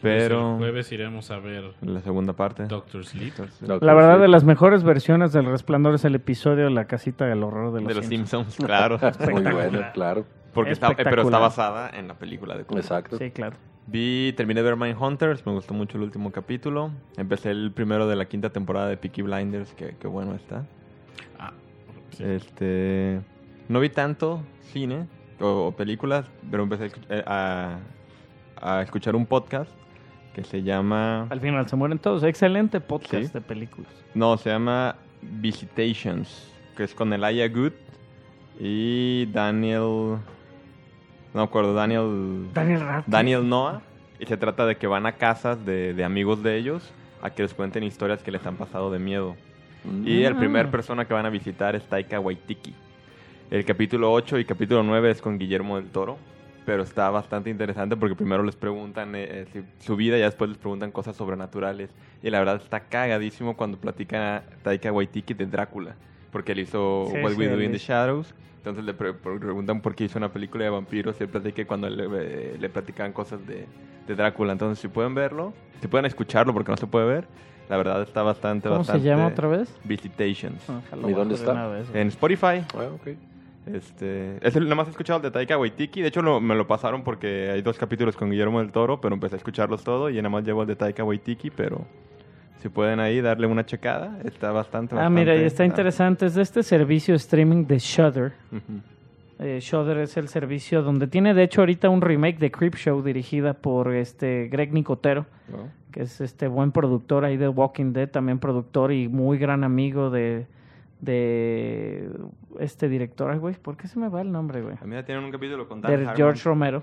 S5: Pero
S6: El jueves iremos a ver
S5: la segunda parte.
S6: Doctor Sleep.
S5: Entonces,
S4: No,
S3: La verdad,
S4: sí.
S3: de las mejores versiones del resplandor es el episodio de la casita del horror de los,
S5: de los
S3: Simpsons.
S5: Simpsons, claro.
S4: Muy
S3: espectacular.
S4: bueno, claro.
S5: Porque está, pero está
S3: Espectacular.
S5: basada en la película de Kubrick.
S4: Exacto.
S3: Sí, claro.
S5: Vi, terminé de ver Mindhunters, me gustó mucho el último capítulo. Empecé el primero de la quinta temporada de Peaky Blinders, que, que bueno está.
S6: Ah, sí.
S5: Este, no vi tanto cine o, o películas, pero empecé a escu- eh, a, a escuchar un podcast que se llama...
S3: Al final se mueren todos. Excelente podcast
S5: Sí.
S3: de películas.
S5: No, se llama Visitations, que es con Elijah Good y Daniel... No me acuerdo, Daniel...
S3: Daniel Radcliffe.
S5: Daniel Noah y se trata de que van a casas de, de amigos de ellos a que les cuenten historias que les han pasado de miedo. Y el
S3: Ah.
S5: primer persona que van a visitar es Taika Waititi. El capítulo 8 y capítulo 9 es con Guillermo del Toro, pero está bastante interesante porque primero les preguntan eh, eh, si- su vida y después les preguntan cosas sobrenaturales. Y la verdad está cagadísimo cuando platica Taika Waititi de Drácula, porque él hizo
S3: Sí,
S5: What
S3: sí,
S5: We Do
S3: él
S5: in the
S3: hizo.
S5: Shadows. Entonces le pre- pre- preguntan por qué hizo una película de vampiros y él platica que cuando le, eh, le platican cosas de, de Drácula. Entonces si pueden verlo, si pueden escucharlo porque no se puede ver, la verdad está bastante,
S3: ¿Cómo se
S5: bastante...
S3: llama otra vez? Ah.
S5: Visitations.
S3: Déjalo
S4: ¿Y
S3: bajo
S4: dónde
S3: de
S4: está?
S3: una vez, güey.
S5: En Spotify.
S4: Ah, ok.
S5: Este, es el nomás he escuchado el de Taika Waititi. De hecho, lo- me lo pasaron porque hay dos capítulos con Guillermo del Toro, pero empecé a escucharlos todo y nada más llevo el de Taika Waititi, pero si pueden ahí darle una checada, está bastante,
S3: Ah, mira, y
S5: bastante-
S3: está
S5: ah.
S3: interesante. Es de este servicio de streaming de Shudder.
S5: Ujú.
S3: Eh, Shudder es el servicio donde tiene, de hecho, ahorita un remake de Creepshow dirigida por este Greg Nicotero,
S4: No.
S3: que es este buen productor ahí de Walking Dead, también productor y muy gran amigo de, de este director. Ay, güey, ¿por qué se me va el nombre, güey?
S5: A mí ya tienen un capítulo con Dan
S3: De
S5: Harmon.
S3: George Romero.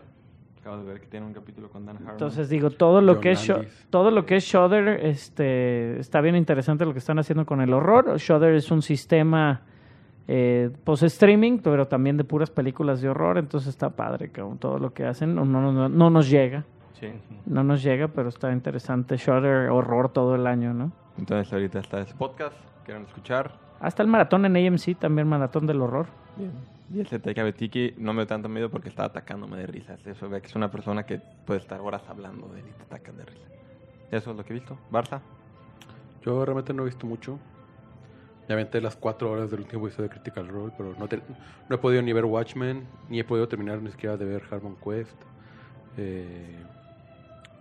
S5: Acabo de ver que tienen un capítulo con Dan Harmon.
S3: Entonces digo, todo lo
S2: John
S3: que es Sho-
S2: Landis.
S3: todo lo que es Shudder, este está bien interesante lo que están haciendo con el horror. Shudder es un sistema eh, post streaming, pero también de puras películas de horror, entonces está padre, cabrón. Todo lo que hacen no, no, no, no nos llega,
S5: Sí.
S3: no nos llega, pero está interesante Shudder horror todo el año, ¿no?
S5: Entonces, ahorita está ese podcast, quieran escuchar.
S3: Hasta el maratón en AMC, también maratón del horror.
S5: Bien. Y ese Taika Waititi no me dio tanto miedo porque estaba atacándome de risas. Eso ve que es una persona que puede estar horas hablando de él y te atacan de risa. Eso es lo que he visto. Barça.
S2: Yo realmente no he visto mucho. Ya aventé las cuatro horas del último episodio de Critical Role, pero no, te- no he podido ni ver Watchmen, ni he podido terminar ni siquiera de ver Harmon Quest. Eh,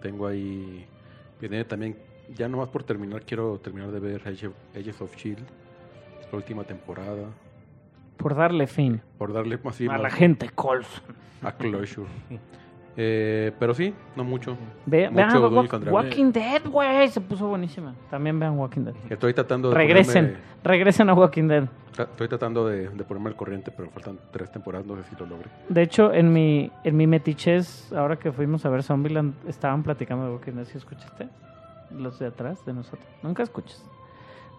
S2: tengo ahí. Viene también, ya nomás por terminar, quiero terminar de ver Age of, Ages of Shield, la última temporada,
S3: Por darle fin
S2: por darle así
S3: a
S2: más
S3: la gente, Colson.
S2: a closure. Eh, pero sí, no mucho.
S3: Ve-
S2: Mucho
S3: vean
S2: Godoy
S3: Walk-
S2: contra
S3: Walking Dead, güey, se puso buenísima. También vean Walking Dead.
S2: Estoy tratando de.
S3: Regresen,
S2: ponerme-
S3: regresen a Walking Dead.
S2: tra- estoy tratando de, de ponerme al corriente, pero faltan tres temporadas, no sé si lo logré.
S3: De hecho, en mi, en mi metichez, ahora que fuimos a ver Zombieland, estaban platicando de Walking Dead. ¿Sí escuchaste? Los de atrás, de nosotros. Nunca escuchas.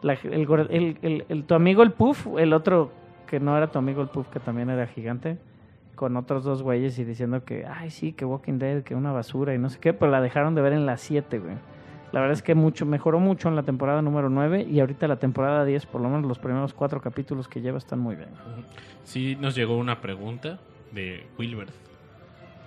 S3: La- el, gor- el- el- el- tu amigo el Puff, el otro que no era tu amigo el Puff, que también era gigante, con otros dos güeyes y diciendo que, ay, sí, que Walking Dead, que una basura y no sé qué, pero la dejaron de ver en la 7, güey. La verdad es que mucho, mejoró mucho en la temporada número 9 y ahorita la temporada 10, por lo menos los primeros cuatro capítulos que lleva están muy bien.
S6: Sí, nos llegó una pregunta de Wilbert,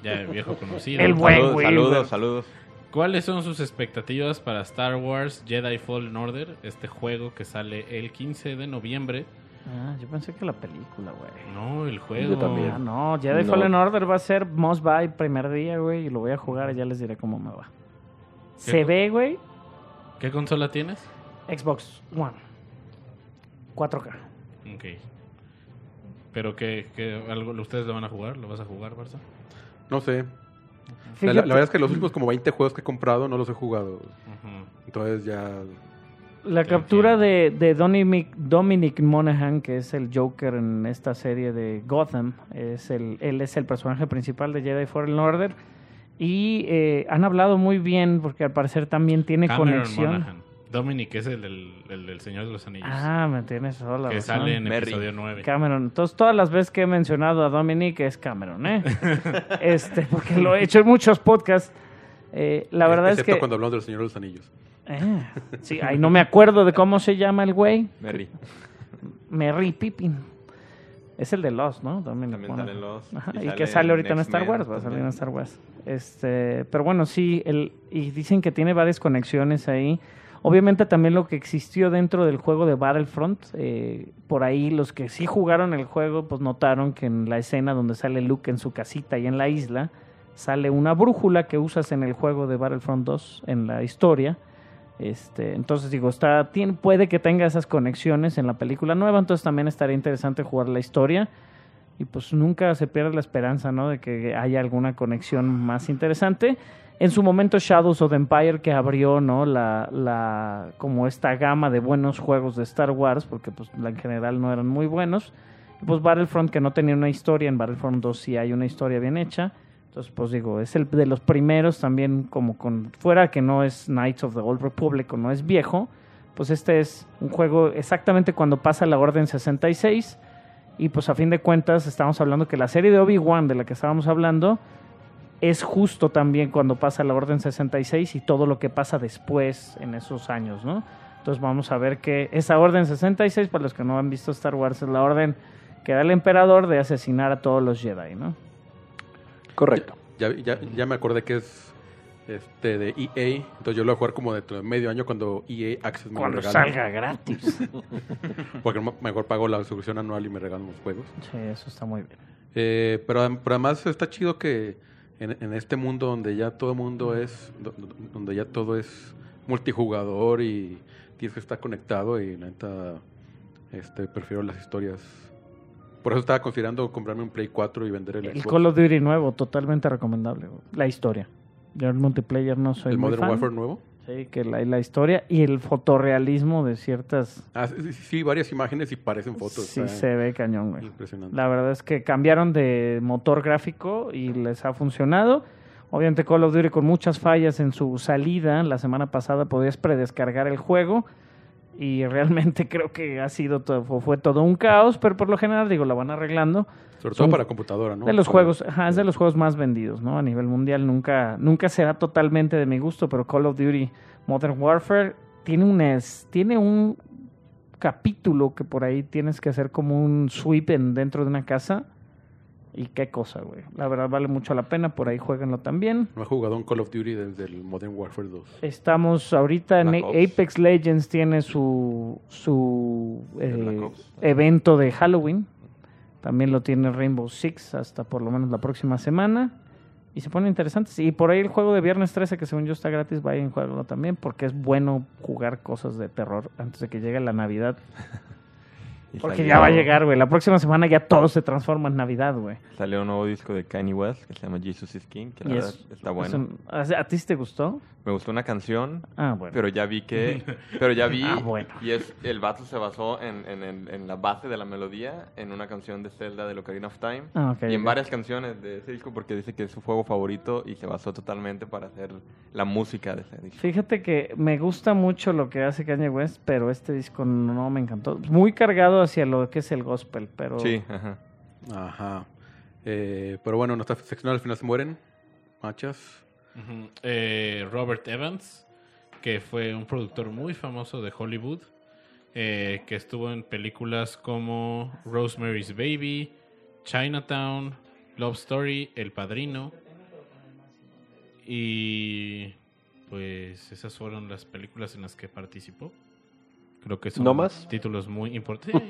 S6: ya el viejo conocido.
S3: El buen
S5: saludos,
S3: Wilbert.
S5: saludos, saludos.
S6: ¿Cuáles son sus expectativas para Star Wars Jedi Fallen Order? Este juego que sale el 15 de noviembre.
S3: Ah, yo pensé que la película, güey.
S6: No, el juego.
S4: Yo también.
S3: Ah, no, Jedi
S4: No.
S3: Fallen Order va a ser must buy primer día, güey, y lo voy a jugar y ya les diré cómo me va. Se
S6: co-
S3: ve, güey,
S6: ¿Qué consola tienes?
S3: Xbox One. 4K.
S6: Ok. ¿Pero qué, qué- algo, ustedes lo van a jugar? ¿Lo vas a jugar, Barça?
S2: No sé. La, la-
S3: Fíjate,
S2: la verdad es que los últimos como 20 juegos que he comprado no los he jugado.
S6: Ujú.
S2: Entonces ya...
S3: la captura de, de Dominic, Dominic Monaghan, que es el Joker en esta serie de Gotham, es el, él es el personaje principal de Jedi Fallen Order. Y eh, han hablado muy bien, porque al parecer también tiene
S6: Cameron
S3: conexión.
S6: Monaghan. Dominic es el del, el del Señor de los Anillos.
S3: Ah, me tienes toda la
S6: que
S3: razón.
S6: sale en
S5: Merry.
S6: episodio 9.
S3: Cameron. Entonces, todas las veces que he mencionado a Dominic es Cameron, ¿eh? este, porque lo he hecho en muchos podcasts. Eh, la verdad es
S2: Excepto
S3: que.
S2: cuando hablamos del Señor de los Anillos.
S3: Eh, sí, ahí no me acuerdo de cómo se llama el güey.
S5: Merry.
S3: Merry Pippin. Es el de Lost, ¿no? Dominic
S5: También
S3: Monaghan.
S5: sale Lost,
S3: Ajá,
S5: y
S3: Y,
S5: sale
S3: que sale
S5: en
S3: ahorita en
S5: X-Men
S3: Star Wars, va a salir en
S5: también.
S3: Star Wars. Este, pero bueno, sí, el, y dicen que tiene varias conexiones ahí. Obviamente también lo que existió dentro del juego de Battlefront, eh, por ahí los que sí jugaron el juego, pues notaron que en la escena donde sale Luke en su casita y en la isla, sale una brújula que usas en el juego de Battlefront 2, en la historia. Este, entonces digo, está, tiene- puede que tenga esas conexiones en la película nueva, entonces también estaría interesante jugar la historia. Y pues nunca se pierde la esperanza, ¿no? De que haya alguna conexión más interesante. En su momento Shadows of the Empire que abrió, ¿no? La, la, como esta gama de buenos juegos de Star Wars, porque pues la- en general no eran muy buenos. Y pues Battlefront que no tenía una historia, en Battlefront 2 sí hay una historia bien hecha. Entonces pues digo, es el de los primeros también como con, fuera que no es Knights of the Old Republic o no es viejo, pues este es un juego exactamente cuando pasa la Orden 66. Y pues a fin de cuentas estamos hablando que la serie de Obi-Wan de la que estábamos hablando es justo también cuando pasa la Orden 66 y todo lo que pasa después en esos años, ¿no? Entonces vamos a ver que esa Orden 66, para los que no han visto Star Wars, es la orden que da el emperador de asesinar a todos los Jedi, ¿no?
S4: Correcto.
S2: Ya, ya, ya me acordé que es este de EA. Entonces yo lo voy a jugar como dentro de medio año cuando EA Access me lo
S3: Cuando
S2: regala.
S3: salga gratis.
S2: Porque me- mejor pago la suscripción anual y me regalan los juegos.
S3: Sí, eso está muy bien.
S2: Eh, pero, adem- pero además está chido que en, en este mundo donde ya todo mundo es, do- do- donde ya todo es multijugador y tienes que estar conectado y la neta, este, prefiero las historias. Por eso estaba considerando comprarme un Play 4 y vender el,
S3: El
S2: Xbox.
S3: Call of Duty nuevo, totalmente recomendable. güey. La historia. Yo el multiplayer no soy
S2: el
S3: muy
S2: Modern
S3: fan.
S2: Warfare nuevo.
S3: Sí, que la, la historia y el fotorrealismo de ciertas...
S2: Ah, sí, sí, sí, varias imágenes y parecen fotos.
S3: sí,
S2: está
S3: se ve cañón, güey.
S2: Impresionante.
S3: La verdad es que cambiaron de motor gráfico y les ha funcionado. Obviamente Call of Duty con muchas fallas en su salida. La semana pasada podías predescargar el juego. Y realmente creo que ha sido todo, fue- fue todo un caos, pero por lo general digo, la van arreglando.
S2: Sobre todo
S3: son-
S2: para computadora, ¿no?
S3: de los
S2: Para-
S3: juegos, ajá, es de los juegos más vendidos, ¿no? A nivel mundial nunca, nunca será totalmente de mi gusto, pero Call of Duty Modern Warfare tiene un es- tiene un capítulo que por ahí tienes que hacer como un sweep en, dentro de una casa. Y qué cosa, güey. La verdad vale mucho la pena, por ahí jueguenlo también.
S2: No he jugado un Call of Duty desde el Modern Warfare 2.
S3: Estamos ahorita en
S5: Black Ops.
S3: Apex Legends tiene su su
S5: El
S3: eh,
S5: Black Ops.
S3: evento de Halloween. También lo tiene Rainbow Six hasta por lo menos la próxima semana. Y se pone interesante. Y por ahí el juego de Viernes 13, que según yo está gratis, vayan a jugarlo también, porque es bueno jugar cosas de terror antes de que llegue la Navidad.
S5: Y
S3: Porque
S5: salió-
S3: ya va a llegar, güey. La próxima semana ya todo se transforma en Navidad, güey.
S5: Salió un nuevo disco de Kanye West que se llama Jesus is King, que la
S3: Y
S5: verdad
S3: es-
S5: está Ah, bueno.
S3: Es un- ¿A a ti sí te gustó?
S5: Me gustó una canción,
S3: Ah, bueno.
S5: pero ya vi que... Pero ya vi...
S3: Ah, bueno.
S5: Y es, el vato se basó en, en, en- en la base de la melodía, en una canción de Zelda de Ocarina of Time.
S3: Ah, ok,
S5: Y en
S3: ok.
S5: varias canciones de ese disco porque dice que es su juego favorito y se basó totalmente para hacer la música de ese disco.
S3: Fíjate que me gusta mucho lo que hace Kanye West, pero este disco no me encantó. Muy cargado hacia lo que es el gospel, pero
S5: Sí, ajá.
S2: Ajá. Eh, pero bueno, nuestra sección al final se mueren. Machas.
S6: Ujú. Eh, Robert Evans, que fue un productor muy famoso de Hollywood, eh, que estuvo en películas como Rosemary's Baby, Chinatown, Love Story, El Padrino y pues esas fueron las películas en las que participó. Creo que son
S4: ¿No más?
S6: títulos muy importantes.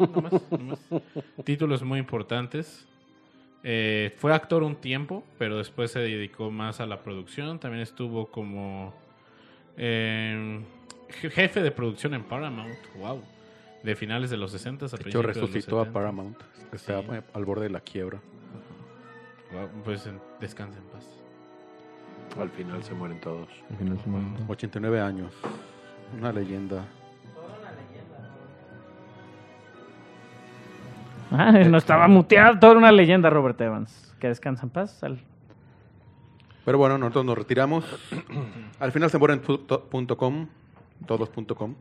S6: títulos muy importantes. Eh, fue actor un tiempo, pero después se dedicó más a la producción. También estuvo como eh, je- jefe de producción en Paramount. Wow. De finales de los 60 a
S2: De hecho,
S6: principios de los
S2: resucitó a
S6: 70.
S2: Paramount. que Estaba
S6: Sí.
S2: eh, al borde de la quiebra.
S6: Guau, pues en- descansa en paz.
S4: Al final se mueren todos.
S5: Al final se muere.
S2: 89 años. Una leyenda.
S3: Ah, no estaba
S5: Este,
S3: muteado. Toda una leyenda, Robert Evans. Que descansa en paz. Sal.
S2: Pero bueno, nosotros nos retiramos. Al final se mueren.com, todos.com.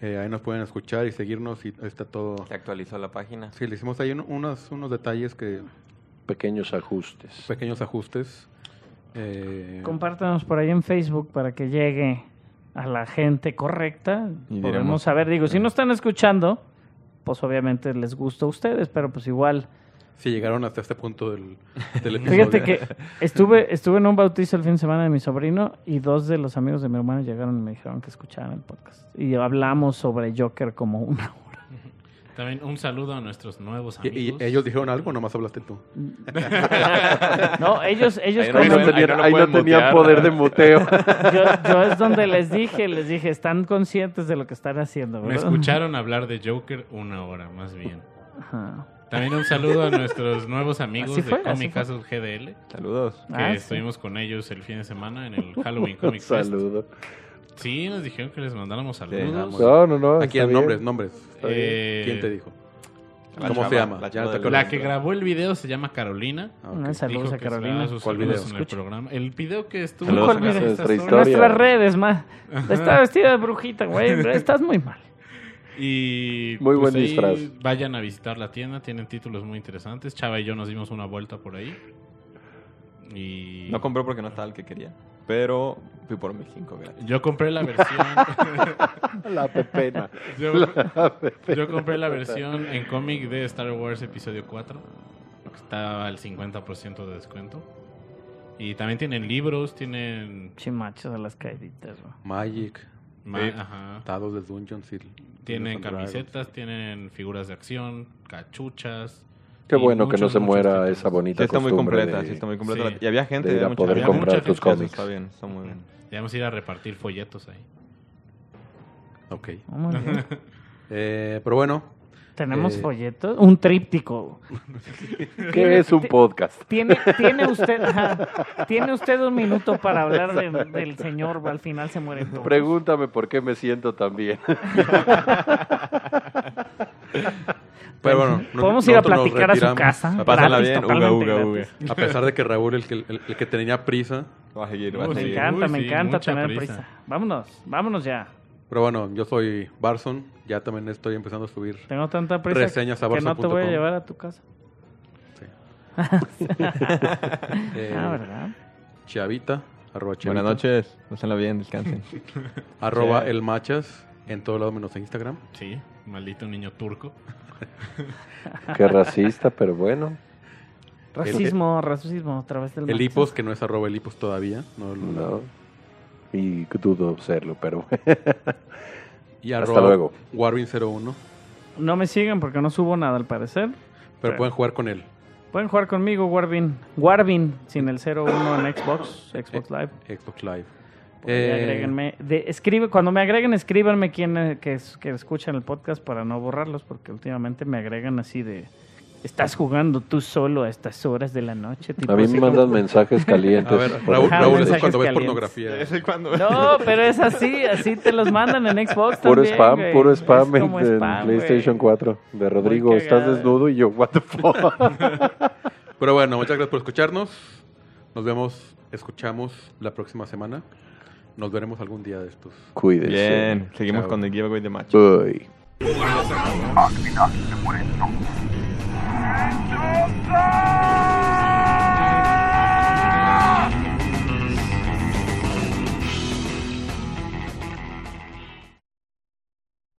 S2: Eh, ahí nos pueden escuchar y seguirnos y ahí está todo.
S7: Se actualizó la página.
S2: Sí, le hicimos ahí un- unos, unos detalles que
S4: Pequeños ajustes.
S2: pequeños ajustes. Eh,
S3: Compártanos por ahí en Facebook para que llegue a la gente correcta.
S5: Y
S3: Podemos
S5: diremos-
S3: saber, digo, si no están escuchando, pues obviamente les gusta a ustedes, pero pues igual.
S2: si llegaron hasta este punto del, del episodio.
S3: Fíjate que estuve, estuve en un bautizo el fin de semana de mi sobrino y dos de los amigos de mi hermano llegaron y me dijeron que escucharan el podcast. Y hablamos sobre Joker como una hora.
S6: También un saludo a nuestros nuevos
S2: ¿Y, y
S6: amigos.
S2: ellos dijeron algo o nomás hablaste tú?
S3: No, ellos, ellos
S7: Ahí no
S4: Ahí no
S7: Ahí
S3: comentan-
S4: tenían,
S7: no lo
S4: ahí no
S7: pueden
S4: tenían
S7: mutear.
S4: poder de muteo.
S3: yo, yo es donde les dije, les dije, están conscientes de lo que están haciendo,
S6: Me
S3: ¿verdad?
S6: escucharon hablar de Joker una hora, más bien.
S3: Ajá.
S6: También un saludo a nuestros nuevos amigos
S3: Así fue,
S6: de
S3: así
S6: Comic
S3: fue.
S6: Castle GDL,
S5: Saludos.
S6: que
S3: Ah, sí.
S6: estuvimos con ellos el fin de semana en el Halloween Comic Fest.
S4: Saludo.
S6: Sí, nos dijeron que les mandáramos
S5: Sí,
S6: saludos.
S5: vamos.
S4: No, no, no.
S2: Aquí
S4: Ah, está
S2: hay nombres,
S4: bien.
S2: nombres.
S4: bien.
S6: Eh,
S2: ¿Quién te dijo?
S7: La
S2: ¿Cómo
S7: chava,
S2: se llama?
S7: la
S2: Ya
S7: chava
S2: no te
S7: del-
S2: acuerdas.
S6: La que grabó el video se llama Carolina.
S2: Ah,
S3: Un
S2: ok.
S3: saludos
S6: Dijo
S3: a
S6: que se
S3: Carolina.
S6: da sus
S2: ¿Cuál
S6: saludos
S2: video?
S6: en el programa. El video que estuvo
S5: Saludos
S6: en
S3: a
S6: nuestras
S4: nuestra
S6: horas.
S4: historia.
S3: Nuestras redes, más. Está vestida de brujita, güey. Estás muy mal.
S6: Y pues,
S4: Muy buen
S6: ahí
S4: disfraz.
S6: Vayan a visitar la tienda, tienen títulos muy interesantes. Chava y yo nos dimos una vuelta por ahí. Y
S5: No compré porque no estaba el que quería. Pero fui por mis cinco gratis.
S6: yo compré la versión.
S4: La pepena.
S6: yo,
S4: La pepena.
S6: yo compré la versión en cómic de Star Wars Episodio 4. que Está al 50% de descuento. Y también tienen libros, tienen.
S3: Chimachos a las caiditas, güey.
S2: Magic,
S6: ma-
S2: Sí.
S6: ajá.
S2: Tados de Dungeons y...
S6: Tienen
S2: Dungeons and Dragons.
S6: camisetas, tienen figuras de acción, cachuchas.
S4: Qué
S6: y
S4: bueno que
S6: muchos,
S4: no se
S6: muchos
S4: muera
S6: títulos.
S4: esa bonita
S5: Sí, está muy
S4: costumbre
S5: completa,
S4: de-
S5: sí, está muy completa.
S6: Sí.
S5: Y había gente,
S4: de ir
S5: había
S4: a
S5: mucha-
S4: poder
S6: había
S4: comprar
S6: mucha
S4: tus
S6: gente, eso
S5: Eso
S4: cómics.
S5: Está bien, está muy bien.
S6: Ya vamos a ir a repartir folletos ahí.
S2: Ok.
S3: Oh, muy bien.
S2: Eh, pero bueno,
S3: Tenemos
S2: Eh.
S3: folletos. Un tríptico.
S4: ¿Qué es un podcast?
S3: ¿Tiene, tiene usted ajá, tiene usted un minuto para hablar de- del señor. Al final se muere todo.
S4: Pregúntame por qué me siento tan bien.
S2: pero bueno. no-
S3: Podemos ir a
S2: nosotros nos
S3: platicar a su
S2: retiramos.
S3: casa.
S5: Pásenla
S3: gratis,
S5: bien, uga,
S3: totalmente
S5: uga, uga.
S3: gratis.
S2: A pesar de que Raúl, el que, el- el que tenía prisa.
S5: Va a seguir, va
S6: Uy,
S5: a
S6: sí.
S3: Me
S5: seguir.
S3: encanta,
S6: Uy,
S3: me
S6: sí,
S3: encanta
S6: mucha
S3: tener
S6: prisa.
S3: prisa. Vámonos, vámonos ya.
S2: Pero bueno, yo soy Barson. Ya también estoy empezando a subir.
S3: Tengo tanta prisa
S2: Reseñas a
S3: que no te voy a
S2: barça.com.
S3: llevar a tu casa.
S2: Eh,
S3: Ah, ¿verdad?
S2: Chavita, arroba Chavita.
S5: Buenas noches. Pásenla bien, descansen.
S2: Arroba
S5: Sí.
S2: el Machas en todo lado menos en Instagram.
S6: Sí, maldito niño turco.
S4: Qué racista, pero bueno.
S3: Racismo, racismo, a través del
S2: El
S3: machismo.
S2: Hipos, que no es arroba el Hipos todavía. no lo-
S4: No. Y dudo serlo, pero
S2: Y
S4: Hasta
S2: arroba
S4: luego.
S2: Warwin01.
S3: No me siguen porque no subo nada al parecer.
S2: Pero
S3: Sí.
S2: pueden jugar con él.
S3: Pueden jugar conmigo, Warvin. Warvin, sin el 01 en Xbox,
S2: Eh,
S3: Xbox Live.
S2: Xbox Live.
S3: Por ahí
S2: Eh,
S3: agréguenme. De- escribe, cuando me agreguen, escríbanme quién eh, que, es- que escuchan el podcast para no borrarlos, porque últimamente me agregan así de. Estás jugando tú solo a estas horas de la noche. tipo
S4: a mí
S3: así
S4: me
S3: como-
S4: mandan mensajes calientes.
S2: A ver,
S4: por
S2: Raúl,
S3: Ah,
S4: el-
S2: Raúl, eso es
S3: mensajes
S2: cuando ves
S3: calientes.
S2: pornografía.
S5: es cuando...
S3: No, pero es así, así te los mandan en Xbox
S4: Puro
S3: también,
S4: spam,
S3: güey.
S4: puro
S3: Es
S4: spam en,
S3: como
S4: en
S3: spam, güey.
S4: PlayStation 4 de Rodrigo.
S3: Muy
S4: Estás
S3: cagado.
S4: desnudo y yo, what the fuck.
S2: Pero bueno, muchas gracias por escucharnos. Nos vemos, escuchamos la próxima semana. Nos veremos algún día de estos.
S4: Cuídense.
S5: Bien, seguimos
S2: Chao.
S5: con el giveaway de macho.
S4: Bye.
S1: Al final se mueren todos.